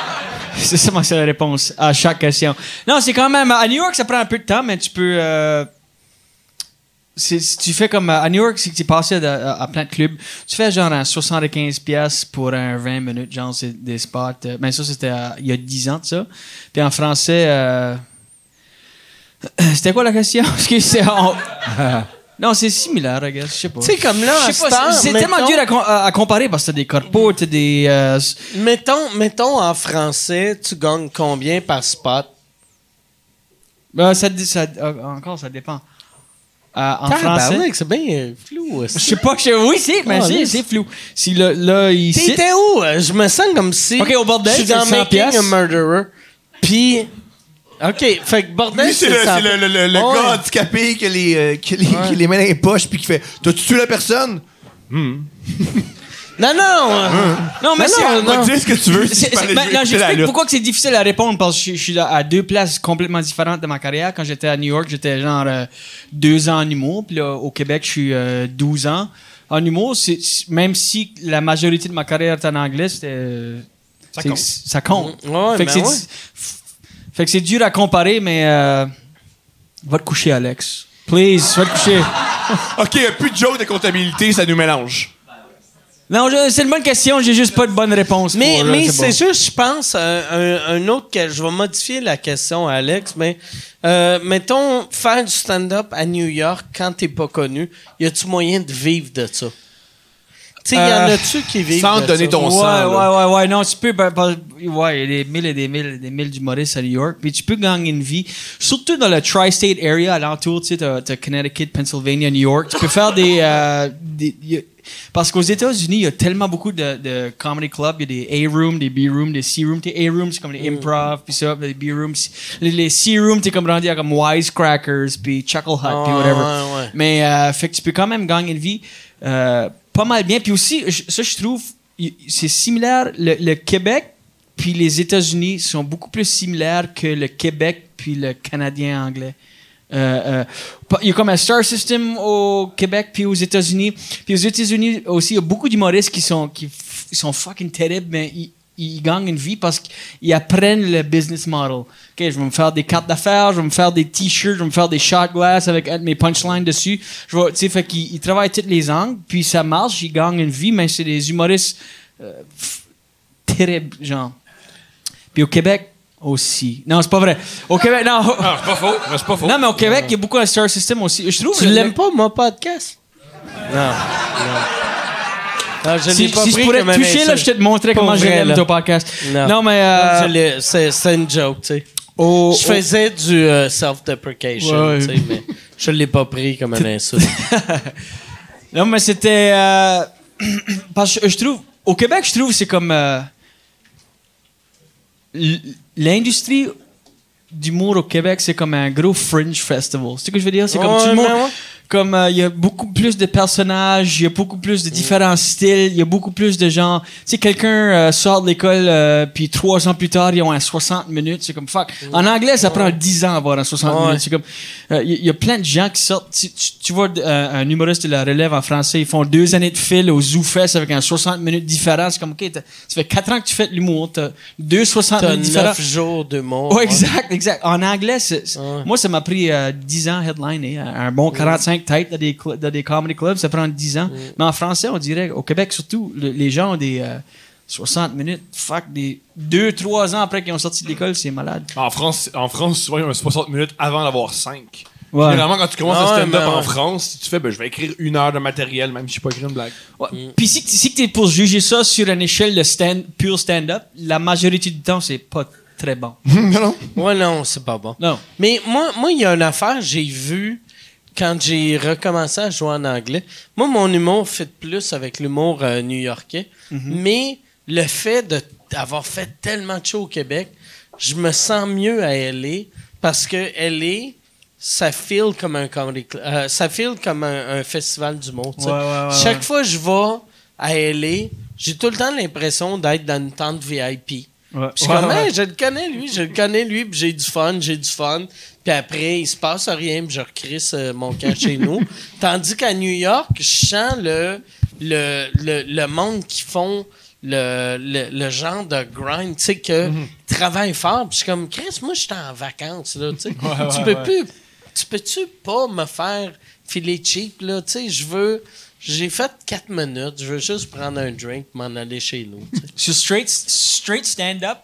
Speaker 1: (laughs) c'est ça ma seule réponse à chaque question. Non, c'est quand même. À New York, ça prend un peu de temps, mais tu peux. euh, c'est- si tu fais comme. euh, À New York, c'est que tu passes à, à- à plein de clubs. Tu fais genre un 75$ pour un 20 minutes, genre, c'est des spots. euh, Mais ça, c'était euh, il y a 10 ans de ça. Puis en français. euh, (clears throat) c'était quoi la question? (laughs) Parce que c'est. on- Non, c'est similaire, I guess. Je sais pas.
Speaker 5: Tu sais, comme là, à
Speaker 1: Je sais pas,
Speaker 5: cette heure,
Speaker 1: c'est- c'est tellement
Speaker 5: Ah, mettons-
Speaker 1: dur à com- à, à comparer parce que t'as des corpos, t'as des. euh,
Speaker 5: Mettons, mettons en français, tu gagnes combien par spot?
Speaker 1: Ben, ça, dé- ça- euh, encore, ça dépend. Euh, en français.
Speaker 5: Tabarnak, c'est bien euh, flou.
Speaker 1: Je sais pas, je, Ah, oui, c'est, mais
Speaker 5: Oh,
Speaker 1: c'est,
Speaker 5: lisse.
Speaker 1: c'est flou. Si le, là, il cite-
Speaker 5: T'étais où? Euh, Je me sens comme si
Speaker 1: Ok, au bordel,
Speaker 5: je suis
Speaker 1: c'est
Speaker 5: dans
Speaker 1: 100
Speaker 5: Making
Speaker 1: piastres.
Speaker 5: a Murderer. Puis, OK, fait que bordel,
Speaker 4: Lui, Hein, c'est le,
Speaker 5: ça.
Speaker 4: c'est le, le, le- le
Speaker 5: Ouais.
Speaker 4: gars handicapé qui a les, euh, qui a les, qui a les mains dans les poches puis qui fait T'as-tu tué la personne
Speaker 5: Non, non!
Speaker 1: Ah,
Speaker 5: euh,
Speaker 1: Non, mais, c'est.
Speaker 4: On va
Speaker 1: non.
Speaker 4: te dire ce que tu veux. si
Speaker 1: C'est-
Speaker 4: tu parles
Speaker 1: c'est-
Speaker 4: de
Speaker 1: ben,
Speaker 4: jouer,
Speaker 1: non,
Speaker 4: c'est la
Speaker 1: j'explique
Speaker 4: lutte.
Speaker 1: pourquoi que c'est difficile à répondre parce que je, je suis à, à deux places complètement différentes de ma carrière. Quand j'étais à New York, j'étais genre euh, deux ans en humour. Puis là, au Québec, je suis euh, 12 ans. En humour, c'est, c'est- même si la majorité de ma carrière est en anglais, c'était, euh, c'est-
Speaker 4: compte.
Speaker 1: ça compte.
Speaker 5: Ouais,
Speaker 1: fait, que
Speaker 5: ben
Speaker 1: c'est,
Speaker 5: ouais.
Speaker 1: di- f- fait que c'est dur à comparer, mais euh, va te coucher, Alex. Please, va te coucher.
Speaker 4: Ok, y a plus de joke de comptabilité, ça nous mélange.
Speaker 1: Non, je- c'est une bonne question, j'ai juste pas de bonne réponse.
Speaker 5: Mais,
Speaker 1: pour, euh,
Speaker 5: mais
Speaker 1: je sais pas.
Speaker 5: c'est juste, je pense, euh, un, un autre que je vais modifier la question à Alex, mais euh, mettons, faire du stand-up à New York quand t'es pas connu, y a-tu moyen de vivre de ça? Tu sais, y en
Speaker 1: Euh,
Speaker 5: a-tu qui vivent
Speaker 4: sans
Speaker 5: de
Speaker 4: donner
Speaker 5: ça?
Speaker 4: ton-
Speaker 1: ouais,
Speaker 4: sang, là.
Speaker 1: Ouais, ouais, ouais. Non, tu peux. ben, ben, ouais, il y a des mille et des mille, des mille d'humoristes à New York. Puis tu peux gagner une vie. Surtout dans le tri-state area, alentour, tu sais, t'as t'as Connecticut, Pennsylvania, New York. Tu peux faire des. euh, des- y a- parce qu'aux États-Unis, il y a tellement beaucoup de, de comedy clubs. Il y a des A-rooms, des B-rooms, des C-rooms. Tes A-rooms, c'est comme les improv, puis ça, les B-rooms. Les, les C-rooms, t'es comme rendu à comme Wisecrackers, puis Chuckle Hut, puis
Speaker 5: Ouais,
Speaker 1: whatever.
Speaker 5: Ah, ouais, ouais.
Speaker 1: Mais euh, fait que tu peux quand même gagner une vie euh, pas mal bien. Puis aussi, je- ça, je trouve, y- c'est similaire. Le, le Québec puis les États-Unis sont beaucoup plus similaires que le Québec puis le Canadien anglais. Euh, euh, pas- il y a comme un star system au Québec puis aux États-Unis. Puis aux États-Unis aussi, il y a beaucoup d'humoristes qui sont, qui f- sont fucking terribles, mais ils, ils ils gagnent une vie parce qu'ils apprennent le business model. OK, je vais me faire des cartes d'affaires, je vais me faire des t-shirts, je vais me faire des shot glass avec un de mes punchlines dessus. Je vais, tu sais, fait qu'ils ils travaillent tous les angles, puis ça marche, ils gagnent une vie, mais c'est des humoristes euh, pff, terribles, genre. Puis au Québec aussi. Non, c'est pas vrai. Au Québec, non.
Speaker 3: Ah, c'est pas faux. mais C'est pas faux.
Speaker 1: Non, mais au Québec, il y a beaucoup de star system aussi. Je trouve
Speaker 5: Tu
Speaker 1: le-
Speaker 5: l'aimes pas, mon podcast? Non. non. Ah, je
Speaker 1: Si,
Speaker 5: l'ai pas
Speaker 1: si
Speaker 5: pris
Speaker 1: je pourrais
Speaker 5: comme
Speaker 1: te
Speaker 5: un
Speaker 1: toucher, là,
Speaker 5: insulte.
Speaker 1: je te montrais
Speaker 5: Pour
Speaker 1: comment je
Speaker 5: vrai,
Speaker 1: l'aime,
Speaker 5: là.
Speaker 1: ton podcast.
Speaker 5: Non.
Speaker 1: Non, mais... euh,
Speaker 5: Je l'ai- c'est, c'est une joke, tu sais.
Speaker 1: au-
Speaker 5: Je faisais du euh, self-deprecation,
Speaker 1: Ouais, ouais.
Speaker 5: tu sais, mais je l'ai pas pris comme un insulte.
Speaker 1: Non, mais c'était. euh, (clears throat) parce que je trouve. Au Québec, je trouve que c'est comme. euh, l- L'industrie d'humour au Québec, c'est comme un gros fringe festival. C'est ce que je veux dire? C'est comme
Speaker 5: Ouais,
Speaker 1: tout le monde.
Speaker 5: mais ouais.
Speaker 1: Comme euh, il y a beaucoup plus de personnages, il y a beaucoup plus de
Speaker 5: Mm.
Speaker 1: différents styles, il y a beaucoup plus de gens. Tu sais, quelqu'un euh, sort de l'école, euh, puis trois ans plus tard, ils ont un 60 minutes. C'est comme fuck. En anglais, ça prend 10 ans à avoir un 60
Speaker 5: Mm. Ouais.
Speaker 1: minutes. C'est comme. euh, Il y a plein de gens qui sortent. Tu, tu- tu vois, euh, un humoriste de la relève en français, ils font deux années de fil au Zoo Fest avec un 60 minutes différent. C'est comme, OK, t'as- ça fait quatre ans que tu fais de l'humour. T'as deux 60
Speaker 5: T'as
Speaker 1: minutes différents.
Speaker 5: neuf jours de monde.
Speaker 1: Ouais, exact, exact. En anglais, c'est- c'est-
Speaker 5: Ouais.
Speaker 1: moi, ça m'a pris euh, 10 ans headline. euh, un bon 45 têtes dans des, cl- dans des comedy clubs, ça prend 10 ans. Mais en français, on dirait, au Québec surtout, le- les gens ont des euh, 60 minutes. Fuck, des 2-3 ans après qu'ils ont sorti de l'école, c'est malade.
Speaker 4: Ben, En France, en France, souvent, il y a un 60 minutes avant d'avoir 5.
Speaker 1: Ouais.
Speaker 4: Généralement, quand tu commences
Speaker 5: Ah
Speaker 4: un
Speaker 5: ouais,
Speaker 4: stand-up
Speaker 5: mais
Speaker 4: en
Speaker 5: ouais.
Speaker 4: France, tu fais, ben, je vais écrire une heure de matériel, même si je pas écrire une blague.
Speaker 1: Ouais. Puis si, si tu es pour juger ça sur une échelle de stand, pure stand-up, la majorité du temps, c'est pas très bon.
Speaker 5: Ouais, non, c'est pas bon.
Speaker 1: Non.
Speaker 5: Mais moi, moi, il y a une affaire, j'ai vu quand j'ai recommencé à jouer en anglais. Moi, mon humour fit plus avec l'humour euh, new-yorkais.
Speaker 1: Mhm.
Speaker 5: Mais le fait de- d'avoir fait tellement de shows au Québec, je me sens mieux à LA parce que LA, ça feel comme un comedy cl- euh, ça feel comme un, un festival d'humour. tu sais.
Speaker 1: Ouais, ouais, ouais,
Speaker 5: Chaque
Speaker 1: ouais.
Speaker 5: fois que je vais à LA, j'ai tout le temps l'impression d'être dans une tente VIP.
Speaker 1: Ouais.
Speaker 5: Puis je suis
Speaker 1: Ouais,
Speaker 5: comme,
Speaker 1: ouais.
Speaker 5: Hey, je le connais, lui, je le connais, lui, puis j'ai du fun, j'ai du fun. Puis après, il se passe rien, puis je recrisse euh, mon camp
Speaker 1: (laughs)
Speaker 5: chez nous. Tandis qu'à New York, je sens le, le, le, le monde qui font le, le, le genre de grind, tu sais, que
Speaker 1: Mhm.
Speaker 5: travaille fort. Puis je suis comme, Chris, moi, j'étais en vacances, là, tu sais. tu peux plus, tu peux-tu pas me faire filer cheap, là, tu sais, je veux... J'ai fait quatre minutes, je veux juste prendre un drink, m'en aller chez nous. tu sais.
Speaker 1: Sur straight, straight stand-up,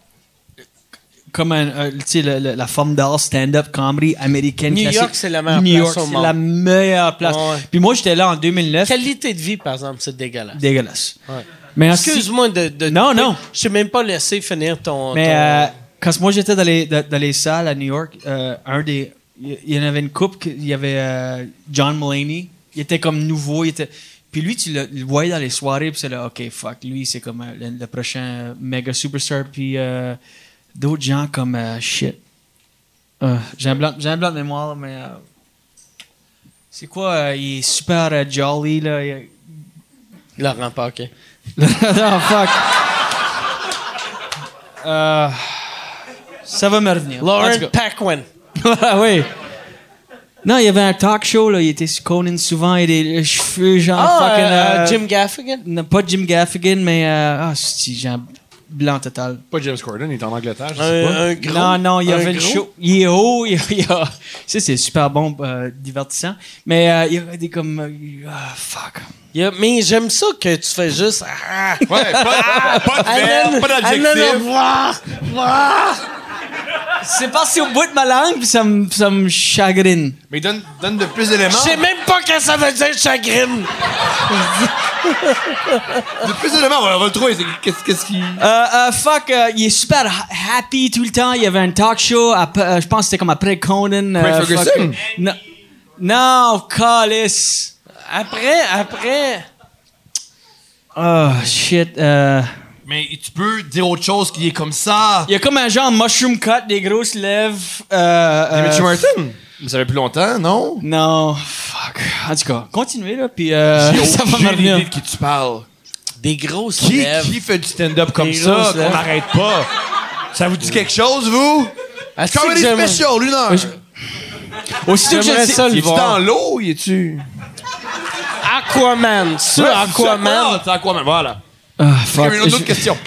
Speaker 1: comme un, un- tu sais, le- le- la forme d'art stand-up comedy américaine.
Speaker 5: New
Speaker 1: classique.
Speaker 5: York, c'est la meilleure
Speaker 1: New
Speaker 5: place
Speaker 1: York,
Speaker 5: au
Speaker 1: c'est
Speaker 5: monde.
Speaker 1: la meilleure place.
Speaker 5: Ouais, ouais.
Speaker 1: Puis moi, j'étais là en 2009.
Speaker 5: Qualité de vie, par exemple, c'est dégueulasse.
Speaker 1: Dégueulasse.
Speaker 5: Ouais.
Speaker 1: Mais ensuite-
Speaker 5: Excuse-moi de, de-
Speaker 1: Non,
Speaker 5: de-
Speaker 1: non.
Speaker 5: Je t'ai même pas laissé finir ton.
Speaker 1: Mais
Speaker 5: ton-
Speaker 1: euh, quand moi j'étais dans les, dans, dans les salles à New York, euh, un des, il y- il y en avait une coupe, que- il y avait euh, John Mulaney, il était comme nouveau, il était. Puis lui, tu le, le voyais dans les soirées, puis c'est là, ok, fuck, lui, c'est comme euh, le, le prochain euh, méga superstar, puis euh, d'autres gens comme euh, shit. Euh, j'ai un blanc, j'ai un blanc de mémoire, mais euh, c'est quoi, euh, il est super euh, jolly là. il-
Speaker 5: Laurent Paquet.
Speaker 1: (laughs) non, fuck. Euh, ça va me revenir. En tout
Speaker 5: Lauren
Speaker 1: cas.
Speaker 5: Paquin.
Speaker 1: (laughs) Ah oui. Non, il y avait un talk show, là. Il était sur Conan souvent. Il a des euh, cheveux, genre,
Speaker 5: Ah,
Speaker 1: fucking...
Speaker 5: euh,
Speaker 1: euh,
Speaker 5: euh, Jim Gaffigan.
Speaker 1: non, pas Jim Gaffigan, mais... euh, Ah, si, j'ai un blanc total.
Speaker 4: Pas James Corden, il est en Angleterre, je sais
Speaker 5: Un,
Speaker 4: pas.
Speaker 5: un gros.
Speaker 1: non, non, il y
Speaker 5: un
Speaker 1: avait le
Speaker 5: gros.
Speaker 1: show. Il est haut, il y a... il y a- Ça, c'est super bon, euh, divertissant. Mais euh, il y avait des comme... euh, Ah, fuck.
Speaker 5: Il y a- mais j'aime ça que tu fais juste. Ah,
Speaker 4: Ouais, pas, Ah! pas de verbe,
Speaker 5: Alan-
Speaker 4: pas
Speaker 5: Alan-
Speaker 4: d'adjectif.
Speaker 5: voir, voir.
Speaker 1: C'est passé au bout de ma langue, puis ça me ça me chagrine.
Speaker 4: Mais donne, donne de plus
Speaker 5: Je
Speaker 4: d'éléments.
Speaker 5: sais même pas que ça veut dire chagrin.
Speaker 4: De plus d'éléments, on va- on va le trouver. c'est- Qu'est-ce qu'est-ce qui.
Speaker 1: Euh, euh, fuck, euh, il est super ha- happy tout le temps. Il y avait un talk show, après- euh, je pense que c'était comme après Conan. euh,
Speaker 4: Craig Ferguson?
Speaker 1: fuck. Non, non Callis.
Speaker 5: Après, après.
Speaker 1: Oh shit. euh,
Speaker 4: Mais tu peux dire autre chose qui est comme ça.
Speaker 1: Il y a comme un genre mushroom cut, des grosses lèvres. Euh,
Speaker 4: Dimitri
Speaker 1: euh,
Speaker 4: Martin. Vous savez plus longtemps, non?
Speaker 1: Non, fuck. En tout cas, continuez là, puis euh, (laughs)
Speaker 4: J'ai
Speaker 1: ça va
Speaker 4: aucune
Speaker 1: me
Speaker 4: idée
Speaker 1: revenir.
Speaker 4: de qui tu parles.
Speaker 5: Des grosses
Speaker 4: Qui,
Speaker 5: lèvres.
Speaker 4: qui fait du stand-up comme
Speaker 5: Des
Speaker 4: ça,
Speaker 5: grosses
Speaker 4: qu'on
Speaker 5: lèvres.
Speaker 4: n'arrête pas? Ça vous dit quelque chose, vous?
Speaker 5: Ah, c'est
Speaker 4: Comedy
Speaker 5: que j'aime-
Speaker 4: Special, l'une heure.
Speaker 1: Aussitôt que je
Speaker 5: J'aimerais
Speaker 1: sais-
Speaker 5: ça le
Speaker 4: Es-tu dans
Speaker 5: voir.
Speaker 4: l'eau? Y es-tu?
Speaker 5: Aquaman. Sur
Speaker 4: Ouais, c'est ça.
Speaker 5: Aquaman.
Speaker 4: Ah, C'est Aquaman, voilà.
Speaker 1: Ah,
Speaker 4: Il y
Speaker 1: fuck.
Speaker 4: avait une autre
Speaker 1: Je-
Speaker 4: question.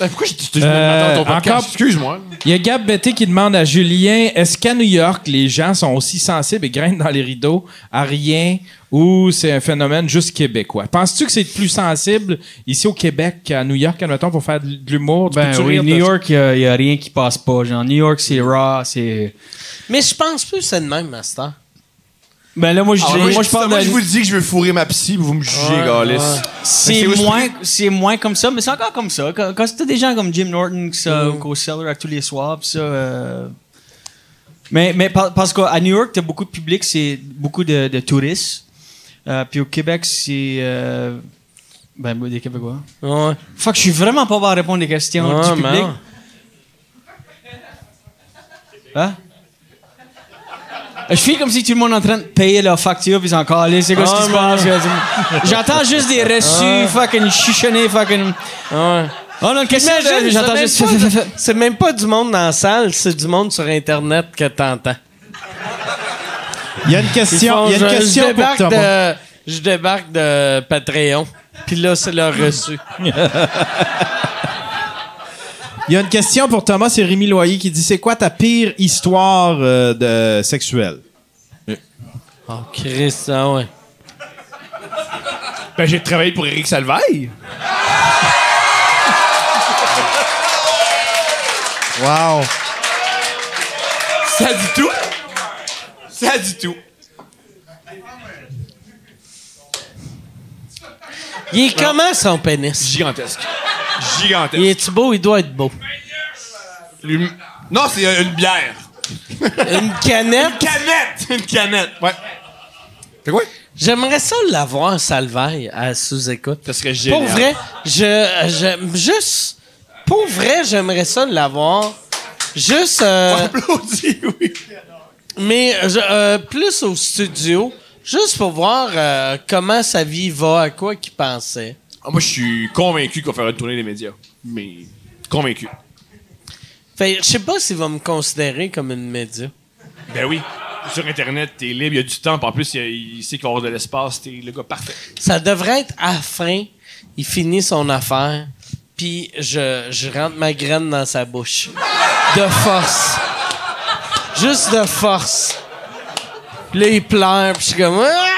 Speaker 4: Euh, Pourquoi je dis je me
Speaker 3: Euh,
Speaker 4: m'attends à ton podcast?
Speaker 3: encore-
Speaker 4: Excuse-moi.
Speaker 3: Il y a Gab Betté qui demande à Julien est-ce qu'à New York, les gens sont aussi sensibles et grimpent dans les rideaux à rien ou c'est un phénomène juste québécois Penses-tu que c'est plus sensible ici au Québec qu'à New York, admettons, pour faire de l'humour du
Speaker 1: Ben oui,
Speaker 3: culturel, de-
Speaker 1: New York, il n'y a, rien qui passe pas. Genre, New York, c'est raw, c'est.
Speaker 5: Mais je pense plus que c'est le même, Master.
Speaker 1: Ben là, moi, je,
Speaker 4: Ah,
Speaker 1: dirais-
Speaker 4: moi,
Speaker 1: moi,
Speaker 4: je,
Speaker 1: je parle
Speaker 4: moi,
Speaker 1: de.
Speaker 4: je vous dis que je veux fourrer ma psy, vous me jugez, Galis.
Speaker 1: C'est
Speaker 4: Fait que c'est
Speaker 1: moins, c'est moins comme ça, mais c'est encore comme ça. Quand, quand t'as des gens comme Jim Norton qui sont au cellar à tous les soirs, pis ça. euh, Mais, mais par- parce qu'à New York, t'as beaucoup de public, c'est beaucoup de, de touristes. Euh, puis au Québec, c'est. euh, ben, des Québécois.
Speaker 5: Ouais.
Speaker 1: Fuck, je suis vraiment pas bon à répondre aux questions
Speaker 5: Ouais,
Speaker 1: du public.
Speaker 5: man.
Speaker 1: Hein? Je suis comme si tout le monde est en train de payer leur facture, puis ils sont encore allés, c'est quoi ce qui se passe? J'entends juste des reçus, fucking chichonnés, fucking.
Speaker 5: Ouais.
Speaker 1: Oh non, qu'est-ce que
Speaker 5: Imagine,
Speaker 1: j'entends
Speaker 5: c'est
Speaker 1: juste.
Speaker 5: même pas de- C'est même pas du monde dans la salle, c'est du monde sur Internet que t'entends.
Speaker 2: Il y a une
Speaker 5: Ils
Speaker 2: question,
Speaker 5: font,
Speaker 2: il y a une
Speaker 5: je- je
Speaker 2: question pour
Speaker 5: débarque
Speaker 2: Thomas.
Speaker 5: de, je débarque de Patreon, puis là, c'est leur reçu.
Speaker 2: Il y a une question pour Thomas, c'est Rémi Loyer qui dit c'est quoi ta pire histoire euh, de sexuelle
Speaker 5: Oh, Christ, ah ouais.
Speaker 4: Ben, j'ai travaillé pour Eric Salvaille.
Speaker 2: Wow.
Speaker 4: Ça dit tout. Ça dit tout.
Speaker 5: Il est comment, son pénis?
Speaker 4: Gigantesque.
Speaker 5: Il
Speaker 4: Gigantesque.
Speaker 5: est-tu beau? Il doit être beau.
Speaker 4: Lui- Non, c'est euh, une bière.
Speaker 5: Une canette?
Speaker 4: Canette! (laughs) Une canette. Ouais. Fait quoi?
Speaker 5: J'aimerais ça l'avoir, Salvaille, à sous-écoute.
Speaker 4: Ça serait génial.
Speaker 5: Pour vrai, je, je- juste, pour vrai, j'aimerais ça l'avoir. Juste, euh,
Speaker 4: Applaudis, (laughs) oui.
Speaker 5: mais je- euh, plus au studio, juste pour voir euh, comment sa vie va, à quoi qu'il pensait.
Speaker 4: Ah, moi, je suis convaincu qu'on fera une tournée des médias. Mais convaincu.
Speaker 5: Fait, je sais pas s'il va me considérer comme une média.
Speaker 4: Ben oui. Sur Internet, t'es libre, il y a du temps. puis En plus, il, y a- il sait qu'il va y avoir de l'espace. T'es le gars parfait.
Speaker 5: Ça devrait être à la fin, il finit son affaire, puis je, je rentre ma graine dans sa bouche. De force. Juste de force. Puis Là, il pleure, puis je suis comme... Ah!
Speaker 4: (laughs)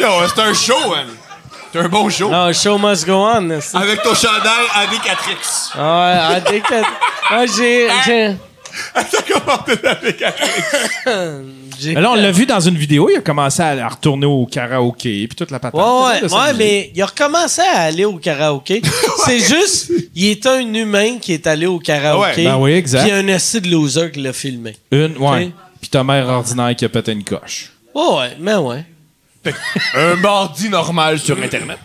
Speaker 4: Yo, c'est un show, hein. C'est un bon show.
Speaker 5: Non, show must go on. c'est-
Speaker 4: Avec ton chandail Avicatrix.
Speaker 5: Ah, ouais, ah, dès que t'as- Ah, j'ai... j'ai-
Speaker 4: T'as commandé l'Avicatrix.
Speaker 5: j'ai-
Speaker 2: Mais Ben là, on l'a vu dans une vidéo, il a commencé à à retourner au karaoké puis toute la patate.
Speaker 5: Ouais, ouais,
Speaker 2: Là,
Speaker 5: ouais,
Speaker 2: ça me dit-
Speaker 5: mais il a recommencé à aller au
Speaker 2: (laughs)
Speaker 5: karaoké. C'est juste, il est un humain qui est allé au karaoké.
Speaker 4: Ouais,
Speaker 2: ben oui, exact.
Speaker 5: Puis il y a un acide loser qui l'a filmé.
Speaker 2: Une, ouais.
Speaker 5: Ok.
Speaker 2: Puis ta mère ordinaire qui a pété une coche.
Speaker 5: Ouais, ouais, mais ouais.
Speaker 4: un mardi normal sur Internet.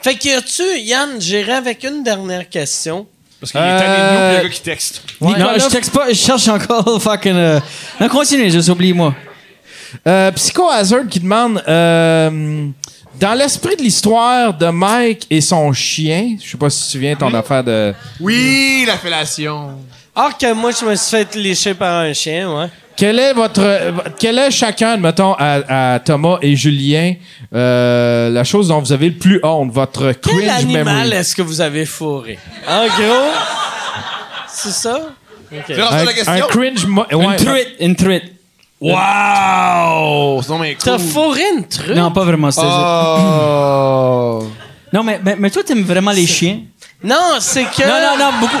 Speaker 5: Fait que y a-tu, Yann, j'irai avec une dernière question.
Speaker 4: Parce qu'il est tanné de nous, puis le gars qui texte.
Speaker 1: (laughs) Non, je texte pas, je cherche encore (laughs) fucking. euh, Non, continuez, je oublie moi.
Speaker 2: Euh, Psycho Hazard qui demande euh, dans l'esprit de l'histoire de Mike et son chien, je sais pas si tu te souviens
Speaker 4: Hmm?
Speaker 2: de ton affaire de
Speaker 4: Oui, la fellation.
Speaker 5: Ah, que moi, je me suis fait lécher par un chien, ouais.
Speaker 2: Quel est votre, euh, quel est chacun, mettons, à, à Thomas et Julien, euh, la chose dont vous avez le plus honte, votre cringe
Speaker 5: Quel animal
Speaker 2: memory.
Speaker 5: est-ce que vous avez fourré? En gros, c'est ça? OK.
Speaker 4: C'est rendu la
Speaker 2: Un, un
Speaker 4: question.
Speaker 2: cringe, mo-
Speaker 1: Une
Speaker 2: ouais,
Speaker 1: truite, une truite.
Speaker 4: Wow! C'est donc bien cool.
Speaker 5: T'as fourré une truc?
Speaker 1: Non,
Speaker 5: Non.
Speaker 1: pas vraiment, c'était juste-
Speaker 4: Oh!
Speaker 1: (laughs) Non, mais, mais, mais toi, t'aimes vraiment les chiens?
Speaker 5: c'est que...
Speaker 1: Non, non, non, beaucoup.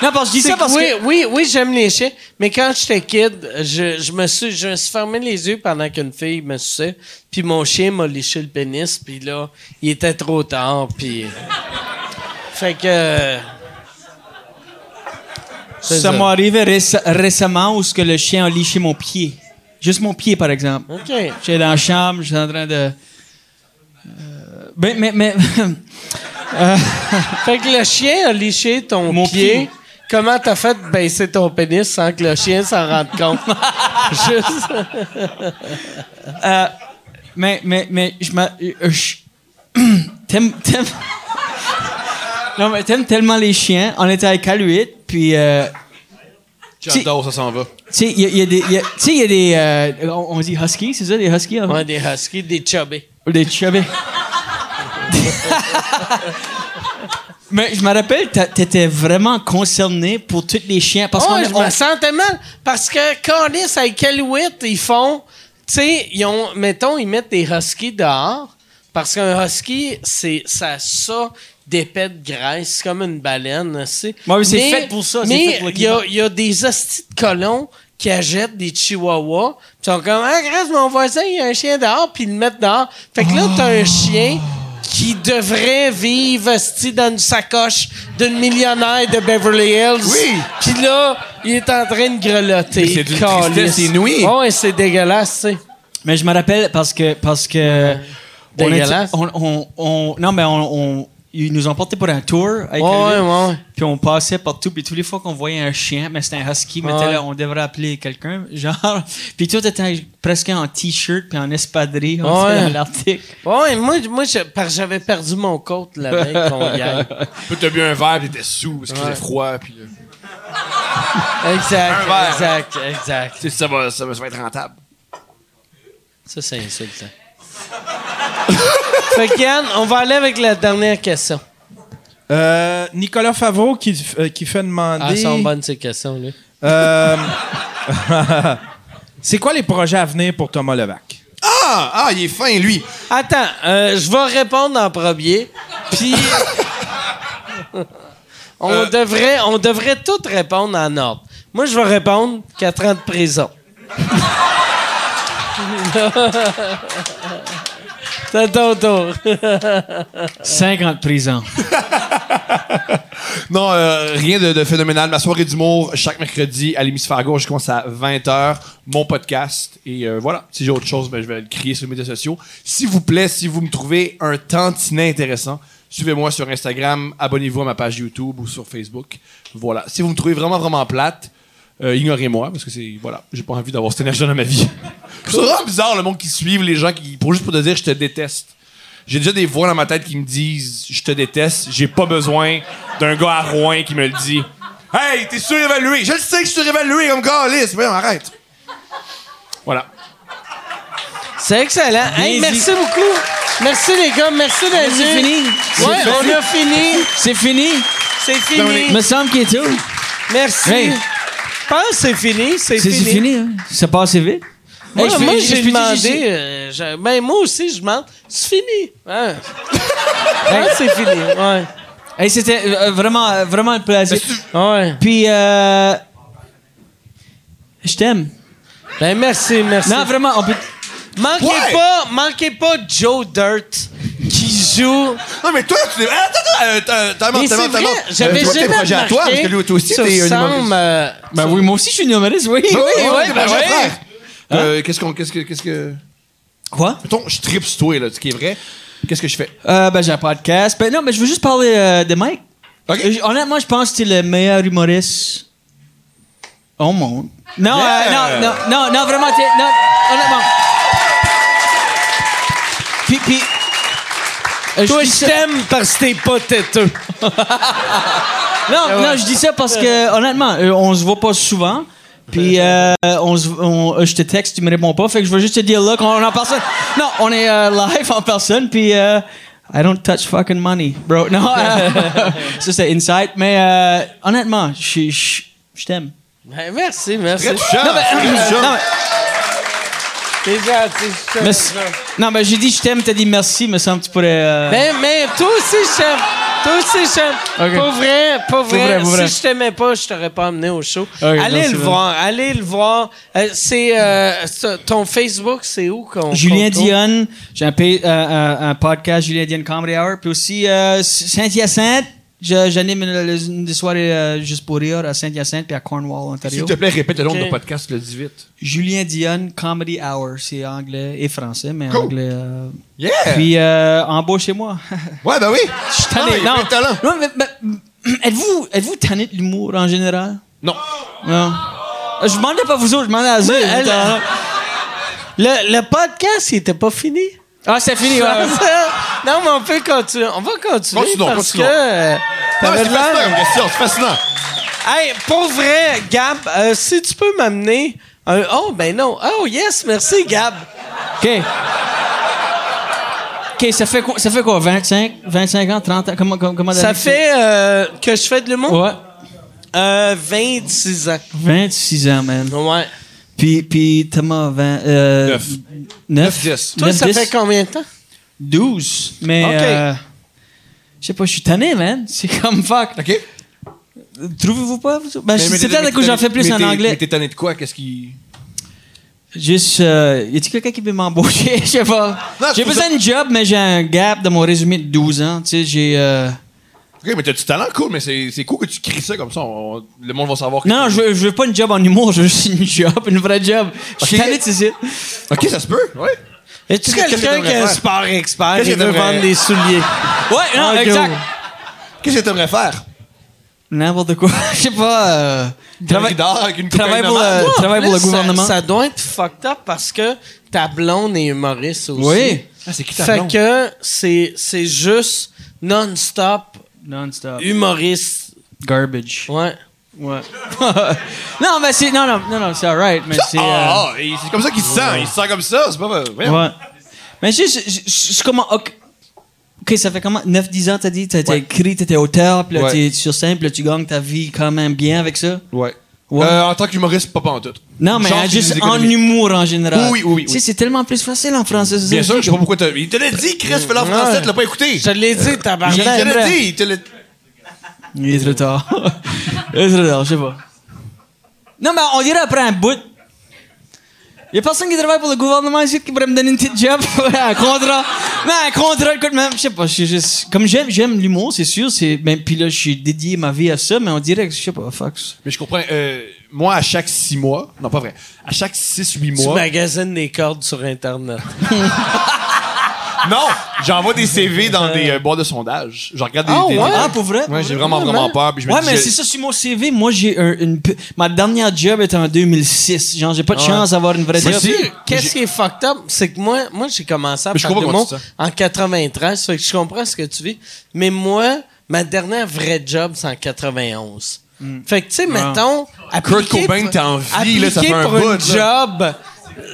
Speaker 1: Non, parce que je dis
Speaker 5: C'est
Speaker 1: ça parce
Speaker 5: oui,
Speaker 1: que.
Speaker 5: oui, oui, j'aime les chiens, mais quand j'étais kid, je, je me suis, je me suis fermé les yeux pendant qu'une fille me suçait, puis mon chien m'a léché le pénis, puis là, il était trop tard, puis... (laughs) fait que...
Speaker 1: Ça,
Speaker 5: ça.
Speaker 1: m'est arrivé réce- récemment où ce que le chien a liché mon pied. Juste mon pied, par exemple.
Speaker 5: OK.
Speaker 1: J'étais dans la chambre, j'étais en train de. Euh, ben, mais, mais. (laughs)
Speaker 5: Fait que le chien a liché ton
Speaker 1: Mon
Speaker 5: pied.
Speaker 1: pied.
Speaker 5: Comment t'as fait baisser ton pénis sans que le chien s'en rende (laughs) compte? Juste...
Speaker 1: euh, mais, mais, mais, je m'a- euh, je- (clears throat) T'aimes. T'aimes. (laughs) non, mais t'aimes tellement les chiens. On était avec Aluit, puis. euh,
Speaker 4: J'adore, ça s'en va.
Speaker 1: tu sais, il y a, il y a des. il y a- Tu sais, il y a des. euh, on, on dit huskies, c'est ça, des huskies? hein?
Speaker 5: Ouais, des huskies, des chubby.
Speaker 1: Ou Des chubby. Mais je me rappelle, t'a- t'étais vraiment concerné pour tous les chiens. Parce qu'on
Speaker 5: Ouais,
Speaker 1: on-
Speaker 5: je me sentais mal. Parce que, Calis, avec Elwitt, ils font. Tu sais, ils ont. Mettons, ils mettent des huskies dehors. Parce qu'un husky, c'est ça, ça d'épais de graisse. C'est comme une baleine. aussi.
Speaker 1: Ouais, mais c'est fait pour ça, c'est fait
Speaker 5: Mais
Speaker 1: pour le
Speaker 5: il y, a-
Speaker 1: climat.
Speaker 5: il y a des hosties de colons qui achètent des chihuahuas. Puis ils sont comme, ah, grâce, mon voisin, il y a un chien dehors. Puis ils le mettent dehors. Fait que là, t'as un chien qui devrait vivre hostie, dans une sacoche d'une millionnaire de Beverly Hills.
Speaker 4: Oui.
Speaker 5: Puis là, il est en train de grelotter.
Speaker 4: Mais c'est d'une
Speaker 5: Calisse.
Speaker 4: tristesse inouïe.
Speaker 5: Ouais, c'est dégueulasse, tu sais.
Speaker 1: Mais je me rappelle parce que parce que on, était-
Speaker 5: Dégueulasse.
Speaker 1: on, on- on- non mais on, on- ils nous ont porté pour un tour avec
Speaker 5: Ouais, ouais,
Speaker 1: Elliot.
Speaker 5: ouais.
Speaker 1: Puis on passait partout puis tous les fois qu'on voyait un chien mais c'était un husky mais t'es
Speaker 5: Ouais.
Speaker 1: là, on devrait appeler quelqu'un (laughs) genre puis tout était presque en t-shirt puis en espadrille on
Speaker 5: Ouais.
Speaker 1: était dans l'Arctique.
Speaker 5: Ouais, moi, moi je- parce que j'avais perdu mon compte la veille qu'on
Speaker 4: (laughs)
Speaker 5: gagne.
Speaker 4: Puis t'as bu un verre, pis t'étais sous, parce qu'il faisait froid, puis là,
Speaker 5: Exact,
Speaker 4: Un verre.
Speaker 5: exact, exact.
Speaker 4: tu sais, ça va, ça va, ça va être rentable.
Speaker 5: Ça, c'est insultant. fait que Yann, on va aller avec la dernière question.
Speaker 2: Euh, Nicolas Favreau qui, f- euh, qui fait
Speaker 5: Ah,
Speaker 2: demander.
Speaker 5: elles sont bonnes ces questions, là.
Speaker 2: Euh, (laughs) c'est quoi les projets à venir pour Thomas Levac?
Speaker 4: Ah! Ah, il est fin, lui!
Speaker 5: Attends, euh, je vais répondre en premier, (laughs) puis... on, devrait, on devrait tous répondre en ordre. Moi, je vais répondre 4 ans de (laughs) prison. C'est ton tour.
Speaker 1: 5 ans de prison.
Speaker 4: Non, euh, rien de, de phénoménal. Ma soirée d'humour, chaque mercredi à l'hémisphère gauche, je commence à 20h, mon podcast. Et euh, voilà, si j'ai autre chose, ben, je vais le crier sur les médias sociaux. S'il vous plaît, si vous me trouvez un tantinet intéressant, suivez-moi sur Instagram, abonnez-vous à ma page YouTube ou sur Facebook. Voilà. Si vous me trouvez vraiment, vraiment plate, euh, ignorez-moi parce que c'est. Voilà, j'ai pas envie d'avoir cette énergie dans ma vie. C'est vraiment bizarre le monde qui suit, les gens qui. Pour juste pour te dire, je te déteste. J'ai déjà des voix dans ma tête qui me disent Je te déteste, j'ai pas besoin d'un gars à Rouen qui me le dit. Hey, t'es surévalué! Je le sais que je suis surévalué comme gars, mais arrête! Voilà.
Speaker 5: C'est excellent. Hey, merci beaucoup. Merci les gars, merci d'être
Speaker 1: C'est
Speaker 5: venus.
Speaker 1: fini.
Speaker 5: Ouais,
Speaker 1: C'est
Speaker 5: on
Speaker 1: fini.
Speaker 5: a fini.
Speaker 1: C'est fini.
Speaker 5: C'est fini.
Speaker 1: Me semble qu'il est tout.
Speaker 5: Merci.
Speaker 1: Hey.
Speaker 5: Je pense que c'est fini. C'est
Speaker 1: C'est
Speaker 5: fini.
Speaker 1: c'est fini hein. Ça passe vite.
Speaker 5: Moi,
Speaker 1: Hey, je fais-
Speaker 5: moi,
Speaker 1: je- je
Speaker 5: j'ai
Speaker 1: peux dire-
Speaker 5: demandé. euh, j'ai- ben, moi aussi, je demande. C'est fini. (laughs) Hein? Hein, c'est fini. Ouais.
Speaker 1: Hey, c'était euh, vraiment euh, vraiment un plaisir.
Speaker 5: Ouais.
Speaker 1: Puis euh, je t'aime.
Speaker 5: Ben, merci, merci.
Speaker 1: Non, vraiment, on peut.
Speaker 5: manquez,
Speaker 4: Ouais.
Speaker 5: pas, manquez pas Joe Dirt qui joue.
Speaker 4: Non, mais toi, tu. Attends, attends, euh, t'as- t'as
Speaker 5: Mais c'est
Speaker 4: t'as-
Speaker 5: vrai,
Speaker 4: t'as-
Speaker 5: j'avais
Speaker 4: Euh, toi,
Speaker 5: jamais
Speaker 4: tes projets à toi, parce que lui, toi aussi,
Speaker 5: sur
Speaker 4: t'es un
Speaker 5: Sam,
Speaker 4: humoriste.
Speaker 5: euh,
Speaker 1: Ben oui, moi aussi, je suis humoriste, oui.
Speaker 4: Oui, oui,
Speaker 1: ouais,
Speaker 4: oui,
Speaker 5: bah
Speaker 1: ben ouais.
Speaker 4: frère!
Speaker 5: Hein?
Speaker 4: Euh, qu'est-ce qu'on. Qu'est-ce que. Qu'est-ce que.
Speaker 1: Quoi?
Speaker 4: Mettons, je tripe sur toi, là, ce qui est vrai. Qu'est-ce que je fais?
Speaker 1: Euh, ben, j'ai un podcast. Ben non, mais je veux juste parler euh, de Mike.
Speaker 4: Ok.
Speaker 1: Euh, j- Honnêtement, je pense que c'est le meilleur humoriste au monde. Non,
Speaker 4: Yeah.
Speaker 1: euh, non, non, non, non, vraiment, t'es- non, honnêtement. Puis, puis. euh,
Speaker 5: Toi,
Speaker 1: dis
Speaker 5: je
Speaker 1: ça-
Speaker 5: t'aime parce que t'es pas têteux.
Speaker 1: Non, non, je dis ça parce que, honnêtement, euh, on se voit pas souvent. Puis, euh, on se- on- euh, je te texte, tu me réponds pas. Fait que je veux juste te dire là qu'on est en personne. Non, on est euh, live en personne. Puis, euh, I don't touch fucking money, bro. Non, euh, ça c'est insight. Mais, euh, honnêtement, je, je, je t'aime.
Speaker 5: Ben, merci, merci.
Speaker 4: Très touchant! très touchant.
Speaker 1: Non,
Speaker 5: T'es gentil, je t'aime.
Speaker 1: mais, non, mais j'ai dit je t'aime, t'as dit merci, me semble que tu pourrais. euh,
Speaker 5: Ben, mais toi aussi, je t'aime. Toi aussi, je t'aime.
Speaker 1: Ok.
Speaker 5: Pour vrai, pour vrai,
Speaker 1: vrai, pour vrai.
Speaker 5: si je t'aimais pas, je t'aurais pas amené au show. allez
Speaker 1: merci,
Speaker 5: le
Speaker 1: man.
Speaker 5: voir, allez le voir. Euh, c'est euh, ça- ton Facebook, c'est où qu'on
Speaker 1: Julien
Speaker 5: qu'on trouve?
Speaker 1: Dionne, j'ai un, pa- euh, un- un podcast, Julien Dionne Comedy Hour. Puis aussi euh, Saint-Hyacinthe, Je- j'anime une, une des soirées euh, juste pour rire à Saint-Hyacinthe puis à Cornwall,
Speaker 4: S'il
Speaker 1: Ontario.
Speaker 4: te plaît, répète le nom
Speaker 5: Ok.
Speaker 4: de podcast, le dis vite.
Speaker 1: Julien Dionne Comedy Hour, c'est anglais et français, mais
Speaker 4: Cool.
Speaker 1: anglais. euh,
Speaker 4: Yeah!
Speaker 1: Puis euh, embauchez-moi. (laughs)
Speaker 4: Ouais, ben oui!
Speaker 1: Je suis tanné.
Speaker 4: Ah, il y a plein de talent.
Speaker 1: Non, mais, mais, êtes-vous êtes-vous tanné de l'humour en général?
Speaker 4: Non!
Speaker 1: Non. Ah, Je demandais pas vous autres, je demandais à vous.
Speaker 5: elle- Le, le podcast, il était pas fini.
Speaker 1: Ah, c'est fini. ouais.
Speaker 5: non, mais on peut continuer. On va continuer
Speaker 4: Continuons,
Speaker 5: parce
Speaker 4: continuons.
Speaker 5: que... euh,
Speaker 4: Non, mais
Speaker 5: t'avais
Speaker 4: c'est
Speaker 5: l'air-
Speaker 4: fascinant comme question, c'est fascinant!
Speaker 1: Ah,
Speaker 5: Hey, pour vrai, Gab, euh, si tu peux m'amener un... Oh, ben non. Oh, yes, merci, Gab.
Speaker 1: OK. OK, ça fait quoi, ça fait quoi 25, 25 ans, 30 ans? Comment, comment, comment
Speaker 5: Ça
Speaker 1: d'années que-
Speaker 5: fait euh, que je fais de l'humour?
Speaker 1: Ouais.
Speaker 5: Euh, 26 ans.
Speaker 1: 26 ans, man.
Speaker 5: Ouais.
Speaker 1: Puis, puis Thomas, 20, euh, 9. 9, 10.
Speaker 5: Toi, ça fait combien de temps?
Speaker 1: 12. Mais,
Speaker 5: OK.
Speaker 1: euh, je sais pas, je suis tanné, man. (laughs) C'est comme fuck.
Speaker 4: OK.
Speaker 1: Trouvez-vous pas? vous- Ben,
Speaker 4: Mais- mais
Speaker 1: c'est
Speaker 4: t'es- mais
Speaker 1: peut-être que
Speaker 4: t'es-
Speaker 1: j'en fais plus
Speaker 4: mais
Speaker 1: en
Speaker 4: t'es-
Speaker 1: anglais.
Speaker 4: Mais t'es tanné de quoi? Qu'est-ce qui.
Speaker 1: Juste, euh, y a-tu quelqu'un qui peut m'embaucher? (laughs) Je sais pas.
Speaker 4: Non, c'est
Speaker 1: J'ai
Speaker 4: pour
Speaker 1: besoin de job, mais j'ai un gap dans mon résumé de 12 ans. Tu sais, j'ai. euh,
Speaker 4: Ok, mais t'as du talent, cool, mais c'est c'est cool que tu cries ça comme ça. on- on- le monde va savoir. que-
Speaker 1: Non, je veux, je veux pas une job en humour, je veux juste une job, une vraie job. Je suis
Speaker 4: Ok.
Speaker 1: tanné de ces sites.
Speaker 4: Ok, ça se peut, ouais.
Speaker 5: Es-tu
Speaker 4: Qu'est-ce que
Speaker 5: quelqu'un
Speaker 4: t'aimerais
Speaker 5: qui a un
Speaker 4: faire?
Speaker 5: sport expert
Speaker 4: Qu'est-ce
Speaker 5: et
Speaker 4: que
Speaker 5: veut
Speaker 4: t'aimerais-
Speaker 5: vendre des souliers?
Speaker 1: Ouais, non,
Speaker 5: Ok.
Speaker 1: exact.
Speaker 4: Qu'est-ce que t'aimerais faire?
Speaker 1: N'importe quoi. (laughs) Je sais pas. euh,
Speaker 4: Travail
Speaker 1: travaille-
Speaker 4: d'art avec une
Speaker 1: (laughs)
Speaker 4: coupe
Speaker 1: travaille pour, euh,
Speaker 5: Toi, en
Speaker 1: travaille pour le
Speaker 5: plus, ça-
Speaker 1: gouvernement.
Speaker 5: Ça, doit être fucked up parce que ta blonde est humoriste aussi.
Speaker 1: Oui. Ah,
Speaker 4: c'est qui ta
Speaker 5: Fait
Speaker 4: blonde?
Speaker 5: que c'est c'est juste non-stop
Speaker 1: Non-stop.
Speaker 5: humoriste.
Speaker 1: Garbage.
Speaker 5: Ouais.
Speaker 1: Ouais. (laughs) non, mais c'est. Non, non, non, non c'est alright, mais c'est. euh,
Speaker 4: Ah, ah, et c'est comme ça qu'il se sent. Il se sent comme ça. C'est pas vrai. voyons.
Speaker 1: Ouais. Mais juste, je- je je commence. Ok, Ok, ça fait comment 9-10 ans, t'as dit T'as t'as écrit, t'étais auteur, puis là,
Speaker 4: Ouais.
Speaker 1: t'es sur scène, puis là, tu gagnes ta vie quand même bien avec ça.
Speaker 4: Ouais.
Speaker 1: Ouais.
Speaker 4: Euh, en tant qu'humoriste, pas pas en tout.
Speaker 1: Non, mais
Speaker 4: Genre,
Speaker 1: hein,
Speaker 4: c'est
Speaker 1: juste
Speaker 4: des
Speaker 1: en
Speaker 4: économies.
Speaker 1: humour en général.
Speaker 4: Oui, oui, oui,
Speaker 1: Tu
Speaker 4: oui.
Speaker 1: sais, c'est tellement plus facile en français. c'est
Speaker 4: Bien
Speaker 1: ça.
Speaker 4: sûr, je sais pas pourquoi t'as. Il te l'a dit, Chris, fais-le en français, tu l'as pas écouté.
Speaker 5: Je te l'ai dit,
Speaker 4: Il te
Speaker 5: tabarnak.
Speaker 4: l'a dit, il te l'a
Speaker 1: Il est trop tard. (laughs) Il est trop tard, je sais pas. Non, mais on dirait après un bout. Il y a personne qui travaille pour le gouvernement ici qui pourrait me donner une petite job. (laughs) un contrat. Mais un contrat, écoute, même, je sais pas, je suis juste. Comme j'aime, j'aime l'humour, c'est sûr. C'est, mais puis là, j'ai dédié ma vie à ça, mais on dirait que, je sais pas, fuck. ça.
Speaker 4: Mais je comprends. euh, moi, à chaque six mois, non, pas vrai, à chaque six, huit
Speaker 5: Tu
Speaker 4: mois,
Speaker 5: magasines des cordes sur Internet.
Speaker 4: non, j'envoie des CV dans des euh, boîtes de sondage. Je regarde des.
Speaker 5: Ah,
Speaker 4: des-
Speaker 5: ouais?
Speaker 4: des-
Speaker 1: Ah, pour vrai?
Speaker 4: Ouais, j'ai vraiment, vraiment peur. Puis je me
Speaker 1: Ouais,
Speaker 4: dis,
Speaker 1: mais
Speaker 4: je-
Speaker 1: c'est ça, sur mon CV, moi, j'ai un- une. p- Ma dernière job était en 2006. Genre, j'ai pas de chance d'avoir une vraie job.
Speaker 5: Qu'est-ce qui est fucked up, c'est que moi, moi j'ai commencé à
Speaker 4: Mais je
Speaker 5: faire de
Speaker 4: comprends pas
Speaker 5: l'humour
Speaker 4: comment tu
Speaker 5: en 93, fait que je comprends ce que tu vis. Mais moi, ma dernière vraie job, c'est en 91. Fait que, tu sais, mettons... appliquer
Speaker 4: Hmm. Ah. Cobain,
Speaker 5: pour-
Speaker 4: t'es en vie, là, ça
Speaker 5: appliquer
Speaker 4: fait un
Speaker 5: pour
Speaker 4: bout,
Speaker 5: une job,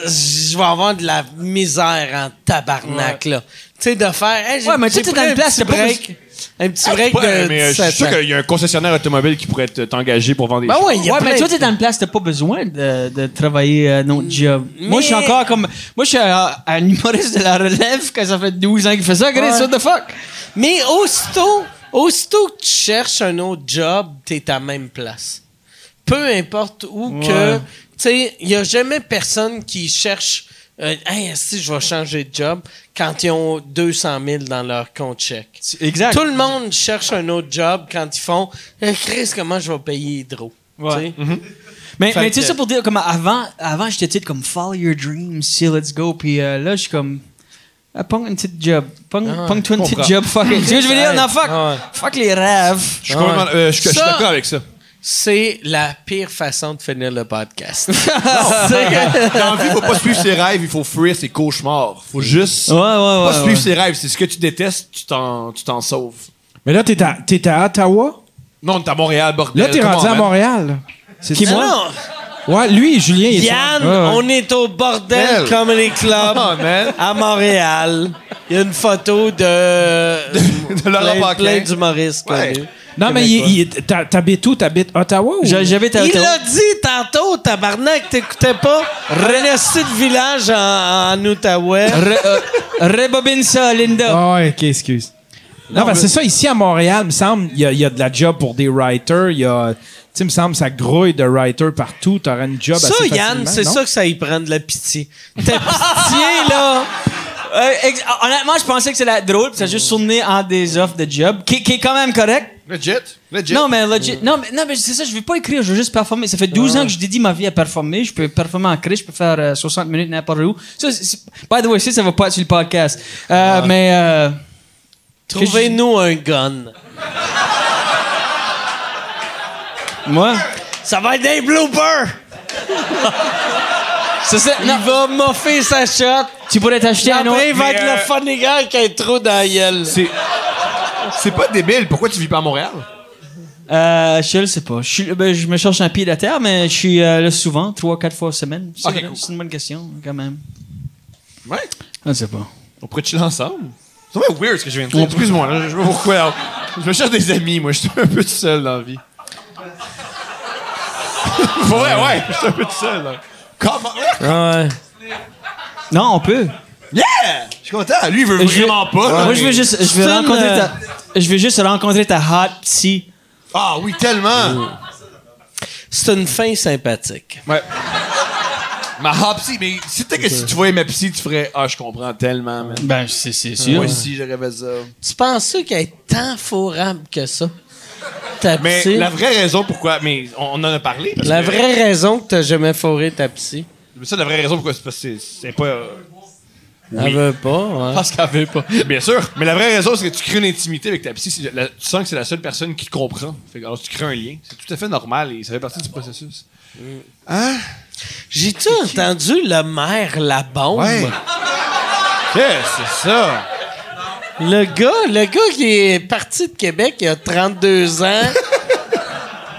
Speaker 5: je vais avoir de la misère en tabarnak, là. Tu sais, de faire... Hey, j'ai-
Speaker 1: Ouais, mais tu
Speaker 5: j'ai
Speaker 1: sais, t'es
Speaker 5: pris
Speaker 1: dans
Speaker 5: un
Speaker 1: une place,
Speaker 5: petit
Speaker 1: t'as pas
Speaker 5: break. Un petit
Speaker 4: Ouais,
Speaker 5: break de
Speaker 4: mais euh, je suis
Speaker 5: 17 ans.
Speaker 4: sûr qu'il y a un concessionnaire automobile qui pourrait te- t'engager pour vendre des
Speaker 5: Ben
Speaker 4: choses.
Speaker 5: ouais, il y a
Speaker 1: ouais,
Speaker 5: plein
Speaker 1: mais toi,
Speaker 5: de-
Speaker 1: t'es dans une place, t'as pas besoin de, de travailler euh, notre job. Moi, je suis
Speaker 5: Mais-
Speaker 1: encore comme. Moi, je suis euh, un humoriste de la relève que ça fait 12 ans qu'il fait ça, Chris,
Speaker 5: Ouais.
Speaker 1: what the fuck?
Speaker 5: Mais aussitôt, aussitôt que tu cherches un autre job, t'es à la même place. Peu importe où que... Tu sais, il n'y a jamais personne qui cherche... euh, hey, si je vais changer de job quand ils ont 200 000 dans leur compte chèque.
Speaker 1: Exact.
Speaker 5: Tout le monde cherche un autre job quand ils font Eh, Chris, comment je vais payer Hydro?
Speaker 1: Ouais. Mhm.
Speaker 5: Tu sais?
Speaker 1: mais
Speaker 5: Fait
Speaker 1: mais tu sais,
Speaker 5: que-
Speaker 1: ça pour dire, comme avant, avant j'étais titre comme Follow Your Dreams, see, let's go. Puis euh, là, je suis comme. Ah, Pong une petite job. Pong, toi une petite job, fuck it. Tu sais, ce que je veux dire, non, fuck.
Speaker 5: Ouais.
Speaker 1: Fuck les rêves.
Speaker 4: Je suis complètement- euh, je- je suis
Speaker 5: Ça-
Speaker 4: d'accord avec ça.
Speaker 5: C'est la pire façon de finir
Speaker 1: (laughs)
Speaker 5: le podcast. C'est-
Speaker 4: Dans la vie, faut pas suivre ses rêves, il faut fuir ses cauchemars. Faut juste
Speaker 1: Ouais, ouais, ouais.
Speaker 4: pas
Speaker 1: ouais.
Speaker 4: suivre ses rêves. C'est ce que tu détestes, tu t'en tu t'en sauves.
Speaker 2: Mais là, t'es à, t'es à Ottawa?
Speaker 4: Non, t'es à Montréal, bordel.
Speaker 5: Euh,
Speaker 2: Là, t'es
Speaker 4: Comment,
Speaker 2: rendu à
Speaker 4: man?
Speaker 2: Montréal. C'est
Speaker 5: Non,
Speaker 2: ça?
Speaker 5: non,
Speaker 2: Ouais, lui, Julien, il est
Speaker 5: Yann,
Speaker 2: Ouais, ouais.
Speaker 5: on est au Bordel
Speaker 4: Belle.
Speaker 5: Comedy Club
Speaker 4: Come on, man.
Speaker 5: à Montréal. Il y a une photo de,
Speaker 4: de Laurent
Speaker 5: plein,
Speaker 4: Paquin.
Speaker 5: plein d'humoristes
Speaker 4: Ouais.
Speaker 5: connus.
Speaker 2: Non, mais il- il- t'a- t'habites où? T'habites Ottawa ou...
Speaker 1: J'a- J'avais ta
Speaker 5: Il l'a dit tantôt, tabarnak, t'écoutais pas. Renesty de village en, en Outaouais.
Speaker 4: Ah,
Speaker 1: Re- euh, Rebobine ça, Linda.
Speaker 2: Ah ouais, ok, excuse. Non, parce que c'est ça, ici à Montréal, me semble, il y, a- il y a de la job pour des writers. Il y a. Tu sais, me semble, ça grouille de writers partout. T'auras une
Speaker 4: ben
Speaker 2: job
Speaker 5: Ça,
Speaker 2: assez
Speaker 5: Yann,
Speaker 2: facilement,
Speaker 5: c'est
Speaker 2: non?
Speaker 5: ça que ça y prend de la pitié.
Speaker 1: T'as pitié, là! Euh, ex- honnêtement, je pensais que c'était drôle, puis ça a juste tourné en des offres de job, qui, qui est quand même correct.
Speaker 4: Legit. Legit.
Speaker 1: Non, mais legit- Non, mais, non, mais c'est ça, je vais pas écrire, je veux juste performer. Ça fait 12 ans que je dédie ma vie à performer. Je peux performer en crise, je peux faire euh, 60 minutes n'importe où. Ça, c'est- c'est- by the way, ça, ça va pas être sur le podcast. Euh, Mais. euh,
Speaker 5: Trouvez-nous un gun.
Speaker 1: moi?
Speaker 5: Ça va être des bloopers!
Speaker 1: C'est ça. Non,
Speaker 5: Il va moffer sa shot.
Speaker 1: tu pourrais t'acheter un autre.
Speaker 5: Après, il va être le funny guy qui a un trou dans la gueule.
Speaker 4: euh, C'est. C'est pas débile. Pourquoi tu vis pas à Montréal?
Speaker 1: Euh, je le sais pas. Je, suis- ben, je me cherche un pied de la terre, mais je suis euh, là souvent, 3-4 fois semaine. C'est
Speaker 4: Ok, cool.
Speaker 1: c'est une bonne question, quand même.
Speaker 4: Ouais.
Speaker 1: Je sais pas.
Speaker 4: On pourrait chiller ensemble. C'est vraiment weird ce que je viens de dire. Excuse-moi, là, je sais pas pourquoi. là. Je me cherche des amis, moi. Je suis un peu tout seul dans la vie. (laughs) ouais, ouais, je suis un peu tout seul. là. Comment?
Speaker 8: Ouais.
Speaker 1: Non, on peut.
Speaker 4: Yeah! Je suis content. Lui, il veut
Speaker 1: Je vais-
Speaker 4: vraiment pas. là,
Speaker 1: Moi, je
Speaker 4: mais-
Speaker 1: veux juste, je
Speaker 6: C'est
Speaker 1: veux
Speaker 6: une,
Speaker 1: rencontrer
Speaker 6: euh,
Speaker 1: ta, je veux juste rencontrer ta hot psy.
Speaker 4: Ah oui, tellement.
Speaker 1: Euh.
Speaker 5: C'est une fin sympathique.
Speaker 4: Ma ah, psy, mais si t'es que si tu voyais ma psy, tu ferais Ah, je comprends tellement, man.
Speaker 1: Ben, c'est
Speaker 2: Euh,
Speaker 1: c'est
Speaker 4: Moi
Speaker 1: sûr.
Speaker 4: aussi, j'aurais fait ça.
Speaker 5: Tu penses-tu qu'elle est tant fourrable que ça? Ta
Speaker 4: Mais
Speaker 5: psy?
Speaker 4: la vraie raison pourquoi. Mais on, on en a parlé. Parce
Speaker 5: La
Speaker 4: que-
Speaker 5: vraie raison que t'as jamais fourré ta psy.
Speaker 4: Mais ça, la vraie raison pourquoi c'est parce que c'est- c'est pas. euh,
Speaker 5: Elle veut pas, hein?
Speaker 4: Parce qu'elle veut pas. Bien sûr. Mais la vraie raison, c'est que tu crées une intimité avec ta psy. c'est la- tu sens que c'est la seule personne qui te comprend. Fait que, alors, tu crées un lien. C'est tout à fait normal et ça fait partie du processus.
Speaker 5: J'ai-tu entendu le maire la bombe?
Speaker 4: Qu'est-ce que c'est ça?
Speaker 5: Le gars, le gars qui est parti de Québec il y a 32 ans,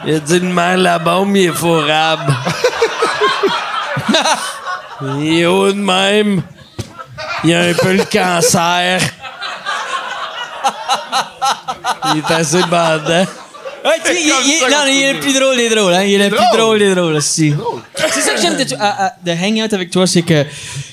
Speaker 5: il a dit le maire la bombe, il est fourrable. il est haut de même. Il a un peu le cancer. Il est assez bandant.
Speaker 1: Ah,
Speaker 6: Ouais, tu sais, il, il- il- non, il est le plus drôle des drôles, hein. Il est le plus drôle des drôles, aussi.
Speaker 1: C'est ça que j'aime de, tu- à- à- de hang out avec toi, c'est que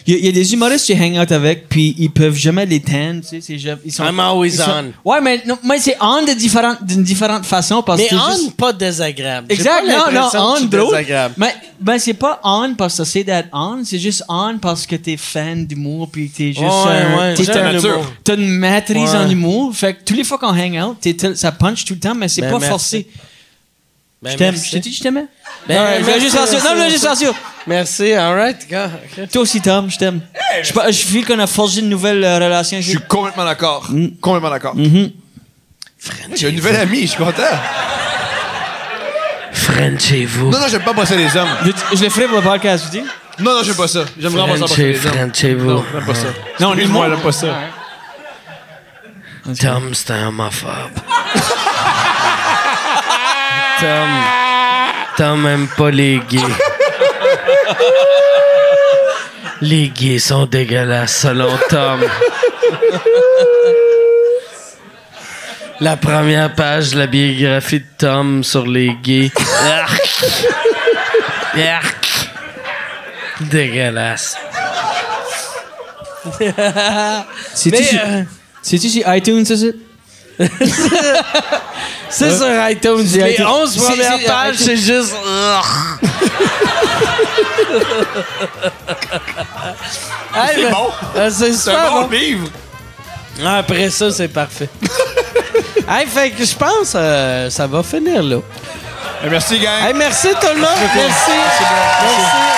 Speaker 1: il y, a- y a des humoristes que tu hang out avec, puis ils peuvent jamais les teindre, tu sais, c'est jamais- ils sont.
Speaker 5: I'm always
Speaker 1: ils sont-
Speaker 5: on.
Speaker 1: Ouais, mais, non, mais c'est on de différentes- d'une différente façon parce
Speaker 5: Mais
Speaker 1: que.
Speaker 5: on,
Speaker 1: juste-
Speaker 5: pas désagréable. J'ai
Speaker 1: Exact,
Speaker 5: pas
Speaker 1: non, non,
Speaker 5: l'impression que je
Speaker 1: on
Speaker 5: suis
Speaker 1: drôle.
Speaker 5: désagréable.
Speaker 1: Mais, mais c'est pas on parce que c'est d'être on, c'est juste on parce que t'es fan d'humour puis t'es juste.
Speaker 5: Ouais,
Speaker 1: euh,
Speaker 5: ouais,
Speaker 1: t'es
Speaker 5: j'aime
Speaker 1: un-
Speaker 5: l'humour.
Speaker 1: T'as une maîtrise
Speaker 5: Ouais.
Speaker 1: en humour, fait que tous les fois qu'on hang out, t'es tel- ça punch tout le temps, mais c'est
Speaker 5: Ben,
Speaker 1: pas
Speaker 5: merci.
Speaker 1: forcé.
Speaker 5: Ben,
Speaker 1: je t'aime.
Speaker 5: merci.
Speaker 1: Je t'ai dit que je t'aimais?
Speaker 5: Ben,
Speaker 1: Ouais, je voulais
Speaker 5: merci,
Speaker 1: juste rassurer. Non, je voulais
Speaker 5: merci,
Speaker 1: juste
Speaker 5: merci.
Speaker 1: rassurer.
Speaker 5: Merci, alright, gars. Ok.
Speaker 1: Toi aussi, Tom, je t'aime. Je, pa- je feel qu'on a forgé une nouvelle euh, relation.
Speaker 4: Je suis complètement d'accord.
Speaker 1: Mm.
Speaker 4: Complètement d'accord.
Speaker 1: Mm-hmm.
Speaker 4: J'ai une nouvelle amie, je suis content.
Speaker 5: Frenchez-vous.
Speaker 4: Non, non, j'aime pas bosser les hommes.
Speaker 1: Je, je le ferai pour le podcast, tu dis?
Speaker 4: Non, non, j'aime pas ça. J'aime vraiment pas ça bosser
Speaker 5: Frenchez,
Speaker 4: les hommes.
Speaker 5: frenchez-vous.
Speaker 4: J'aime pas ça.
Speaker 1: Non, lui,
Speaker 4: Excuse-moi, j'aime pas ça.
Speaker 5: Tom, c'est un homophobe.
Speaker 1: (laughs)
Speaker 5: Tom. Tom aime pas les gays. Les gays sont dégueulasses selon Tom. La première page de la biographie de Tom sur les gays. Arc! Arc! Dégueulasse.
Speaker 1: C'est-tu
Speaker 5: Mais,
Speaker 1: sur-
Speaker 5: euh,
Speaker 1: c'est-tu sur iTunes, ça, ça?
Speaker 5: C'est sur iTunes. Les
Speaker 1: iTunes.
Speaker 5: 11 premières
Speaker 1: C'est- c'est-
Speaker 5: pages, c'est juste. Hey, mais-
Speaker 4: bon.
Speaker 5: euh, C'est
Speaker 4: C'est un
Speaker 5: super
Speaker 4: bon
Speaker 5: bon.
Speaker 4: livre.
Speaker 5: Ah, Après ça, c'est parfait. (laughs) hey, fait que je pense euh, ça va finir là.
Speaker 4: Eh, Merci, gang.
Speaker 5: Hey, merci tout le monde. Merci. Merci.